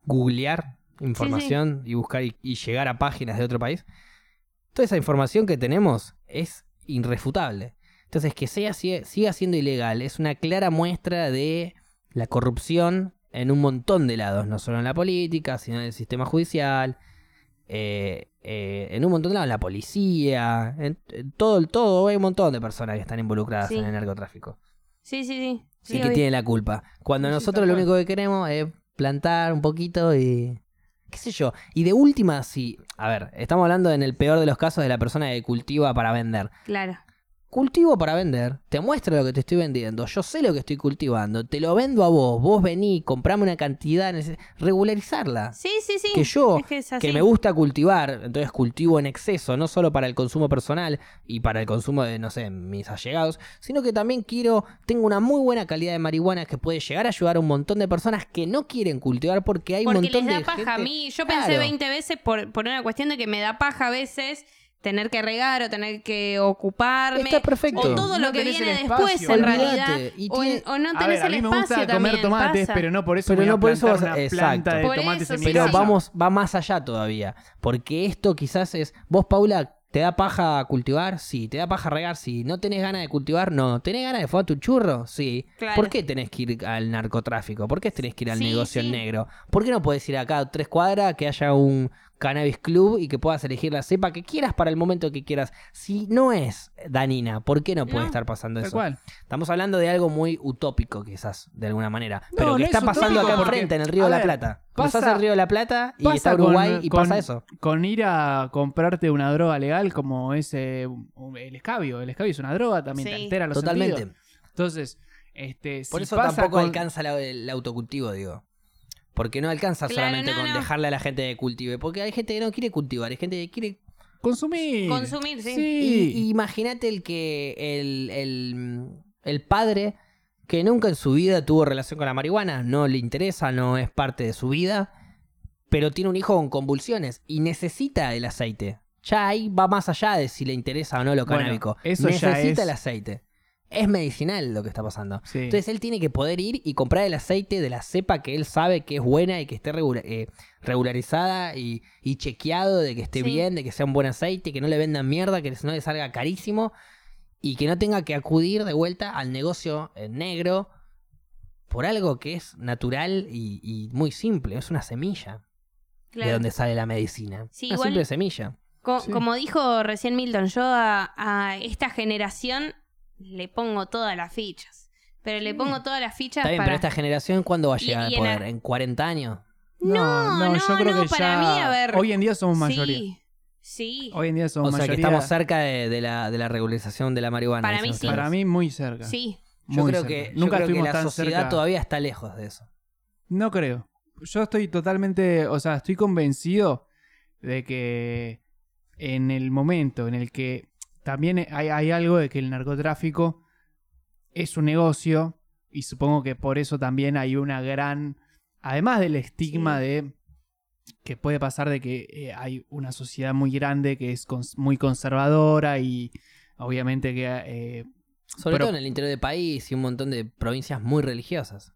googlear información y buscar y, y llegar a páginas de otro país, toda esa información que tenemos es irrefutable. Entonces, que sea, sie- siga siendo ilegal es una clara muestra de la corrupción en un montón de lados, no solo en la política, sino en el sistema judicial, eh, eh, en un montón de lados, en la policía, en, en todo el todo, hay un montón de personas que están involucradas
Sí.
en el narcotráfico
Sí, sí, sí.
y
Sí,
que
obvio.
tiene la culpa. Cuando
Sí, sí,
nosotros
tal
lo
cual.
único que queremos es plantar un poquito y qué sé yo. Y de última, si, a ver, estamos hablando en el peor de los casos de la persona que cultiva para vender.
Claro.
Cultivo para vender, te muestro lo que te estoy vendiendo, yo sé lo que estoy cultivando, te lo vendo a vos, vos vení, comprame una cantidad, neces- regularizarla.
Sí, sí, sí.
Que yo,
Es que es así.
Que me gusta cultivar, entonces cultivo en exceso, no solo para el consumo personal y para el consumo de, no sé, mis allegados, sino que también quiero, tengo una muy buena calidad de marihuana que puede llegar a ayudar a un montón de personas que no quieren cultivar porque hay un
Porque
montón
les da
de
paja
gente-
a mí. Yo
Claro.
pensé 20 veces por, por una cuestión de que me da paja a veces tener que regar o tener que ocuparme.
Está perfecto.
O todo
No
lo que
tenés
viene
el
después,
espacio.
en
Olvídate.
realidad.
Y
o, en-
tiene-
o no
a
tenés
ver, a
el
mí me
espacio
gusta
también.
comer tomates,
pasa.
pero no por eso
Pero
voy a
no por eso
plantar
vas a-
una
exacto.
planta de
Por
tomates
eso,
en mi
sí,
Pero
sí.
casa.
vamos, va más allá todavía, porque esto quizás es, vos Paula, ¿te da paja cultivar? Sí, ¿te da paja regar? Sí, ¿no tenés ganas de cultivar? No, ¿tenés ganas de fumar tu churro? Sí.
Claro.
¿Por qué tenés que ir al narcotráfico? ¿Por qué tenés que ir al
Sí,
negocio
sí.
negro? ¿Por qué no podés ir acá a tres cuadras que haya un cannabis club y que puedas elegir la cepa que quieras para el momento que quieras? Si no es danina, ¿por qué no puede
No,
estar pasando
Tal
eso?
cual.
Estamos hablando de algo muy utópico, quizás, de alguna manera.
No,
pero que
no
está
es
pasando
utópico
acá
porque-
enfrente, en el Río
a
de la
ver,
Plata.
pasa-
Cruzás el Río de la Plata y
pasa
está
con-
Uruguay y
con-
pasa eso.
Con ir a comprarte una droga legal como es eh, un- el escabio. El escabio es una droga, también te
Sí.
altera los
Totalmente.
sentidos. Entonces, este,
Por
si
eso
pasa
tampoco
con-
alcanza la- el autocultivo, digo. Porque no alcanza
Claro,
solamente
no,
con
no.
dejarle a la gente que cultive. Porque hay gente que no quiere cultivar, hay gente que quiere.
Consumir.
Consumir, sí.
Y, y imagínate el que. El, el, el padre que nunca en su vida tuvo relación con la marihuana, no le interesa, no es parte de su vida, pero tiene un hijo con convulsiones y necesita el aceite. Ya ahí va más allá de si le interesa o no lo
Bueno,
canábico.
eso ya
necesita
es-
el aceite. Es medicinal lo que está pasando.
Sí.
Entonces él tiene que poder ir y comprar el aceite de la cepa que él sabe que es buena y que esté regula- eh, regularizada y, y chequeado de que esté
Sí.
bien, de que sea un buen aceite, que no le vendan mierda, que no le salga carísimo y que no tenga que acudir de vuelta al negocio eh, negro por algo que es natural y, y muy simple. Es una semilla
Claro.
de donde sale la medicina.
Sí,
una
igual-
simple semilla.
Co-
Sí.
Como dijo recién Milton, yo a, a esta generación le pongo todas las fichas. Pero le pongo todas las fichas
Está bien,
para...
pero esta generación, ¿cuándo va a llegar al
y en
poder?
la-
¿En 40 años?
No, no, no, para mí, a ver.
Hoy en día somos mayoría.
Sí, sí.
Hoy en día somos
O sea, que
mayoría.
estamos cerca de, de la, de la regularización de la marihuana.
Para
dicen
mí sí.
ustedes.
Para mí, muy cerca.
Sí.
Yo
Muy
creo
cerca.
que, yo
Nunca
creo que
estuvimos
la
tan
sociedad
cerca.
todavía está lejos de eso.
No creo. Yo estoy totalmente, o sea, estoy convencido de que en el momento en el que también hay, hay algo de que el narcotráfico es un negocio y supongo que por eso también hay una gran, además del estigma
Sí.
de que puede pasar de que eh, hay una sociedad muy grande que es cons- muy conservadora y obviamente que eh,
Sobre
Pero-
todo en el interior del país y un montón de provincias muy religiosas.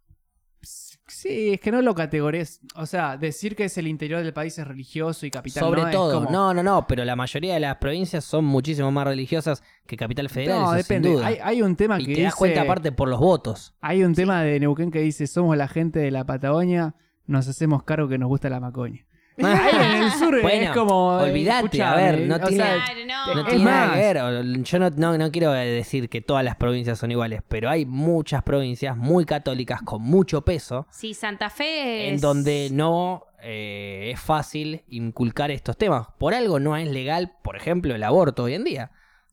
Sí, es que no lo categoriz. O sea, decir que es el interior del país es religioso y capital
Sobre
no es
todo,
como-
no, no, no, pero la mayoría de las provincias son muchísimo más religiosas que Capital Federal.
No,
eso
depende.
Sin duda.
Hay, hay un tema
y
que
te das
dice-
cuenta aparte por los votos.
Hay un tema de Neuquén que dice, somos la gente de la Patagonia, nos hacemos cargo que nos gusta la macoña. Ahí en el sur
Bueno,
es como... eh,
olvídate, a ver, no
o
tiene-
sea,
Claro, no.
No
Es
tiene nada que
más-
ver. o- Yo no, no- no quiero decir que todas las provincias son iguales, pero hay muchas provincias muy católicas con mucho peso
Sí, Santa Fe es...
en donde no eh, es fácil inculcar estos temas. Por algo no es legal, por ejemplo, el aborto hoy en día.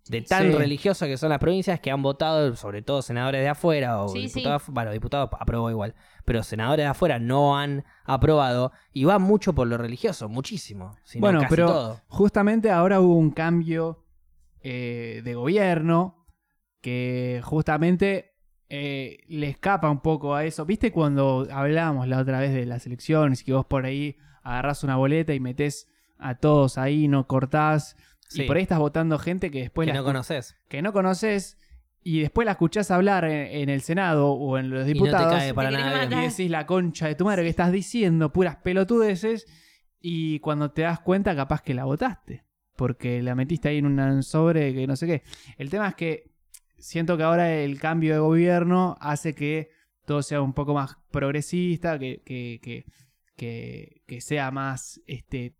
De tan
Sí.
religioso que son las provincias que han votado, sobre todo senadores de afuera o
Sí,
diputados, bueno, diputados aprobó igual, pero senadores de afuera no han aprobado y va mucho por lo religioso, muchísimo. sino
Bueno,
casi
pero
todo.
justamente ahora hubo un cambio eh, de gobierno que justamente eh, le escapa un poco a eso. ¿Viste cuando hablábamos la otra vez de las elecciones y que vos por ahí agarrás una boleta y metés a todos ahí, no cortás?
Sí.
Y por ahí estás votando gente que después
que
la
no
escu-
conoces.
que no conoces y después la escuchás hablar en, en el Senado o en los
Y no te
diputados
cae para
Te querés
nada. bien.
matar.
y decís la concha de tu madre que estás diciendo puras pelotudeces y cuando te das cuenta capaz que la votaste. porque la metiste ahí en un sobre que no sé qué. El tema es que siento que ahora el cambio de gobierno hace que todo sea un poco más progresista, que, que, que, que, que sea más, este,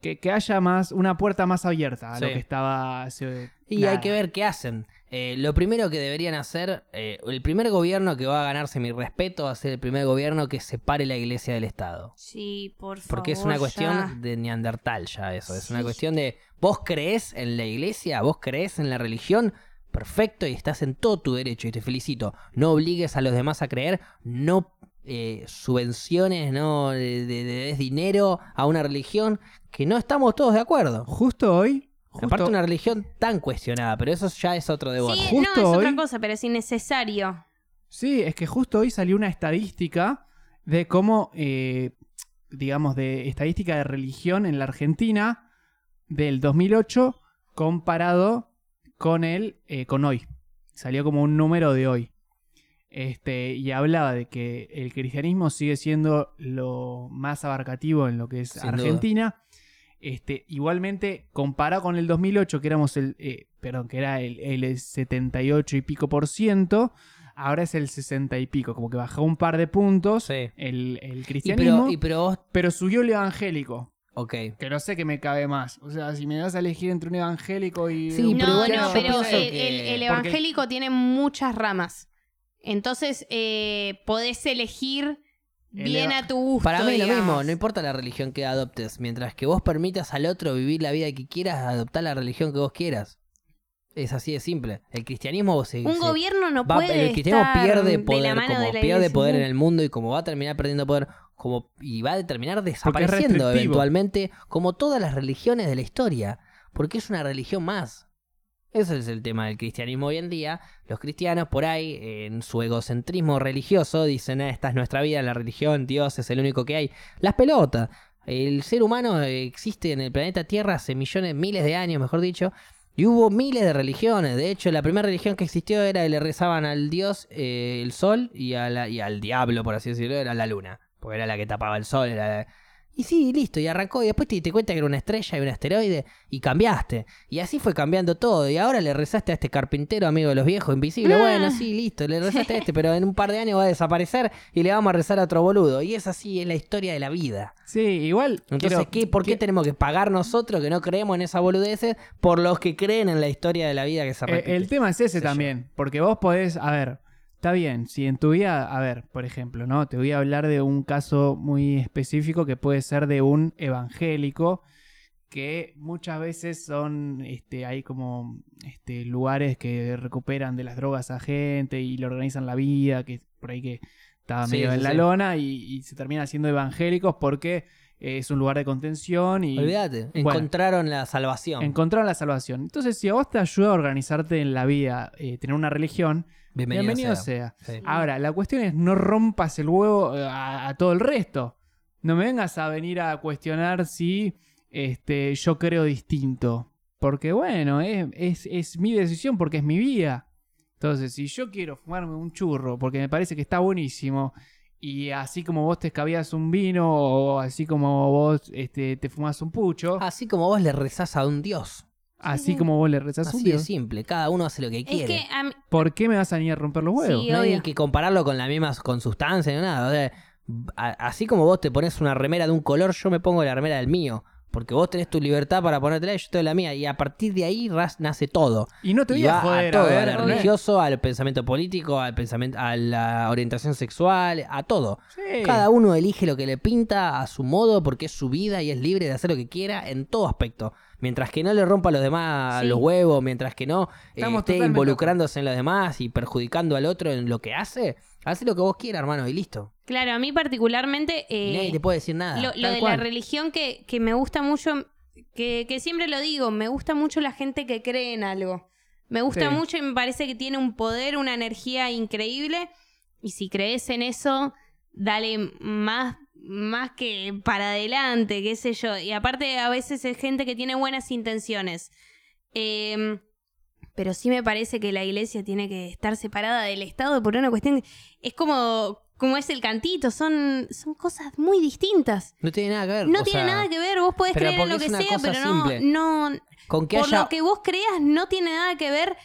que, que haya más, una puerta más abierta a lo
Sí.
que estaba hace...
Y hay
nada.
que ver qué hacen. Eh, lo primero que deberían hacer, eh, el primer gobierno que va a ganarse mi respeto va a ser el primer gobierno que separe la iglesia del Estado.
Sí, por favor.
Porque es una cuestión
ya.
de neandertal ya eso. Es una
Sí.
cuestión de vos creés en la iglesia, vos creés en la religión, perfecto y estás en todo tu derecho y te felicito. No obligues a los demás a creer, no eh, subvenciones, no eh, de- de- des dinero a una religión que no estamos todos de acuerdo.
Justo hoy... Justo,
Aparte una religión tan cuestionada, pero eso ya es otro debate.
Sí,
Justo
no, es
hoy-
otra cosa, pero es innecesario.
Sí, es que justo hoy salió una estadística de cómo, eh, digamos, de estadística de religión en la Argentina del 2008 comparado con el, eh, con hoy. Salió como un número de hoy. Este, y hablaba de que el cristianismo sigue siendo lo más abarcativo en lo que es
Sin duda.
Argentina. Este, igualmente, comparado con el 2008, que éramos el, eh, perdón, que era el, el 78 y pico por ciento, ahora es el 60 y pico, como que bajó un par de puntos
Sí.
el, el
Y pero,
cristianismo,
y pero vos-
pero subió el evangélico,
ok.
que no sé qué me cabe más. O sea, si me das a elegir entre un evangélico y...
Sí,
un
pero eh,
no,
bueno,
no,
yo
pero
pienso
el,
que-
el- el
porque-
evangélico tiene muchas ramas. Entonces, eh, podés elegir
El
bien
eva-
a tu gusto.
Para mí lo
digamos.
mismo, no importa la religión que adoptes, mientras que vos permitas al otro vivir la vida que quieras, adoptar la religión que vos quieras. Es así de simple. El cristianismo vos se-
Un
se-
gobierno no
va-
puede
el cristianismo
estar
pierde
de la
poder,
mano
como
de la
pierde
iglesia,
poder
¿no?
en el mundo y como va a terminar perdiendo poder, como y va a terminar desapareciendo
restrictivo.
eventualmente, como todas las religiones de la historia, porque es una religión más. Ese es el tema del cristianismo hoy en día. Los cristianos por ahí, eh, en su egocentrismo religioso, dicen, "Ah, esta es nuestra vida, la religión, Dios es el único que hay. Las pelotas. El ser humano eh, existe en el planeta Tierra hace millones, miles de años, mejor dicho, y hubo miles de religiones. De hecho, la primera religión que existió era que le rezaban al dios eh, el sol y, a la- y al diablo, por así decirlo, era la luna. Porque era la que tapaba el sol. Era la- Y sí, listo, y arrancó. Y después te diste cuenta que era una estrella y un asteroide y cambiaste. Y así fue cambiando todo. Y ahora le rezaste a este carpintero, amigo de los viejos, invisible.
Ah.
Bueno, sí, listo, le rezaste a este, pero en un par de años va a desaparecer y le vamos a rezar a otro boludo. Y es así, es la historia de la vida.
Sí, igual...
Entonces,
quiero-
¿qué, ¿por qué
qui-
tenemos que pagar nosotros que no creemos en esa boludeces por los que creen en la historia de la vida que se
Eh,
repite?
el tema es ese
sé yo.
también, porque vos podés, a ver, está bien, si en tu vida, a ver, por ejemplo, ¿no? Te voy a hablar de un caso muy específico que puede ser de un evangélico que muchas veces son, este, hay como este, lugares que recuperan de las drogas a gente y le organizan la vida, que por ahí que está
Sí,
medio
sí,
en la
sí.
lona y, y se termina siendo evangélicos porque eh, es un lugar de contención y...
Olvídate,
Bueno.
encontraron la salvación.
Encontraron la salvación. Entonces, si a vos te ayuda a organizarte en la vida, eh, tener una religión,
Bienvenido,
bienvenido
sea.
sea.
Sí.
Ahora, la cuestión es no rompas el huevo eh, a, a todo el resto. No me vengas a venir a cuestionar si este, yo creo distinto. Porque bueno, es, es- es mi decisión porque es mi vida. Entonces, si yo quiero fumarme un churro porque me parece que está buenísimo y así como vos te escabías un vino o así como vos este, te fumas un pucho,
Así como vos le rezás a un dios.
así
sí.
como vos le rezas un
Así de
vino,
simple, cada uno hace lo que
Es
quiere.
que a mí-
¿por qué me vas a venir a romper los huevos?
Sí,
No hay
obvio.
que compararlo con la misma consustancia ni nada. O sea, a- así como vos te pones una remera de un color, yo me pongo la remera del mío. Porque vos tenés tu libertad para ponértela y yo tengo la mía. Y a partir de ahí ras- nace todo.
Y no te
Y
voy a
va
joder, a
todo,
ver,
al
no es-
religioso, al pensamiento político, al pensamiento, a la orientación sexual, a todo.
Sí.
Cada uno elige lo que le pinta a su modo porque es su vida y es libre de hacer lo que quiera en todo aspecto. Mientras que no le rompa a los demás
Sí.
los huevos, mientras que no eh,
Estamos
esté
totalmente
involucrándose en los demás y perjudicando al otro en lo que hace, hace lo que vos quieras, hermano, y listo.
claro, a mí particularmente...
Y
eh,
nadie te puede decir nada.
Lo, lo
tal
de
cual.
la religión que, que me gusta mucho, que, que siempre lo digo, me gusta mucho la gente que cree en algo. Me gusta
Sí.
mucho y me parece que tiene un poder, una energía increíble. Y si crees en eso, dale más, más que para adelante, qué sé yo. Y aparte a veces es gente que tiene buenas intenciones. Eh, pero sí me parece que la iglesia tiene que estar separada del Estado por una cuestión... Es como como es el cantito, son, son cosas muy distintas.
No tiene nada que ver.
No
o
tiene
sea,
nada que ver, vos podés
pero
creer en
porque
lo
es
que
una
sea,
cosa
pero no,
simple.
no,
Con que
por
haya.
lo que vos creas no tiene nada que ver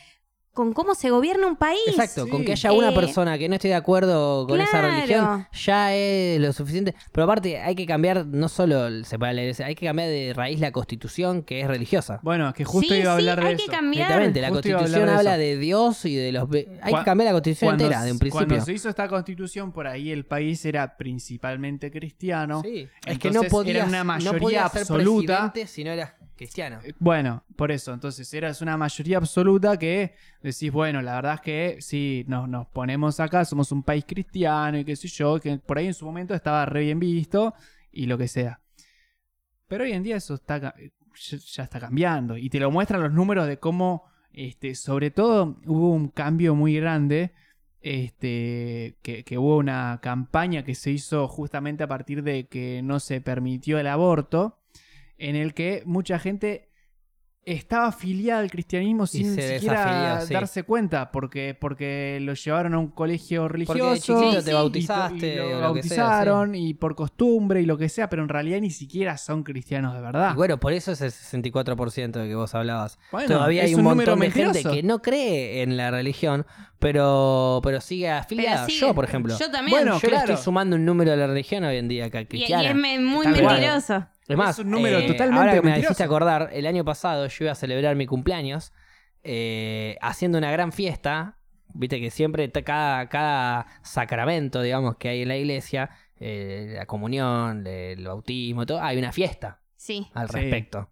con cómo se gobierna un país.
Exacto,
Sí.
con que haya una
Eh,
persona que no esté de acuerdo con esa
claro.
religión ya es lo suficiente. Pero aparte, hay que cambiar no solo el- se puede leer ese, hay que cambiar de raíz la constitución que es religiosa.
Bueno, es que justo
Sí,
iba a
sí,
hablar de
hay que
eso.
cambiar.
Directamente, la
Justo iba a
constitución
hablar de
habla
eso.
de Dios y de los. ve- Hay que
Cua-
cambiar la constitución entera
se-
de un principio.
cuando se hizo esta constitución, por ahí el país era principalmente cristiano.
Sí.
Entonces,
es que no podías,
era una
no
mayoría
podías ser
absoluta.
presidente si no eras cristiano.
Eh, Bueno, por eso, entonces eras una mayoría absoluta que decís, bueno, la verdad es que sí, nos, nos ponemos acá, somos un país cristiano y qué sé yo, que por ahí en su momento estaba re bien visto y lo que sea. Pero hoy en día eso está ca- eh, ya, ya está cambiando y te lo muestran los números de cómo, este, sobre todo hubo un cambio muy grande, este, que, que hubo una campaña que se hizo justamente a partir de que no se permitió el aborto, en el que mucha gente estaba afiliada al cristianismo sin
se
siquiera
desafilió, sí.
darse cuenta, porque, porque lo llevaron a un colegio religioso.
Porque de chiquito
Sí,
te
sí.
bautizaste
y lo
o lo que sea, sí.
bautizaron y por costumbre y lo que sea, pero en realidad ni siquiera son cristianos de verdad.
Y bueno, por eso es el 64% de que vos hablabas.
Bueno,
Todavía
es
hay un,
número
montón de gente
mentiroso.
que no cree en la religión, pero, pero sigue
pero
afiliada.
sí,
yo, por ejemplo.
Yo también.
Bueno,
yo le
claro.
estoy sumando un número a la religión hoy en día acá,
y, y
cristiana.
es me- muy
Está claro.
mentiroso.
Es más, eh,
un número totalmente
ahora que me
mentiroso.
hiciste acordar, el año pasado yo iba a celebrar mi cumpleaños eh, haciendo una gran fiesta. Viste que siempre ta- cada, cada sacramento, digamos, que hay en la iglesia, eh, la comunión, el bautismo, todo, hay una fiesta
Sí,
al
Sí.
respecto.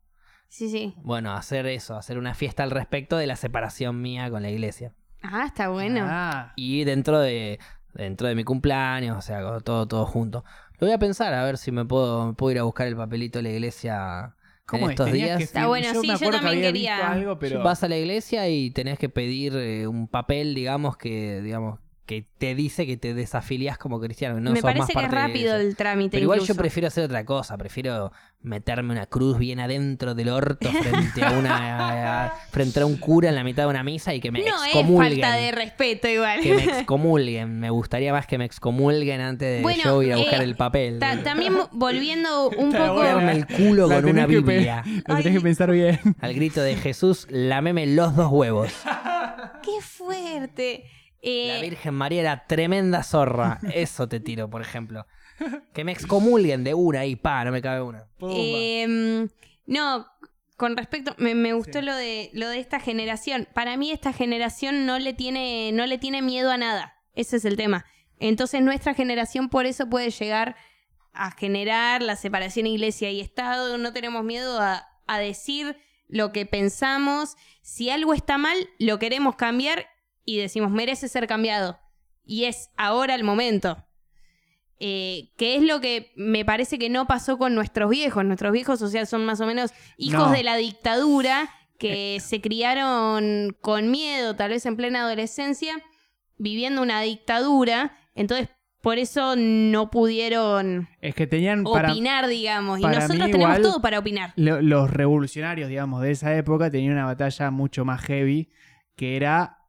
sí, sí.
Bueno, hacer eso, hacer una fiesta al respecto de la separación mía con la iglesia.
Ah, está bueno.
Ah,
Y dentro de dentro de mi cumpleaños, o sea, con todo todo junto. Lo voy a pensar a ver si me puedo, puedo ir a buscar el papelito de la iglesia
¿cómo
en
es?
estos
Tenías
días.
que
Está
firmar-
bueno, sí,
me
yo
acuerdo que
también
había
quería-
visto algo, pero...
Vas a la iglesia y tenés que pedir eh, un papel, digamos, que digamos que te dice que te desafilias como cristiano, que no
Me
sos más
parece que
parte
es
de la iglesia.
rápido el trámite.
Pero igual yo
incluso.
prefiero hacer otra cosa, prefiero meterme una cruz bien adentro del orto frente a una a- frente a un cura en la mitad de una misa y que me
No es
excomulguen.
falta de respeto igual.
Que me excomulguen, me gustaría más que me excomulguen antes de
Bueno,
yo ir a buscar
eh,
el papel.
Ta- también volviendo un
Está
poco...
bueno.
Golpearme el culo
La
con una
tenés que pe- Eh,
Biblia.
La tenés que
Ay.
pensar bien.
Al grito de Jesús, lameme los dos huevos.
¡Qué fuerte! Eh,
La Virgen María era tremenda zorra. Eso te tiro, por ejemplo. Que me excomulguen de una y pa, no me cabe una.
Pumba.
Em, no, con respecto, me, me gustó lo de lo de esta generación. Para mí esta generación no le tiene no le tiene miedo a nada. Ese es el tema. Entonces nuestra generación por eso puede llegar a generar la separación iglesia y estado. No tenemos miedo a, a decir lo que pensamos. Si algo está mal, lo queremos cambiar y decimos merece ser cambiado. Y es ahora el momento. Eh, que es lo que me parece que no pasó con nuestros viejos. Nuestros viejos, o sea, son más o menos hijos
No. Eh.
de la dictadura que se criaron con miedo, tal vez en plena adolescencia, viviendo una dictadura. Entonces, por eso no pudieron
Es que tenían para,
opinar, digamos. Y
para
nosotros
mí
tenemos
igual-
todo para opinar.
lo- los revolucionarios, digamos, de esa época tenían una batalla mucho más heavy que era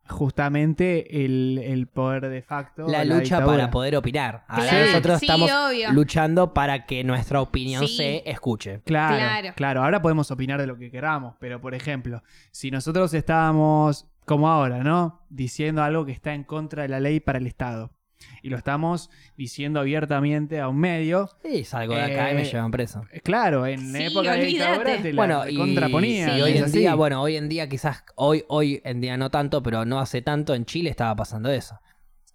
justamente el, el poder de facto.
La lucha
dictadura.
para poder opinar. Ahora
Claro,
nosotros
sí,
estamos
obvio.
luchando para que nuestra opinión
Sí.
se escuche.
Claro,
Claro.
claro, Ahora podemos opinar de lo que queramos, pero por ejemplo, si nosotros estábamos, como ahora, ¿no? Diciendo algo que está en contra de la ley para el Estado. Y lo estamos diciendo abiertamente a un medio.
Y salgo de acá y me
Eh,
llevan preso.
Eh, Claro, en
Sí,
época de dictadura
olvídate.
te la
Bueno, y,
contraponía.
y hoy en día,
bueno
bueno, hoy en día quizás, hoy, hoy en día no tanto, pero no hace tanto en Chile estaba pasando eso.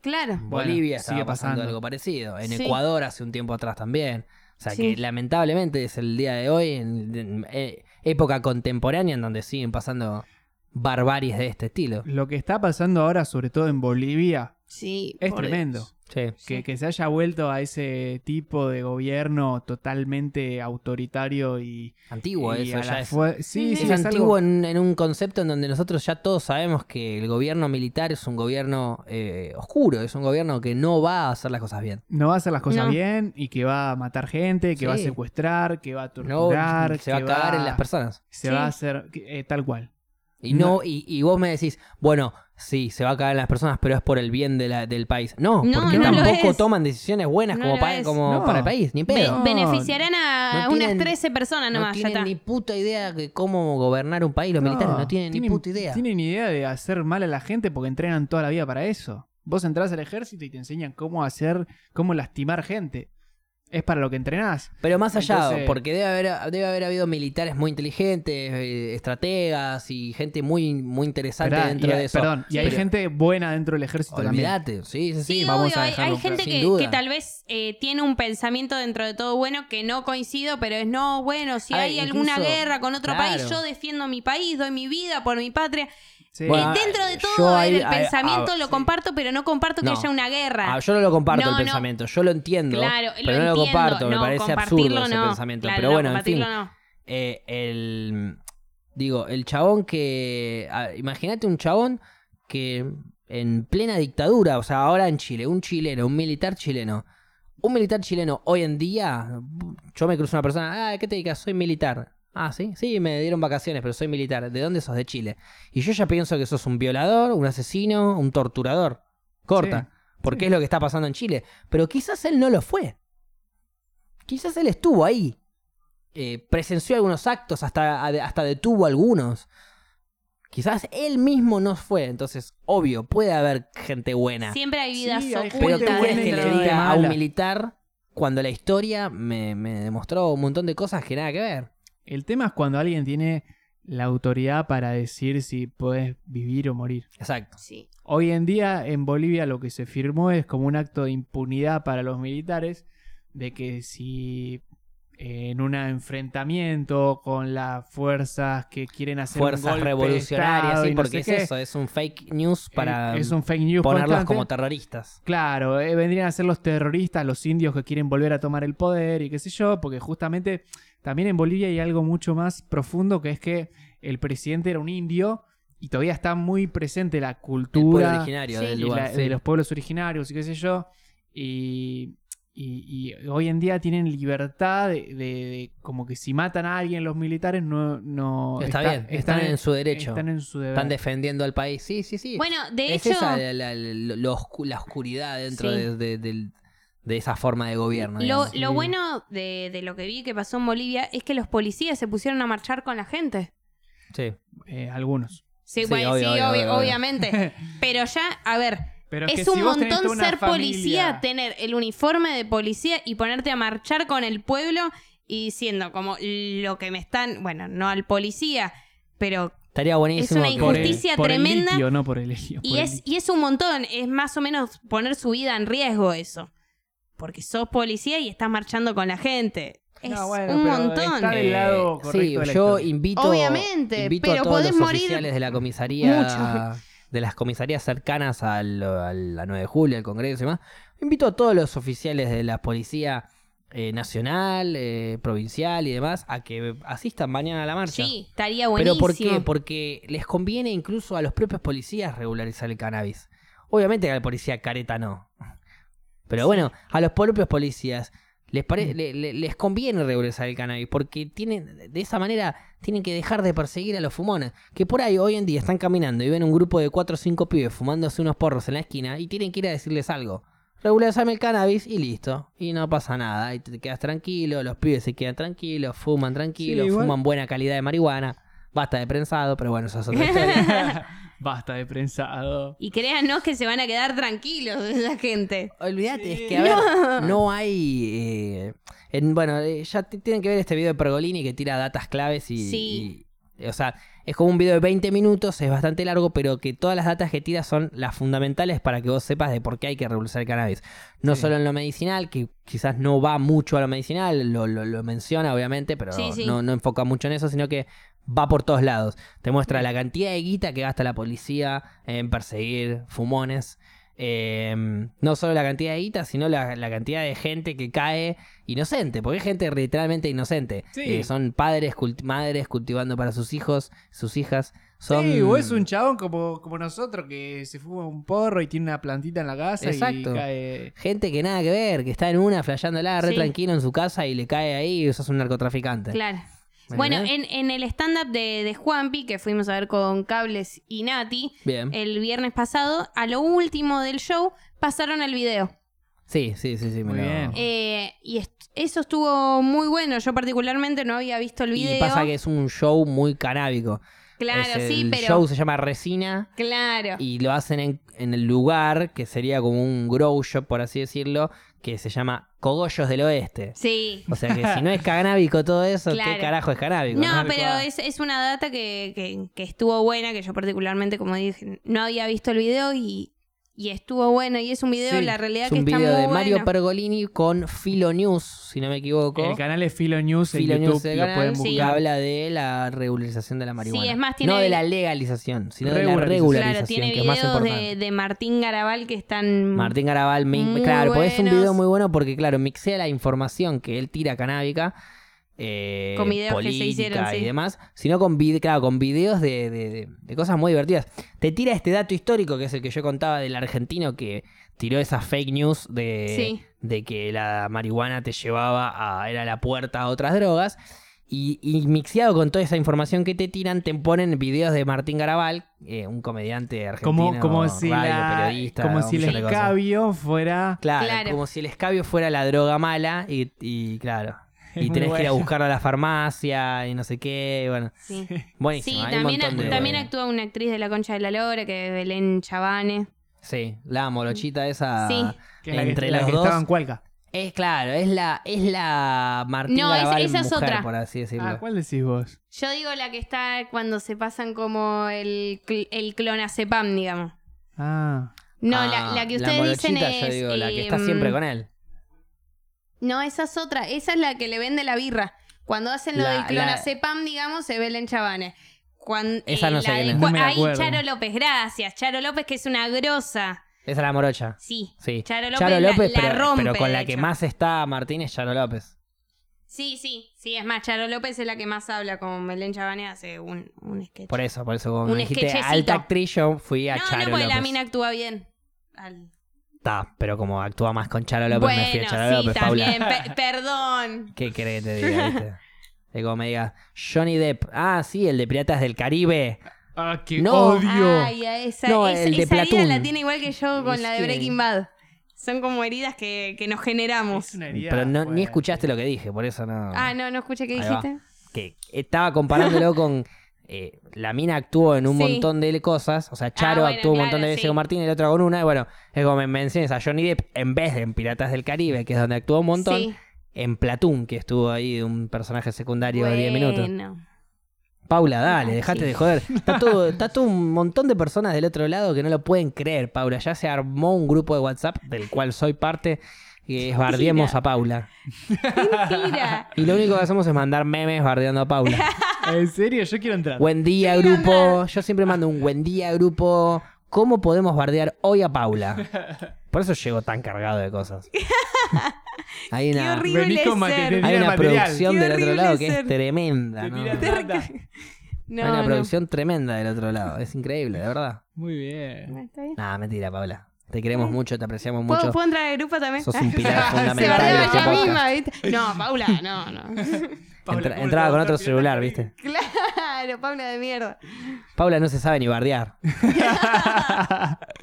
Claro.
En
Bueno,
Bolivia
sigue
estaba pasando,
pasando.
algo parecido. En
Sí.
Ecuador hace un tiempo atrás también. O sea
Sí.
que lamentablemente es el día de hoy, en, en- eh, época contemporánea, en donde siguen pasando barbaries de este estilo.
Lo que está pasando ahora, sobre todo en Bolivia,
Sí.
es
por-
tremendo.
Sí.
Que, que se haya vuelto a ese tipo de gobierno totalmente autoritario y,
Antiguo
y
eso,
a
ya
la
es,
fue- Sí,
es
sí, es algo-
antiguo en, en un concepto en donde nosotros ya todos sabemos que el gobierno militar es un gobierno eh, oscuro, es un gobierno que no va a hacer las cosas bien.
No va a hacer las cosas
No.
bien y que va a matar gente, que va a
Sí.
secuestrar, que va a
No,
torturar,
se va a
que
cagar en las personas.
Se
Sí.
va a hacer que- eh, tal cual.
Y no, y, y vos me decís, bueno, sí, se va a caer en las personas, pero es por el bien de la- del país. No,
No,
porque
no lo
tampoco
es.
toman decisiones buenas
No
como,
lo
pa-
es.
como
No.
para el país, ni
Be-
pedo.
No,
beneficiarán a
no
unas
tienen-
13 personas
No
nomás, ya
tienen
está.
ni puta idea de cómo gobernar un país. Los militares no tienen, ni puta idea.
Tienen idea de hacer mal a la gente porque entrenan toda la vida para eso. Vos entrás al ejército y te enseñan cómo hacer, cómo lastimar gente. Es para lo que entrenás.
Pero más allá,
Entonces-
porque debe haber, debe haber habido militares muy inteligentes, eh, estrategas y gente muy, muy interesante
Esperá,
dentro
y,
de eso.
Perdón, y hay
Pero-
gente buena dentro del ejército también.
Olvídate, sí, sí, sí.
Sí,
vamos
obvio,
a
hay,
dejarlo
hay gente
sin
que,
duda.
que tal vez eh, tiene un pensamiento dentro de todo bueno que no coincido, pero es no, bueno, si
Ay,
hay alguna
incluso-
guerra con otro país,
claro.
yo defiendo mi país, doy mi vida por mi patria.
Sí.
Bueno,
Eh, dentro de
Ah, yo
todo
ahí-
el
a-
pensamiento
a-
lo
sí.
comparto, pero no comparto que
No.
haya una guerra.
Ah, yo no lo comparto
No,
el
no.
pensamiento, yo lo entiendo,
claro,
pero no lo
entiendo.
comparto, me
No,
parece
compartirlo
absurdo ese
no.
pensamiento.
Claro,
pero
no,
bueno, en fin,
compartirlo no.
eh, el, digo, el chabón que, a- imagínate un chabón que en plena dictadura, o sea, ahora en Chile, un chileno, un militar chileno, un militar chileno hoy en día, yo me cruzo una persona, ah, ¿qué te dedicas? Soy militar. Ah, sí, sí, me dieron vacaciones, pero soy militar. ¿De dónde sos? De Chile. Y yo ya pienso que sos un violador, un asesino, un torturador. Corta.
Sí,
porque es lo que está pasando en Chile. Pero quizás él no lo fue. Quizás él estuvo ahí. Eh, presenció algunos actos, hasta, hasta detuvo algunos. Quizás él mismo no fue. Entonces, obvio, puede haber gente buena.
Siempre hay vidas
Sí, hay gente
Pero
ocultas.
¿qué
buena
querés que
dentro
le
y
de-
diga a
mala.
un militar cuando la historia me, me demostró un montón de cosas que nada que ver?
El tema es cuando alguien tiene la autoridad para decir si puedes vivir o morir.
Exacto.
Sí.
Hoy en día en Bolivia lo que se firmó es como un acto de impunidad para los militares de que si eh, en un enfrentamiento con las fuerzas que quieren hacer un
Fuerzas
golpe de
revolucionarias,
Estado
sí,
y no
porque
sé
es
qué, eh,
eso, es un fake news para
es un fake news
ponerlos
constante.
como terroristas.
Claro, eh, vendrían a ser los terroristas, los indios que quieren volver a tomar el poder y qué sé yo, porque justamente también en Bolivia hay algo mucho más profundo que es que el presidente era un indio y todavía está muy presente la
El pueblo
cultura
originario
sí,
del
y
lugar.
la-
sí.
de los pueblos originarios y qué sé yo, y, y- y hoy en día tienen libertad de, de- de- como que si matan a alguien los militares no... no
Está bien, están en su derecho.
Oh, Están en su deber.
Están defendiendo al país. Sí, sí, sí.
Bueno, de
es
hecho,
esa la, la- la- lo oscu- la oscuridad dentro
Sí.
de, de- del- de esa forma de gobierno.
lo,
digamos.
lo bueno de, de lo que vi que pasó en Bolivia es que los policías se pusieron a marchar con la gente.
Sí.
Eh, algunos.
Sí,
Sí,
bueno,
obvio,
sí,
obvio,
obvi-
obvio, obvio.
obviamente. Pero ya, a ver,
Pero
es,
que
un
si vos tenés toda
montón
una
ser policía,
familia-
tener el uniforme de policía y ponerte a marchar con el pueblo y diciendo como lo que me están, bueno, no al policía, pero
Estaría buenísimo.
una
que-
Por el-
injusticia
por el
tremenda.
litio, no por el helio,
y
por el
es
litio.
y es un montón, es más o menos poner su vida en riesgo eso. Porque sos policía y estás marchando con la gente. Es
No, bueno,
un
pero
montón.
está del lado
Eh,
correcto
sí,
de la
yo
historia.
invito,
Obviamente,
invito
pero
a todos
podés
los
morir
oficiales de la comisaría,
mucho.
de las comisarías cercanas al, al- a 9 de julio, al Congreso y demás. Invito a todos los oficiales de la policía eh, nacional, eh, provincial y demás a que asistan mañana a la marcha.
Sí, estaría
¿Pero
buenísimo.
por qué? Porque les conviene incluso a los propios policías regularizar el cannabis. Obviamente que al policía careta no. Pero bueno, a los propios policías les, pare-
Mm.
le- le- les conviene regularizar el cannabis porque tienen de esa manera tienen que dejar de perseguir a los fumones. Que por ahí hoy en día están caminando y ven un grupo de 4 o 5 pibes fumándose unos porros en la esquina y tienen que ir a decirles algo. Regularizame el cannabis y listo. Y no pasa nada. Y te quedas tranquilo, los pibes se quedan tranquilos, fuman tranquilos,
Sí, igual-
fuman buena calidad de marihuana. Basta de prensado, pero bueno, eso es otra historia.
Basta de prensado.
Y créanos que se van a quedar tranquilos esa gente.
Olvídate, es que a ver, no hay. eh, en- bueno, eh, ya t- tienen que ver este video de Pergolini que tira datas claves y.
Sí.
y- o sea, es como un video de 20 minutos, es bastante largo, pero que todas las datas que tira son las fundamentales para que vos sepas de por qué hay que regularizar el cannabis. No
Sí.
solo en lo medicinal, que quizás no va mucho a lo medicinal, lo, lo- lo menciona obviamente, pero
Sí, sí.
No, no enfoca mucho en eso, sino que va por todos lados. Te muestra la cantidad de guita que gasta la policía en perseguir fumones. Eh, no solo la cantidad de guita, sino la, la cantidad de gente que cae inocente, porque hay gente literalmente inocente.
Sí.
Eh, son padres, culti- madres cultivando para sus hijos, sus hijas. Son...
Sí, o es un chabón como, como nosotros que se fuma un porro y tiene una plantita en la casa
Exacto.
y cae.
Gente que nada que ver, que está en una flasheándola re
Sí.
tranquilo en su casa y le cae ahí y sos un narcotraficante.
Claro.
¿Me
Bueno,
entendés?
en, en el stand-up de, de Juanpi, que fuimos a ver con Cables y Nati,
Bien.
el viernes pasado, a lo último del show, pasaron el video.
Sí, sí, sí, sí. me
Muy
lo-
bien.
Eh, y est- eso estuvo muy bueno. Yo particularmente no había visto el video.
Y pasa que es un show muy canábico.
claro,
Es
sí,
el
pero...
show se llama Resina
Claro.
y lo hacen en, en el lugar que sería como un grow shop, por así decirlo, que se llama Cogollos del Oeste.
Sí.
O sea que si no es canábico todo eso,
Claro.
¿qué carajo es canábico?
No,
¿no?
pero es, es una data que, que- que estuvo buena, que yo particularmente, como dije, no había visto el video y, y estuvo bueno. Y es un video,
Sí,
la realidad
Es
que
un
está
video
muy
de Mario
bueno.
Pergolini con Filo News, si no me equivoco.
El canal es Filo News en
Filo
YouTube,
News del
lo
canal,
pueden
sí.
buscar.
que habla de la regularización de la marihuana.
es más, tiene-
No de la legalización, sino de la
Regularización.
regularización,
Claro, tiene
que es más
videos
importante.
de, de Martín Garabal que están...
Martín Garabal, me-
Mm. Muy
claro, porque es un
buenos.
video muy bueno porque, claro, mixea la información que él tira canábica, eh,
Con videos que se
política
hicieron, sí.
y demás, sino con, vid- claro, con videos de, de- de- de cosas muy divertidas. Te tira este dato histórico que es el que yo contaba del argentino que tiró esa fake news de,
Sí.
de que la marihuana te llevaba a, era la puerta a otras drogas. Y, y mixeado con toda esa información que te tiran, te ponen videos de Martín Garabal, eh, un comediante argentino,
Como, como si,
radio,
la,
periodista,
como
un
si el
millón de cosas.
escabio fuera.
Claro,
Claro.
como si el escabio fuera la droga mala y, y claro.
Es
Y
muy
tenés que ir a
bueno.
buscarlo a la farmacia y no sé qué. y Bueno,
Sí.
buenísimo.
Sí,
hay un
también,
montón de-
también actúa una actriz de La Concha de la Lora, que es Belén Chavane.
Sí, la morochita esa.
Sí.
que es la que-
Entre
la
los
que
dos.
estaba en Cuelca.
Es claro, es la, es la Martín
No, es-
Garabal
esa es
mujer,
otra.
por así decirlo.
Ah, ¿cuál decís vos?
Yo digo la que está cuando se pasan como el, cl- el clonazepam, digamos.
Ah.
No,
Ah,
la, la que ustedes dicen
morochita,
es...
yo digo, la que está
em,
siempre con él.
No, esa es otra. Esa es la que le vende la birra. Cuando hacen lo
La-
del clonazepam, digamos, se ve en Chavane. Cuan- eh,
Esa no sé
la
quién
de
es.
Cua-
No me la
Ahí,
acuerdo.
Charo López, gracias. Charo López, que es una grosa.
Esa es la morocha.
Sí.
Sí.
Charo López,
Charo
la-
López,
la,
pero,
rompe.
pero con
de
la que
hecho.
más está Martín es Charo López.
Sí, sí. Sí, es más, Charo López es la que más habla. Con Belén Chavane hace un, un sketch.
Por eso, por eso, como
Un
me dijiste
sketchecito.
alta actriz, yo fui a
no,
Charo
no, porque la
López.
mina actúa bien. Al-
Ta, pero como actúa más con Charo López, me fui a
Bueno,
Charo
sí,
López, Paula.
también. pe- perdón.
¿Qué crees que te diga? viste? Es como me diga, Johnny Depp. Ah, sí, el de Piratas del Caribe.
Ah, qué
No.
odio.
Ay, a esa,
No,
esa-
el de
esa herida
Platoon.
la tiene igual que yo con
Y
la de
sí.
Breaking Bad. Son como heridas que, que nos generamos.
Es una herida
Ah. Pero no- ni
fuerte.
escuchaste lo que dije, por eso no.
Ah, no, no escuché qué
Ahí va.
dijiste.
Que estaba comparándolo con. eh, la mina actuó en un
Sí. Ah,
montón de cosas. O sea, Charo
bueno,
actuó un
claro,
montón de veces
sí.
con Martín y el otro con una. Y bueno, es como me menciones a Johnny Depp en vez de en Piratas del Caribe, que es donde actuó un montón.
Sí.
En Platoon, que estuvo ahí de un personaje secundario de 10 minutos.
Bueno.
Paula, dale,
Ah,
dejate
sí.
de joder. Está todo, está todo un montón de personas del otro lado que no lo pueden creer, Paula. Ya se armó un grupo de WhatsApp del cual soy parte que es bardeemos a Paula.
Mentira.
Y lo único que hacemos es mandar memes bardeando a Paula.
En serio, yo quiero entrar.
Buen día,
Quiero
grupo. Yo siempre mando un buen día, grupo. ¿Cómo podemos bardear hoy a Paula? Por eso llego tan cargado de cosas. Hay
Qué
una,
horrible
Venís con mate-
hay
ser.
Mira el
una
material.
producción
Qué
del otro
horrible
lado que
ser.
es tremenda.
Te
¿no?
tiran
Hay
plata.
una
No, no.
producción tremenda del otro lado. Es increíble, de verdad.
Muy bien.
Ah, está bien.
Nada, mentira, Paula. Te queremos mucho, te apreciamos
¿Mm? ¿Puedo,
mucho.
puedo entrar al grupo también?
Sos un pilar
Se
fundamental de
bardeaba
este
ella
podcast.
misma, ¿viste? No, Paula, no, no.
Paula,
Entra-
¿cómo
entraba
te
con
vas a
otro
tirar
celular,
la
¿viste?
Claro, Paula de mierda.
Paula no se sabe ni bardear.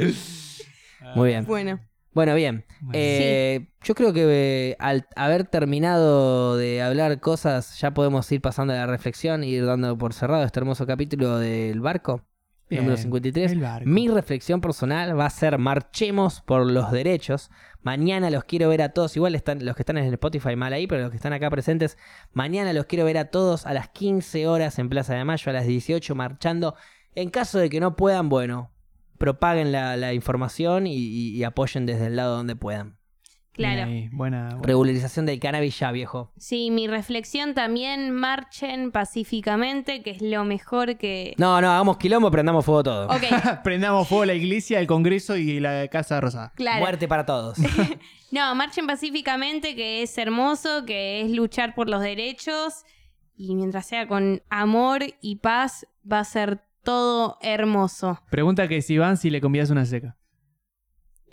Muy bien.
Bueno.
Bueno, bien.
Bueno.
Eh, Yo creo que eh, al haber terminado de hablar cosas, ya podemos ir pasando a la reflexión y ir dando por cerrado este hermoso capítulo del barco,
Bien,
número 53.
el barco.
Mi reflexión personal va a ser marchemos por los derechos. Mañana los quiero ver a todos. Igual están los que están en el Spotify mal ahí, pero los que están acá presentes, mañana los quiero ver a todos a las 15 horas en Plaza de Mayo, a las 18 marchando. En caso de que no puedan, bueno, propaguen la, la información y, y- y apoyen desde el lado donde puedan.
Bien
Claro.
ahí, Buena. buena.
Regularización del cannabis ya, viejo.
Sí, mi reflexión también, marchen pacíficamente, que es lo mejor que...
No, no, hagamos quilombo, prendamos fuego todo.
Ok,
Prendamos fuego la iglesia, el congreso y la casa rosada.
claro.
Muerte para todos.
No, marchen pacíficamente, que es hermoso, que es luchar por los derechos. Y mientras sea con amor y paz, va a ser todo hermoso.
Pregunta que si van si le convidas una seca.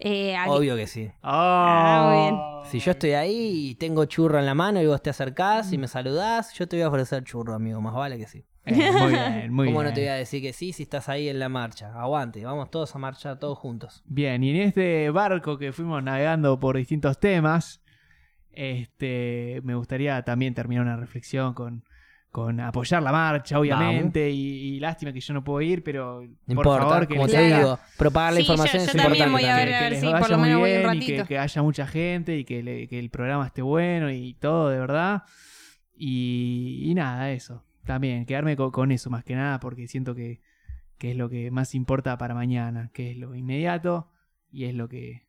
Eh, aquí-
Obvio que sí.
Oh.
Ah,
Si yo estoy ahí y tengo churro en la mano y vos te acercás y me saludás, yo te voy a ofrecer churro, amigo. Más vale que sí.
Eh, muy bien, muy
¿Cómo
bien.
no te voy a decir que sí si estás ahí en la marcha? Aguante, vamos todos a marchar, todos juntos.
Bien, y en este barco que fuimos navegando por distintos temas, este, me gustaría también terminar una reflexión con, con apoyar la marcha, obviamente, y, y lástima que yo no puedo ir, pero
No
por
importa,
favor que
como
les
te
diga-
digo, propagar la
Sí, yo-
información
yo
es
también
importante.
voy a ver,
también.
a ver
les
si por
vaya
lo
muy
menos voy un
bien y que,
ratito.
que haya mucha gente y que, le- que el programa esté bueno y todo, de verdad. Y, y nada, eso. También, quedarme co- con, eso más que nada, porque siento que, que es lo que más importa para mañana, que es lo inmediato y es lo que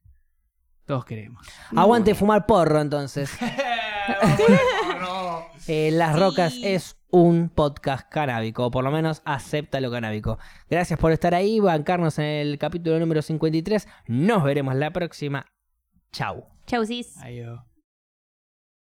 todos queremos.
Aguante fumar porro entonces. Eh, Las
Sí.
Rocas es un podcast canábico, o por lo menos acepta lo canábico. Gracias por estar ahí, bancarnos en el capítulo número 53. Nos veremos la próxima. Chau.
Chau, sis.
Adiós.